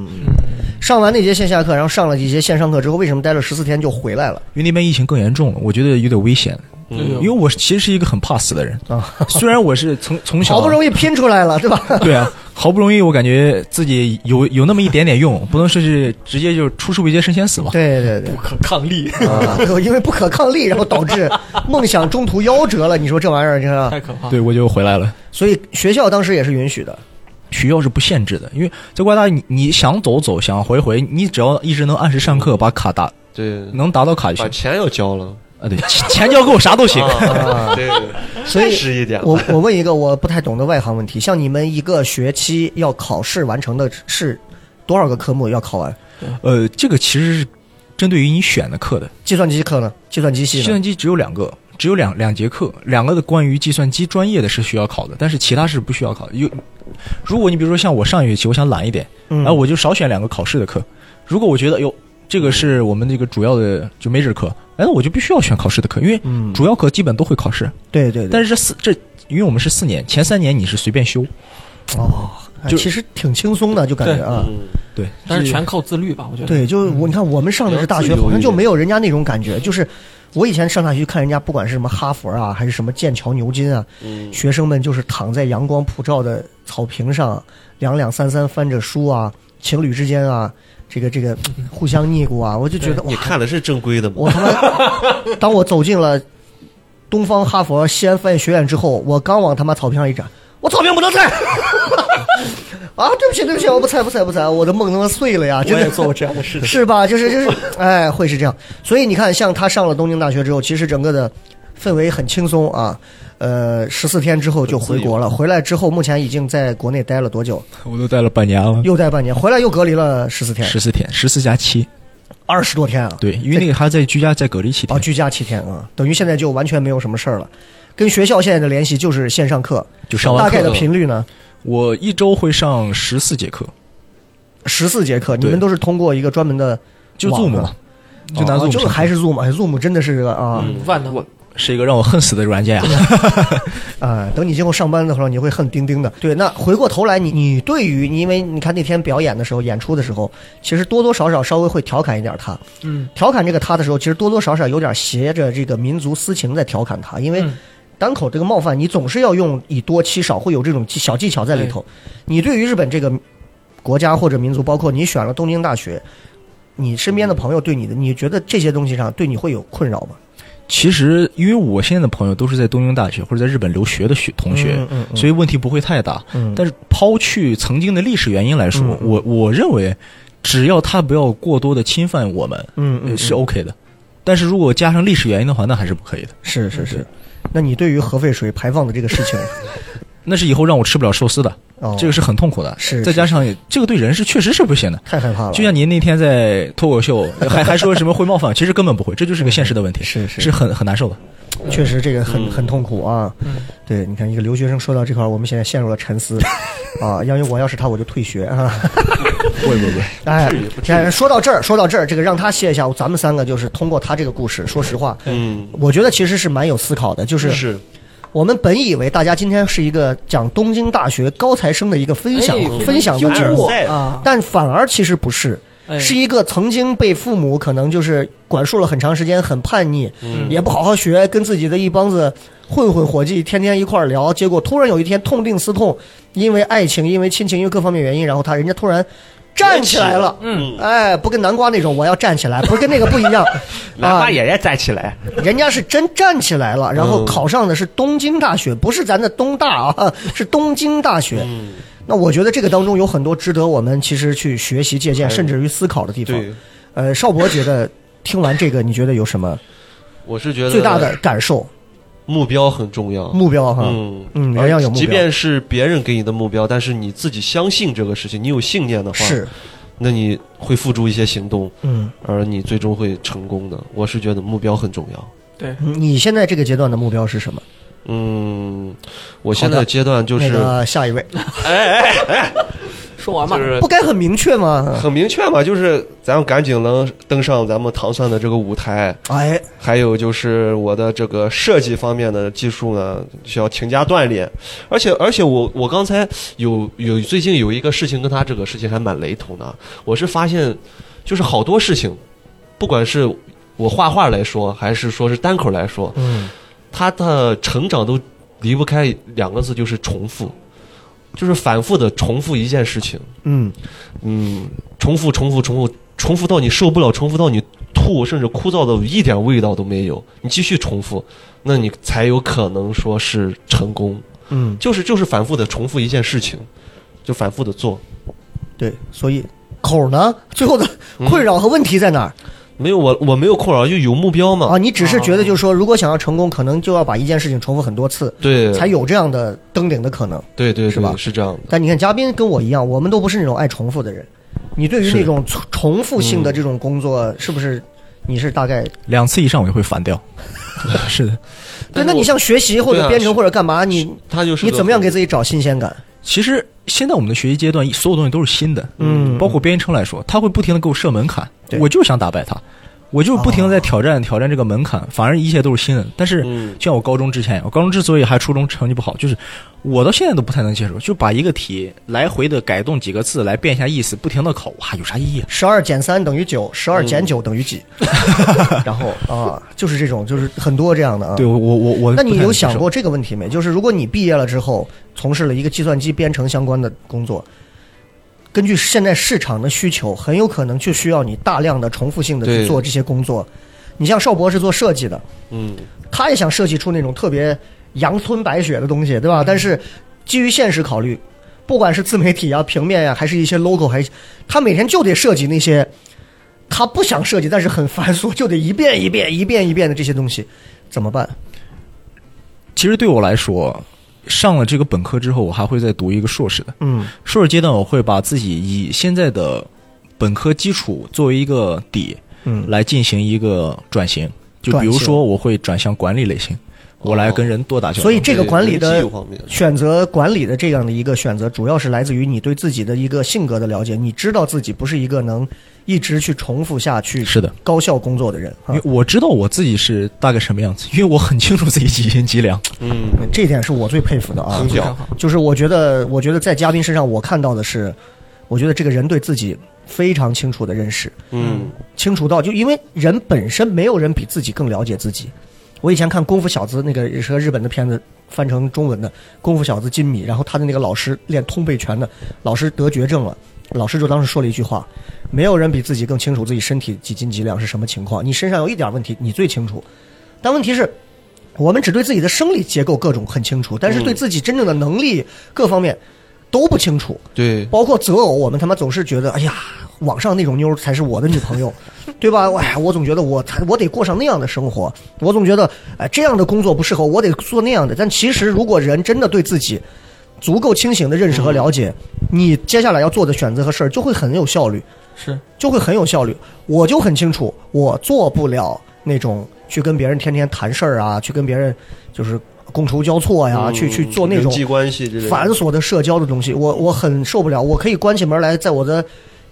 Speaker 3: 上完那节线下课，然后上了几节线上课之后，为什么待了十四天就回来了
Speaker 6: 因为那边疫情更严重了，我觉得有点危险。
Speaker 3: 嗯
Speaker 4: 哎
Speaker 6: 因为我其实是一个很怕死的人，
Speaker 3: 啊？
Speaker 6: 虽然我是从从小
Speaker 3: 好不容易拼出来了，对 吧？
Speaker 6: 对啊，好不容易我感觉自己有有那么一点点用，不能说是直接就出师未捷身先死吧。
Speaker 3: 对对对。
Speaker 4: 可抗力
Speaker 3: 啊， 因为不可抗力，然后导 致梦想中途夭折了。你说这玩意儿，你看，
Speaker 4: 太可怕了。
Speaker 6: 对，我就回来了。
Speaker 3: 所以学校当时也是允许的。
Speaker 6: 学校是不限制的，因为在国外大，你你想走走，想回回，你只要一直能按时上课，把卡打
Speaker 5: 对，
Speaker 6: 能达到卡就
Speaker 5: 把
Speaker 6: 行。
Speaker 5: 钱要 交了，
Speaker 6: 啊，对，钱 钱交够啥都行。
Speaker 5: 啊对，
Speaker 3: 所以
Speaker 5: 现实一点吧。
Speaker 3: 我我问一个我不太懂的外行问题，像你们一个学期要考试完成的是多少个科目要考完？
Speaker 6: 呃，这个其实是针对于你选的课的，
Speaker 3: 计算机课呢？计算机系
Speaker 6: 计
Speaker 3: 呢？
Speaker 6: 算机只有两个。只有两两节课，两个的关于计算机专业的是需要考的，但是其他是不需要考的。有，如果你比如说像我上一学期，我想懒一点，
Speaker 3: 嗯，
Speaker 6: 啊然后我就少选两个考试的课。如果我觉得哟，这个是我们这个主要的就 major 课，哎，那我就必须要选考试的课，因为
Speaker 3: 嗯
Speaker 6: 主要课基本都会考试。
Speaker 3: 对对对，
Speaker 6: 但是这四这，因为我们是四年，前三年你是随便修，
Speaker 3: 哦，哎
Speaker 6: 就
Speaker 3: 其实挺轻松的，就感觉啊，
Speaker 5: 嗯
Speaker 6: 对，嗯
Speaker 4: 但是全靠自律吧，我觉得。
Speaker 3: 对，就是我你看我们上的是大学，好像就没有人家那种感觉，就是。我以前上大学看人家，不管是什么哈佛啊，还是什么剑桥、牛津啊，
Speaker 5: 嗯
Speaker 3: 学生们就是躺在阳光普照的草坪上，两两三三翻着书啊，情侣之间啊，这个这个互相腻咕啊，我就觉得哇
Speaker 5: 你，看的是正规的吗？
Speaker 3: 我他妈，当我走进了东方哈佛西安翻译学院之后，我刚往他妈草坪上一站，我草坪不能踩。啊，对不起，对不起，我不踩，不踩，不踩，我的梦他妈碎了呀！真的
Speaker 4: 做过这样的事情。
Speaker 3: 是吧？就是就是，哎，会是这样。所以你看，像他上了东京大学之后，其实整个的氛围很轻松啊。呃，十四天之后就回国了。回来之后，目前已经在国内待了多久？
Speaker 6: 我都待了半年了，
Speaker 3: 又待半年，回来又隔离了十四天，
Speaker 6: 十四天，十四加七，
Speaker 3: 二十多天啊。
Speaker 6: 对，因为那个还在居家在隔离期
Speaker 3: 啊，
Speaker 6: 间，
Speaker 3: 居家七天啊，等于现在就完全没有什么事儿了。跟学校现在的联系就是线上课，
Speaker 6: 就上完
Speaker 3: 大概
Speaker 6: 课
Speaker 3: 的
Speaker 6: 了
Speaker 3: 频率呢？
Speaker 6: 我一周会上十四节课，
Speaker 3: 十四节课，你
Speaker 6: 对
Speaker 3: 们都是通过一个专门的
Speaker 6: 就
Speaker 3: 网
Speaker 6: Zoom
Speaker 3: 吗
Speaker 6: 嘛，就拿
Speaker 3: 哦
Speaker 6: Zoom 上
Speaker 3: 就
Speaker 6: 课嗯
Speaker 3: 还是 Zoom，哎，Zoom 真的是个啊
Speaker 4: 嗯
Speaker 5: 嗯
Speaker 4: 万能，
Speaker 6: 是一个让我恨死的软 件啊。
Speaker 3: 啊！等你今后上班的时候，你会恨钉钉的。对，那回过头来，你你对于你因为你看那天表演的时候，演出的时候，其实多多少少稍微会调侃一点他。
Speaker 4: 嗯，
Speaker 3: 调侃这个他的时候，其实多多少少有点挟着这个民族私情在调侃他，因为
Speaker 4: 嗯
Speaker 3: 单口这个冒犯，你总是要用以多欺少，会有这种技小技巧在里头。你对于日本这个国家或者民族，包括你选了东京大学，你身边的朋友对你的，你觉得这些东西上对你会有困扰吗？
Speaker 6: 其实因为我现在的朋友都是在东京大学或者在日本留学的学同学
Speaker 3: 嗯，嗯嗯
Speaker 6: 所以问题不会太大。
Speaker 3: 嗯
Speaker 6: 但是抛去曾经的历史原因来说
Speaker 3: 嗯，嗯
Speaker 6: 我我认为只要他不要过多的侵犯我们，
Speaker 3: 嗯
Speaker 6: 呃
Speaker 3: 嗯，
Speaker 6: 是 OK 的。但是如果加上历史原因的话，那还是不可以的。
Speaker 3: 是是是。那你对于核废水排放的这个事 情，
Speaker 6: 那是以后让我吃不了寿司的，
Speaker 3: 哦，
Speaker 6: 这个是很痛苦的。
Speaker 3: 是
Speaker 6: 再加上也这个对人是确实是不行的。
Speaker 3: 太害怕了。
Speaker 6: 就像您那天在脱口秀还 还说什么会冒犯，其实根本不会，这就是个现实的问题，
Speaker 3: 是是
Speaker 6: 是很很难受的。
Speaker 3: 确实这个很很痛苦啊。
Speaker 4: 嗯
Speaker 3: 对，你看一个留学生说到这块儿，我们现在陷入了沉 思啊。因为我要是他，我就退学啊。
Speaker 6: 不 会不会，
Speaker 3: 哎，哎说到这儿，说到这儿，这个让他歇一下。咱们三个就是通过他这个故事，说实话，
Speaker 5: 嗯，
Speaker 3: 我觉得其实是蛮有思考的。就是
Speaker 5: 是
Speaker 3: 我们本以为大家今天是一个讲东京大学高材生的一个分享、
Speaker 4: 哎
Speaker 3: 分享的
Speaker 5: 凡
Speaker 3: 节
Speaker 5: 尔
Speaker 3: 目，
Speaker 5: 赛
Speaker 4: 啊，
Speaker 3: 但反而其实不是。
Speaker 4: 哎
Speaker 3: 是一个曾经被父母可能就是管束了很长时间，很叛逆，
Speaker 5: 嗯
Speaker 3: 也不好好学，跟自己的一帮子混混伙计天天一块儿聊，结果突然有一天痛定思痛，因为爱情，因为亲情，因为各方面原因，然后他人家突然站起来了，
Speaker 5: 嗯，
Speaker 3: 哎，不跟南瓜那种我要站起来，不是跟那个不一 样，
Speaker 7: 哪
Speaker 3: 啊
Speaker 7: 怕，也要站起来，
Speaker 3: 人家是真站起来了，然后
Speaker 5: 嗯
Speaker 3: 考上的是东京大学，不是咱的东大啊， 是东京大学。
Speaker 5: 嗯
Speaker 3: 那我觉得这个当中有很多值得我们其实去学习、借鉴，甚至于思考的地方。
Speaker 5: 对，
Speaker 3: 呃，邵博觉得听完这个，你觉得有什么
Speaker 5: 我是觉得
Speaker 3: 最大的感受、
Speaker 5: 目标很重要。
Speaker 3: 目标哈？
Speaker 5: 嗯
Speaker 3: 嗯人要有目标
Speaker 5: 即便是别人给你的目标，但是你自己相信这个事情，你有信念的话，
Speaker 3: 是，
Speaker 5: 那你会付诸一些行动，
Speaker 3: 嗯，
Speaker 5: 而你最终会成功的。我是觉得目标很重要。
Speaker 3: 你现在这个阶段的目标是什么？
Speaker 5: 嗯，我现在
Speaker 3: 好的
Speaker 5: 的阶段就是，呃
Speaker 3: 那个下一位，
Speaker 4: 说完嘛
Speaker 5: 就，是
Speaker 3: 不该很明确 吗？
Speaker 5: 很明确嘛，就是咱们赶紧能登上咱们唐蒜的这个舞台，
Speaker 3: 哎，
Speaker 5: 还有就是我的这个设计方面的技术呢，需要勤加锻炼。而且而且我我刚才有有最近有一个事情跟他这个事情还蛮雷同的，我是发现就是好多事情，不管是我画画来说，还是说是单口来说，
Speaker 3: 嗯，
Speaker 5: 他的成长都离不开两个字，就是重复，就是反复的重复一件事情。
Speaker 3: 嗯，
Speaker 5: 嗯，重复、重复、重复、重复到你受不了，重复到你吐，甚至枯燥的一点味道都没有，你继续重复，那你才有可能说是成功。
Speaker 3: 嗯，
Speaker 5: 就是就是反复的重复一件事情，就反复的做。
Speaker 3: 对，所以口呢，最后的
Speaker 5: 嗯
Speaker 3: 困扰和问题在哪儿、
Speaker 5: 没有我我没有困扰，就有目标嘛。
Speaker 3: 啊？你只是觉得就是说，如果想要成功，可能就要把一件事情重复很多次，
Speaker 5: 对，
Speaker 3: 才有这样的登顶的可能。
Speaker 5: 对对对
Speaker 3: 是吧
Speaker 5: 是这样的。
Speaker 3: 但你看，嘉宾跟我一样，我们都不是那种爱重复的人。你对于那种重重复性
Speaker 5: 嗯
Speaker 3: 的这种工作，是不是你是大概？
Speaker 6: 两次以上我就会烦 掉。是的，
Speaker 3: 对，
Speaker 5: 但是
Speaker 3: 那你
Speaker 5: 我
Speaker 3: 像学习或
Speaker 5: 对
Speaker 3: 者
Speaker 5: 啊
Speaker 3: 编程或者干嘛，你
Speaker 5: 他就是
Speaker 3: 你
Speaker 5: 个
Speaker 3: 怎么样给
Speaker 5: 很
Speaker 3: 自己找新鲜感？
Speaker 6: 其实现在我们的学习阶段，所有东西都是新的，
Speaker 3: 嗯
Speaker 6: 包括编程来说，他会不停的给我设门槛
Speaker 3: 对，
Speaker 6: 我就想打败他，我就不停的在挑战、挑战这个门槛，反而一切都是新的。但是
Speaker 5: 嗯
Speaker 6: 就像我高中之前，我高中之所以还初中成绩不好，就是我到现在都不太能接受，就把一个题来回的改动几个字来变一下意思，不停的考，哇，有啥意义啊？
Speaker 3: 十二减三等于九，十二
Speaker 5: 嗯
Speaker 3: 减九等于 几？然后啊，就是这种，就是很多这样的啊。
Speaker 6: 对我我我我，
Speaker 3: 那你
Speaker 6: 哎不太能
Speaker 3: 有
Speaker 6: 接受
Speaker 3: 想过这个问题没？就是如果你毕业了之后，从事了一个计算机编程相关的工作，根据现在市场的需求，很有可能就需要你大量的重复性的去
Speaker 5: 对
Speaker 3: 做这些工作。你像邵博是做设计的，
Speaker 5: 嗯，
Speaker 3: 他也想设计出那种特别阳春白雪的东西，对吧？但是基于现实考虑，不管是自媒体啊、平面呀、还是一些 logo，还是他每天就得设计那些他不想设计，但是很繁琐，就得一遍一遍、一遍一遍的这些东西，怎么办？
Speaker 6: 其实对我来说，上了这个本科之后，我还会再读一个硕士的。
Speaker 3: 嗯。
Speaker 6: 硕士阶段，我会把自己以现在的本科基础作为一个底，
Speaker 3: 嗯
Speaker 6: 来进行一个转型。就
Speaker 3: 转
Speaker 6: 比
Speaker 3: 型哦
Speaker 6: 如说，我会转向管理类型，我来跟人多打交道。
Speaker 3: 所以这个管理
Speaker 5: 人
Speaker 3: 的
Speaker 5: 际方面
Speaker 3: 选择管理的这样的一个选择，主要是来自于你对自己的一个性格的了解。你知道自己不是一个能一直去重复下去、
Speaker 6: 是的，
Speaker 3: 高效工作的人啊
Speaker 6: 因为，我知道我自己是大概什么样子，因为我很清楚自己几斤几两。
Speaker 5: 嗯，
Speaker 3: 这一点是我最佩服的啊
Speaker 5: 很。屌，
Speaker 3: 就是我觉得，我觉得在嘉宾身上我看到的是，我觉得这个人对自己非常清楚的认识，
Speaker 5: 嗯
Speaker 3: 清楚到就因为人本身没有人比自己更了解自己。我以前看《功夫小子》那个是个日本的片子，翻成中文的《功夫小子》金米，然后他的那个老师练通背拳的老师得绝症了，老师就当时说了一句话：没有人比自己更清楚自己身体几斤几两是什么情况，你身上有一点问题你最清楚。但问题是，我们只对自己的生理结构各种很清楚，但是对自己真正的能力各方面都不清楚。
Speaker 5: 对，
Speaker 3: 包括择偶，我们他妈总是觉得，哎呀，网上那种妞儿才是我的女朋 友，对吧？哎呀，我总觉得我才我得过上那样的生活，我总觉得哎这样的工作不适合我，我得做那样的。但其实，如果人真的对自己足够清醒的认识和了解，
Speaker 5: 嗯
Speaker 3: 你接下来要做的选择和事儿就会很有效率。
Speaker 4: 是
Speaker 3: 就会很有效率。我就很清楚，我做不了那种去跟别人天天谈事儿啊，去跟别人就是觥筹交错呀，
Speaker 5: 嗯
Speaker 3: 啊去去做那种
Speaker 5: 人际关系之类的
Speaker 3: 繁琐的社交的东西，我我很受不了。我可以关起门来，在我的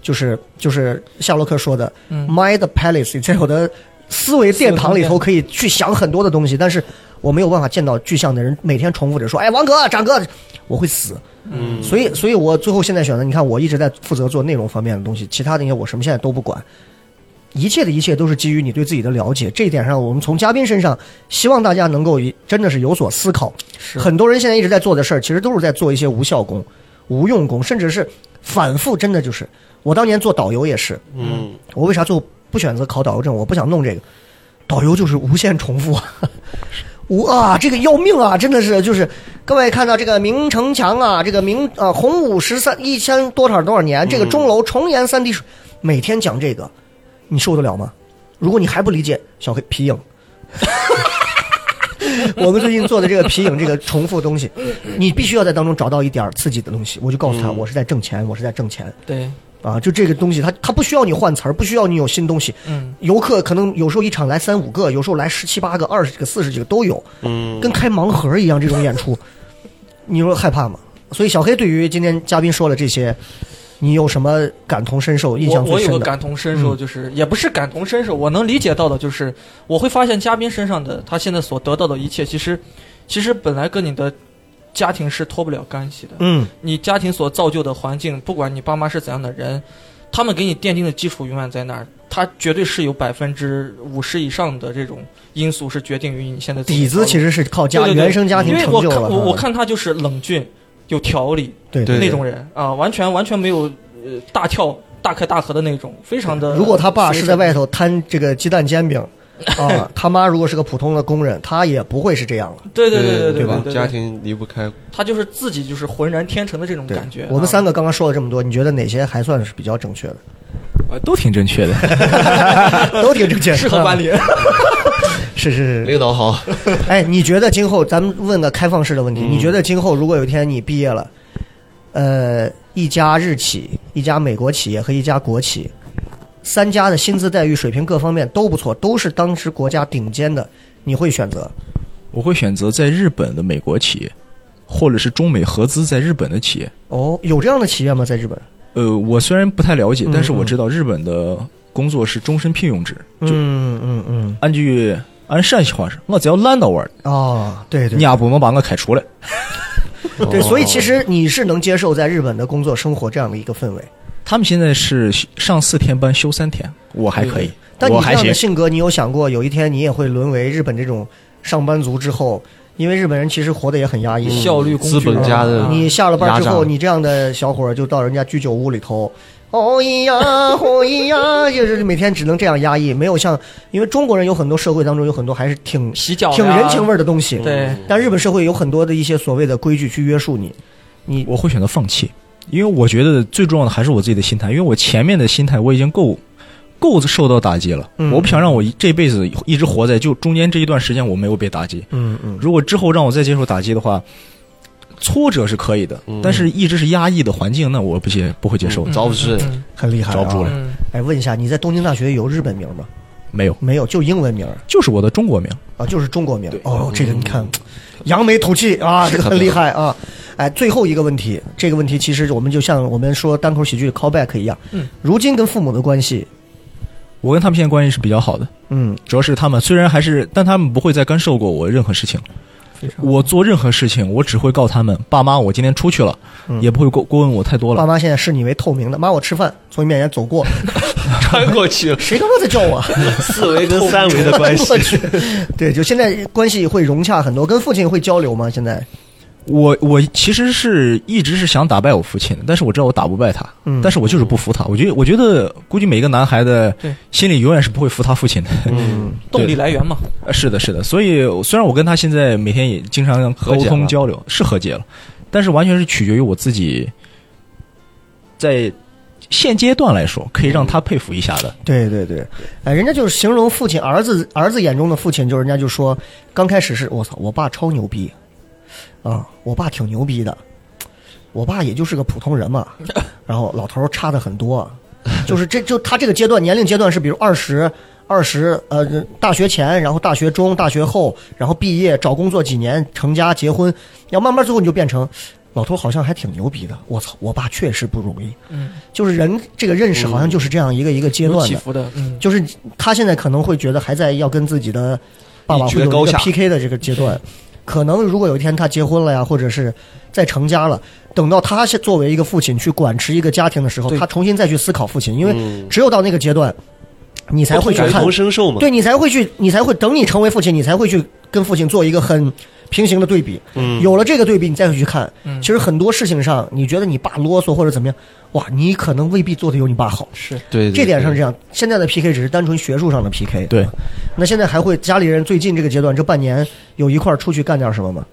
Speaker 3: 就是就是夏洛克说的、
Speaker 4: 嗯
Speaker 3: mind palace，在我的思维殿堂里
Speaker 4: 思维
Speaker 3: 头可以去想很多的东西，但是我没有办法见到具象的人，每天重复着说，哎，王哥、张哥，我会死。
Speaker 5: 嗯，
Speaker 3: 所以，所以我最后现在选择，你看，我一直在负责做内容方面的东西，其他的那些我什么现在都不管。一切的一切都是基于你对自己的了解，这一点上，我们从嘉宾身上，希望大家能够一真的是有所思考。
Speaker 4: 是
Speaker 3: 很多人现在一直在做的事儿，其实都是在做一些无效工、无用功，甚至是反复。真的就是，我当年做导游也是，
Speaker 5: 嗯
Speaker 3: 我为啥最后不选择考导游证？我不想弄这个，导游就是无限重复啊，无啊，这个要命啊，真的是就是各位看到这个明城墙啊，这个明啊洪武十三一千多少多少年，这个钟楼重檐三滴水，每天讲这个，你受得了吗？如果你还不理解，小黑皮影。 我们最近做的这个皮影，这个重复东西，你必须要在当中找到一点儿刺激的东西。我就告诉他，
Speaker 5: 嗯
Speaker 3: 我是在挣钱，我是在挣钱。
Speaker 4: 对，
Speaker 3: 啊，就这个东西，它它不需要你换词儿，不需要你有新东西。
Speaker 4: 嗯，
Speaker 3: 游客可能有时候一场来三五个，有时候来十七八个、二十个、四十几个都有，
Speaker 5: 嗯，
Speaker 3: 跟开盲盒一样这种演出，你说害怕吗？所以小黑对于今天嘉宾说了这些，你有什么感同身受、印
Speaker 4: 我
Speaker 3: 象
Speaker 4: 我
Speaker 3: 最
Speaker 4: 有
Speaker 3: 深
Speaker 4: 个
Speaker 3: 的？嗯
Speaker 4: 感同身受，就是、也不是感同身受，我能理解到的就是，我会发现嘉宾身上的他现在所得到的一切，其实其实本来跟你的家庭是脱不了干系的。
Speaker 3: 嗯，
Speaker 4: 你家庭所造就的环境，不管你爸妈是怎样的人，他们给你奠定的基础永远在那儿，它绝对是有百分之五十以上的这种因素是决定于你现在走的
Speaker 3: 底
Speaker 4: 道
Speaker 3: 子
Speaker 4: 路
Speaker 3: 其实是靠家
Speaker 4: 对对对
Speaker 3: 原生家庭
Speaker 4: 因为
Speaker 3: 成
Speaker 4: 我
Speaker 3: 就
Speaker 4: 看
Speaker 3: 了。
Speaker 4: 我我
Speaker 3: 啊
Speaker 4: 看他就是冷峻、有条理
Speaker 3: 对
Speaker 5: 对
Speaker 4: 那种人啊，完全完全没有呃大跳大开大合的那种，非常的。
Speaker 3: 如果他爸是在外头摊这个鸡蛋煎饼， 啊，他妈如果是个普通的工人，他也不会是这样了。
Speaker 4: 对对对对
Speaker 3: 对吧
Speaker 4: 对，
Speaker 5: 家庭离不开，
Speaker 4: 他就是自己就是浑然天成的这种
Speaker 3: 对
Speaker 4: 感觉。
Speaker 3: 我们
Speaker 4: 啊
Speaker 3: 三个刚刚说了这么多，你觉得哪些还算是比较正确的？
Speaker 6: 呃，都挺正确的。
Speaker 3: 都挺正确的，
Speaker 4: 适合管理，
Speaker 5: 嗯
Speaker 3: 是是是。
Speaker 5: 领导好，
Speaker 3: 哎，你觉得今后咱们问个开放式的问题，
Speaker 4: 嗯
Speaker 3: 你觉得今后如果有一天你毕业了，呃，一家日企、一家美国企业和一家国企，三家的薪资待遇水平各方面都不错，都是当时国家顶尖的，你会选择？
Speaker 6: 我会选择在日本的美国企业，或者是中美合资在日本的企业。
Speaker 3: 哦，有这样的企业吗？在日本？
Speaker 6: 呃，我虽然不太了解
Speaker 3: 嗯，
Speaker 6: 但是我知道日本的工作是终身聘用制，就
Speaker 3: 嗯嗯嗯。
Speaker 6: 按句按陕西话说，我只要懒到玩儿，
Speaker 3: 哦，对对
Speaker 6: 你也不能把我开除了。
Speaker 3: 对，所以
Speaker 4: 哦
Speaker 3: 其实你是能接受在日本的工作生活这样的一个氛围，
Speaker 6: 他们现在是上四天班休三天，我还可以，
Speaker 3: 但你
Speaker 6: 我
Speaker 3: 这
Speaker 6: 还
Speaker 3: 样
Speaker 6: 行
Speaker 3: 的。性格，你有想过有一天你也会沦为日本这种上班族之后？因为日本人其实活得也很压抑， 嗯
Speaker 4: 效率工具
Speaker 5: 资本家的
Speaker 4: 啊
Speaker 3: 你下了班之
Speaker 5: 压
Speaker 3: 后，
Speaker 5: 榨
Speaker 3: 你这样的小伙儿就到人家居酒屋里头，哦咿呀，哦咿呀，就是每天只能这样压抑，没有像因为中国人有很多社会当中有很多还是挺
Speaker 4: 洗脚
Speaker 3: 挺
Speaker 4: 呀
Speaker 3: 人情味儿的东西，
Speaker 4: 对
Speaker 5: 嗯
Speaker 3: 但日本社会有很多的一些所谓的规矩去约束你，你
Speaker 6: 我会选择放弃，因为我觉得最重要的还是我自己的心态，因为我前面的心态我已经够够受到打击了，
Speaker 3: 嗯
Speaker 6: 我不想让我一这辈子一直活在就中间这一段时间我没有被打击。
Speaker 3: 嗯嗯，
Speaker 6: 如果之后让我再接受打击的话，挫折是可以的，但是一直是压抑的环境，那我不 接不会接受的。
Speaker 5: 遭不住，
Speaker 4: 嗯
Speaker 3: 很厉害、啊，
Speaker 6: 抓不住了
Speaker 4: 嗯
Speaker 3: 哎，问一下，你在东京大学有日本名吗？
Speaker 6: 没有，
Speaker 3: 没有，就英文名儿
Speaker 6: 就是我的中国名。
Speaker 3: 啊，就是中国名
Speaker 6: 对。
Speaker 3: 哦，这个你看，扬眉吐气啊，这个很厉害啊。哎，最后一个问题，这个问题其实我们就像我们说单口喜剧 callback 一样，
Speaker 4: 嗯，
Speaker 3: 如今跟父母的关系，
Speaker 6: 我跟他们现在关系是比较好的，
Speaker 3: 嗯，
Speaker 6: 主要是他们虽然还是，但他们不会再干涉过我任何事情。
Speaker 4: 非常
Speaker 6: 我做任何事情，我只会告他们爸妈，我今天出去了，也不会过过问我太多
Speaker 3: 爸
Speaker 6: 了。
Speaker 3: 妈现在视你为透明的，妈，我吃饭从你面前走过，，
Speaker 5: 穿过去了
Speaker 3: 谁他妈在叫我？
Speaker 5: 四维跟三维的关 系
Speaker 3: 我。去，对，就现在关系会融洽很多，跟父亲会交流吗？现在，
Speaker 6: 我我其实是一直是想打败我父亲的，但是我知道我打不败他，
Speaker 3: 嗯
Speaker 6: 但是我就是不服他。我觉得我觉得估计每个男孩的
Speaker 4: 对
Speaker 6: 心里永远是不会服他父亲的。
Speaker 5: 嗯，
Speaker 4: 动力来源嘛，
Speaker 6: 呃 是的，是的。所以虽然我跟他现在每天也经常沟
Speaker 5: 和解
Speaker 6: 通
Speaker 5: 了
Speaker 6: 交流，是和解了，但是完全是取决于我自己，在现阶段来说，可以让他佩服一下的。
Speaker 3: 对对对，哎，人家就是形容父亲，儿子儿子眼中的父亲，就是人家就说，刚开始是我操，我爸超牛逼，啊，我爸挺牛逼的，我爸也就是个普通人嘛，然后老头儿差的很多，就是这就他这个阶段年龄阶段是比如二十。二十呃，大学前，然后大学中、大学后，然后毕业找工作几年，成家结婚，要慢慢最后你就变成，老头儿好像还挺牛逼的。我操，我爸确实不容易。
Speaker 4: 嗯，
Speaker 3: 就是人这个认识好像就是这样一个一个阶段
Speaker 4: 有
Speaker 3: 的。
Speaker 4: 起伏的，嗯，
Speaker 3: 就是他现在可能会觉得还在要跟自己的爸爸
Speaker 5: 一
Speaker 3: 会
Speaker 5: 决
Speaker 3: 有
Speaker 5: 高
Speaker 3: 一个
Speaker 5: 下
Speaker 3: PK 的这个阶段，可能如果有一天他结婚了呀，或者是再成家了，等到他是作为一个父亲去管持一个家庭的时候，
Speaker 4: 对
Speaker 3: 他重新再去思考父亲，因为
Speaker 5: 嗯
Speaker 3: 只有到那个阶段，你才会去
Speaker 5: 感
Speaker 3: 看
Speaker 5: 同身受嘛。
Speaker 3: 对你才会去，你才会等你成为父亲，你才会去跟父亲做一个很平行的对比。
Speaker 5: 嗯
Speaker 3: 有了这个对比，你再去看，
Speaker 4: 嗯
Speaker 3: 其实很多事情上，你觉得你爸啰嗦或者怎么样，哇，你可能未必做的有你爸好。
Speaker 4: 是
Speaker 5: 对，对
Speaker 3: 这点上是这
Speaker 5: 样。
Speaker 3: 样，现在的 PK 只是单纯学术上的 PK。，
Speaker 6: 对，
Speaker 3: 那现在还会家里人最近这个阶段这半年有一块儿出去干点什么吗？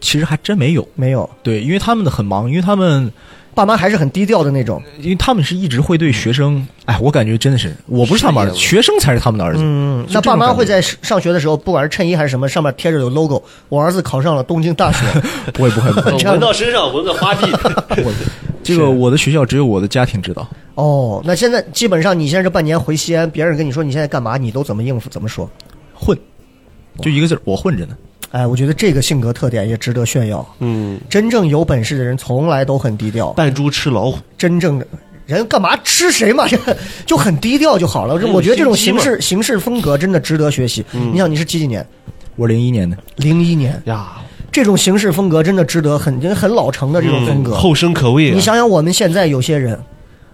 Speaker 6: 其实还真没有。
Speaker 3: 没有，
Speaker 6: 对，因为他们的很忙，因为他们，
Speaker 3: 爸妈还是很低调的那种。
Speaker 6: 因为他们是一直会对学生，哎，我感觉真的是，我不是他们儿子，
Speaker 5: 是
Speaker 6: 学生才是他们的儿子。
Speaker 3: 嗯，那
Speaker 6: 就这种
Speaker 3: 爸妈
Speaker 6: 感觉
Speaker 3: 会 在上学的时候，不管是衬衣还是什么，上面贴着有 logo，我儿子考上了东京 大学。
Speaker 6: 不会不会 不会，
Speaker 5: 嗯闻到身上闻个花 臂，
Speaker 6: 这个我的学校只有我的家庭知道。
Speaker 3: 哦，那现在基本上你现在这半年回西安，别人跟你说你现在干嘛，你都怎么应付，怎么说？
Speaker 6: 混，就一个字儿，我混着呢。
Speaker 3: 哎，我觉得这个性格特点也值得炫耀。
Speaker 5: 嗯，
Speaker 3: 真正有本事的人从来都很低调，
Speaker 5: 扮猪吃老虎，
Speaker 3: 真正的人干嘛吃谁嘛，这 个就很低调就好了。
Speaker 5: 有
Speaker 3: 我觉得这种
Speaker 5: 心机
Speaker 3: 行
Speaker 5: 嘛嗯
Speaker 3: 事行事风格真的值得学习。你想，你是几几年？
Speaker 6: 我零一年的，
Speaker 3: 零一年，
Speaker 5: 呀，
Speaker 3: 这种行事风格真的值得很很老成的这种风格。
Speaker 5: 嗯后生可畏啊。
Speaker 3: 嗯你想想，我们现在有些人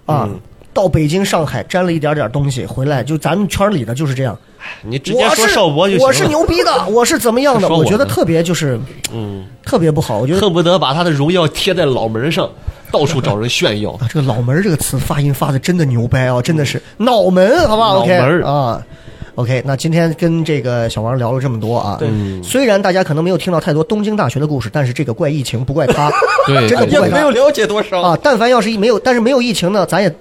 Speaker 3: 啊
Speaker 5: 嗯，
Speaker 3: 到北京、上海沾了一点点东西回来，就咱们圈里的就是这样。
Speaker 5: 你直接说邵博就行了。
Speaker 3: 我是我是牛逼的，我是怎么样的？
Speaker 5: 说我
Speaker 3: 我
Speaker 5: 呢
Speaker 3: 觉得特别就是
Speaker 5: 嗯，
Speaker 3: 特别不好。我觉得
Speaker 5: 恨不得把他的荣耀贴在脑 门上，到处找人炫耀。
Speaker 3: 啊，这个“脑门”儿这个词发音发的真的牛掰啊，真的是脑门，好不好
Speaker 5: 脑
Speaker 3: ？OK
Speaker 5: 嗯门儿
Speaker 3: 啊，OK。那今天跟这个小王聊了这么多啊，
Speaker 4: 对
Speaker 5: 嗯，
Speaker 3: 虽然大家可能没有听到太多东京大学的故事，但是这个怪疫情不怪他，
Speaker 5: 对
Speaker 3: 真的不
Speaker 4: 也
Speaker 3: 怪
Speaker 4: 没有
Speaker 3: 他
Speaker 4: 了解多少，
Speaker 3: 啊。但凡要是一没有，但是没有疫情呢，咱也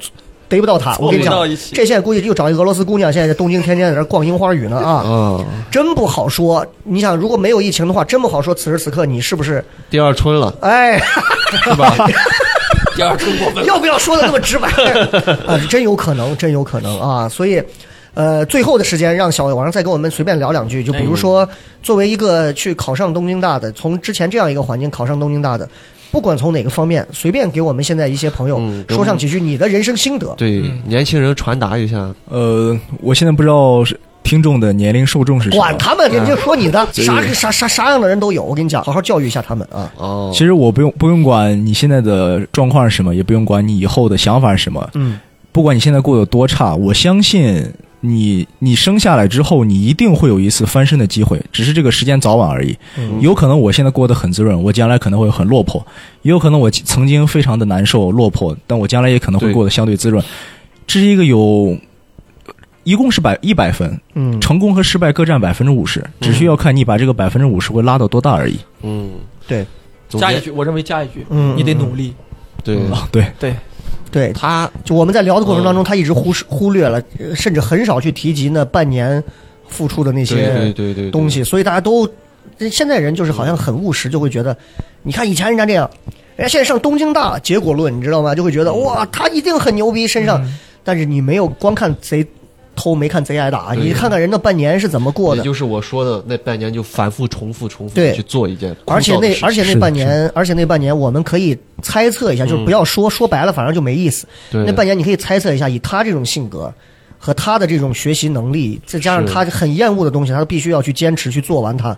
Speaker 3: 逮不到他。我跟你
Speaker 4: 凑不到
Speaker 3: 讲
Speaker 4: 一，起
Speaker 3: 这现在估计又找一个俄罗斯姑娘，现在在东京天天在那儿逛樱花雨呢啊，
Speaker 5: 啊，
Speaker 3: 真不好说。你想，如果没有疫情的话，真不好说。此时此刻你是不是
Speaker 5: 第二春了，
Speaker 3: 哎？
Speaker 5: 是吧？
Speaker 4: 第二春过分。
Speaker 3: 要不要说的那么直白啊？真有可能，真有可能啊！所以，呃，最后的时间让小王再跟我们随便聊两句，就比如说，作为一个去考上东京大的，从之前这样一个环境考上东京大的，不管从哪个方面，随便给我们现在一些朋友
Speaker 5: 嗯
Speaker 3: 说上几句你的人生心得。
Speaker 5: 对
Speaker 4: 嗯
Speaker 5: 年轻人传达一下，
Speaker 6: 呃，我现在不知道是听众的年龄受众是什么。
Speaker 3: 管他们，你就说你的，
Speaker 6: 对
Speaker 3: 啥啥啥啥样的人都有。我跟你讲，好好教育一下他们啊！
Speaker 5: 哦，
Speaker 6: 其实我不用不用管你现在的状况是什么，也不用管你以后的想法是什么。
Speaker 3: 嗯，
Speaker 6: 不管你现在过得有多差，我相信你，你生下来之后，你一定会有一次翻身的机会，只是这个时间早晚而已。
Speaker 3: 嗯
Speaker 6: 有可能我现在过得很滋润，我将来可能会很落魄；也有可能我曾经非常的难受落魄，但我将来也可能会
Speaker 5: 对
Speaker 6: 过得相对滋润。这是一个有，一共是百一百分，
Speaker 3: 嗯，
Speaker 6: 成功和失败各占百分之五十，只需要看你把这个百分之五十会拉到多大而已。
Speaker 5: 嗯，
Speaker 3: 对，
Speaker 5: 总
Speaker 4: 加一
Speaker 5: 结
Speaker 4: 句，我认为加一句，
Speaker 3: 嗯
Speaker 4: 你得
Speaker 3: 嗯
Speaker 4: 努力。
Speaker 5: 对
Speaker 6: 啊，对，
Speaker 4: 对，
Speaker 3: 对，
Speaker 5: 他
Speaker 3: 就我们在聊的过程当
Speaker 5: 嗯
Speaker 3: 中，他一直忽视忽略了，呃甚至很少去提及那半年付出的那
Speaker 5: 对对
Speaker 3: 些
Speaker 5: 对对
Speaker 3: 东，西，所以大家都现在人就是好像很务实，就会觉得，你看以前人家这样，人家现在上东京大了
Speaker 5: 嗯
Speaker 3: 结果论，你知道吗？就会觉得哇，他一定很牛逼，身上，但是你没有光看贼偷没看贼挨打，
Speaker 5: 对
Speaker 3: 你看看人那半年是怎么过
Speaker 5: 也
Speaker 3: 的。
Speaker 5: 就是我说的那半年就反复重复重复
Speaker 3: 对
Speaker 5: 地去做一件枯燥
Speaker 3: 而且
Speaker 5: 的
Speaker 3: 那
Speaker 5: 事情
Speaker 3: 而且那
Speaker 6: 是
Speaker 3: 半
Speaker 6: 的
Speaker 3: 年，而且那半年，我们可以猜测一下，就是不要说、说白了，反正就没意思。
Speaker 5: 嗯对
Speaker 3: 那半年你可以猜测一下，以他这种性格和他的这种学习能力，再加上
Speaker 5: 是
Speaker 3: 他很厌恶的东西，他必须要去坚持去做完它。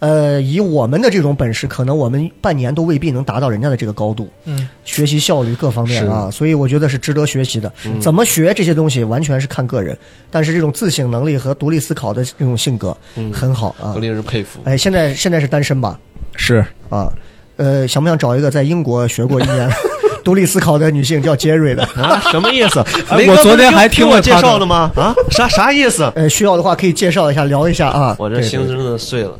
Speaker 3: 呃，以我们的这种本事，可能我们半年都未必能达到人家的这个高度，
Speaker 4: 嗯，
Speaker 3: 学习效率各方面啊，所以我觉得是值得学习的。
Speaker 5: 嗯
Speaker 3: 怎么学这些东西，完全是看个人，但是这种自省能力和独立思考的这种性格、
Speaker 5: 嗯
Speaker 3: 很好啊
Speaker 5: 更。令人佩服。
Speaker 3: 哎，现在现在是单身吧？
Speaker 6: 是
Speaker 3: 啊，呃，想不想找一个在英国学过一年 独立思考的女性叫杰瑞的？
Speaker 5: 啊，什么意思？
Speaker 6: 哎
Speaker 5: 雷哥
Speaker 6: 我昨天
Speaker 5: 不是
Speaker 6: 还
Speaker 5: 给
Speaker 6: 听
Speaker 5: 我
Speaker 6: 过
Speaker 5: 介
Speaker 6: 他的
Speaker 5: 绍了吗？啊，啥啥意思？
Speaker 3: 呃，需要的话可以介绍一下，聊一下啊。
Speaker 5: 我这
Speaker 3: 对
Speaker 5: 心
Speaker 3: 对
Speaker 5: 真的碎了，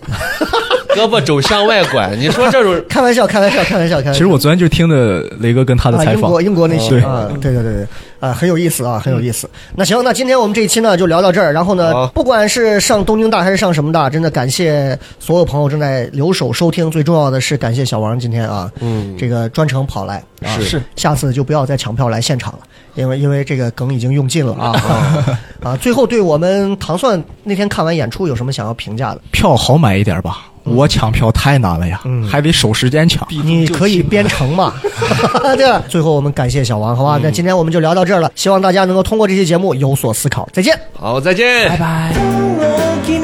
Speaker 5: 胳膊肘向外拐。你说这种
Speaker 3: 开玩笑，开玩笑，开玩笑，开玩笑。
Speaker 6: 其实我昨天就听的雷哥跟他的
Speaker 3: 啊，
Speaker 6: 采
Speaker 3: 英
Speaker 6: 访哦
Speaker 3: 国，英国那期
Speaker 6: 对
Speaker 3: 啊，对对对对，啊，很有意思啊，很有意思。那行，那今天我们这一期呢就聊到这儿。然后呢
Speaker 5: 嗯好，
Speaker 3: 不管是上东京大还是上什么大，真的感谢所有朋友正在留守收听。最重要的是感谢小王今天啊，
Speaker 5: 嗯
Speaker 3: 这个专程跑来啊，
Speaker 5: 是是，
Speaker 3: 下次就不要再抢票来现场了，因为因为这个梗已经用尽了啊 啊！最后对我们糖蒜那天看完演出有什么想要评价的？
Speaker 6: 票好买一点吧，我抢票太难了呀，
Speaker 3: 嗯
Speaker 6: 还得守时间抢。
Speaker 3: 你可以编程嘛？ 对吧？最后我们感谢小王，好吧？那今天我们就聊到这儿了，希望大家能够通过这期节目有所思考。再见。
Speaker 5: 好，再见，拜拜。
Speaker 2: 君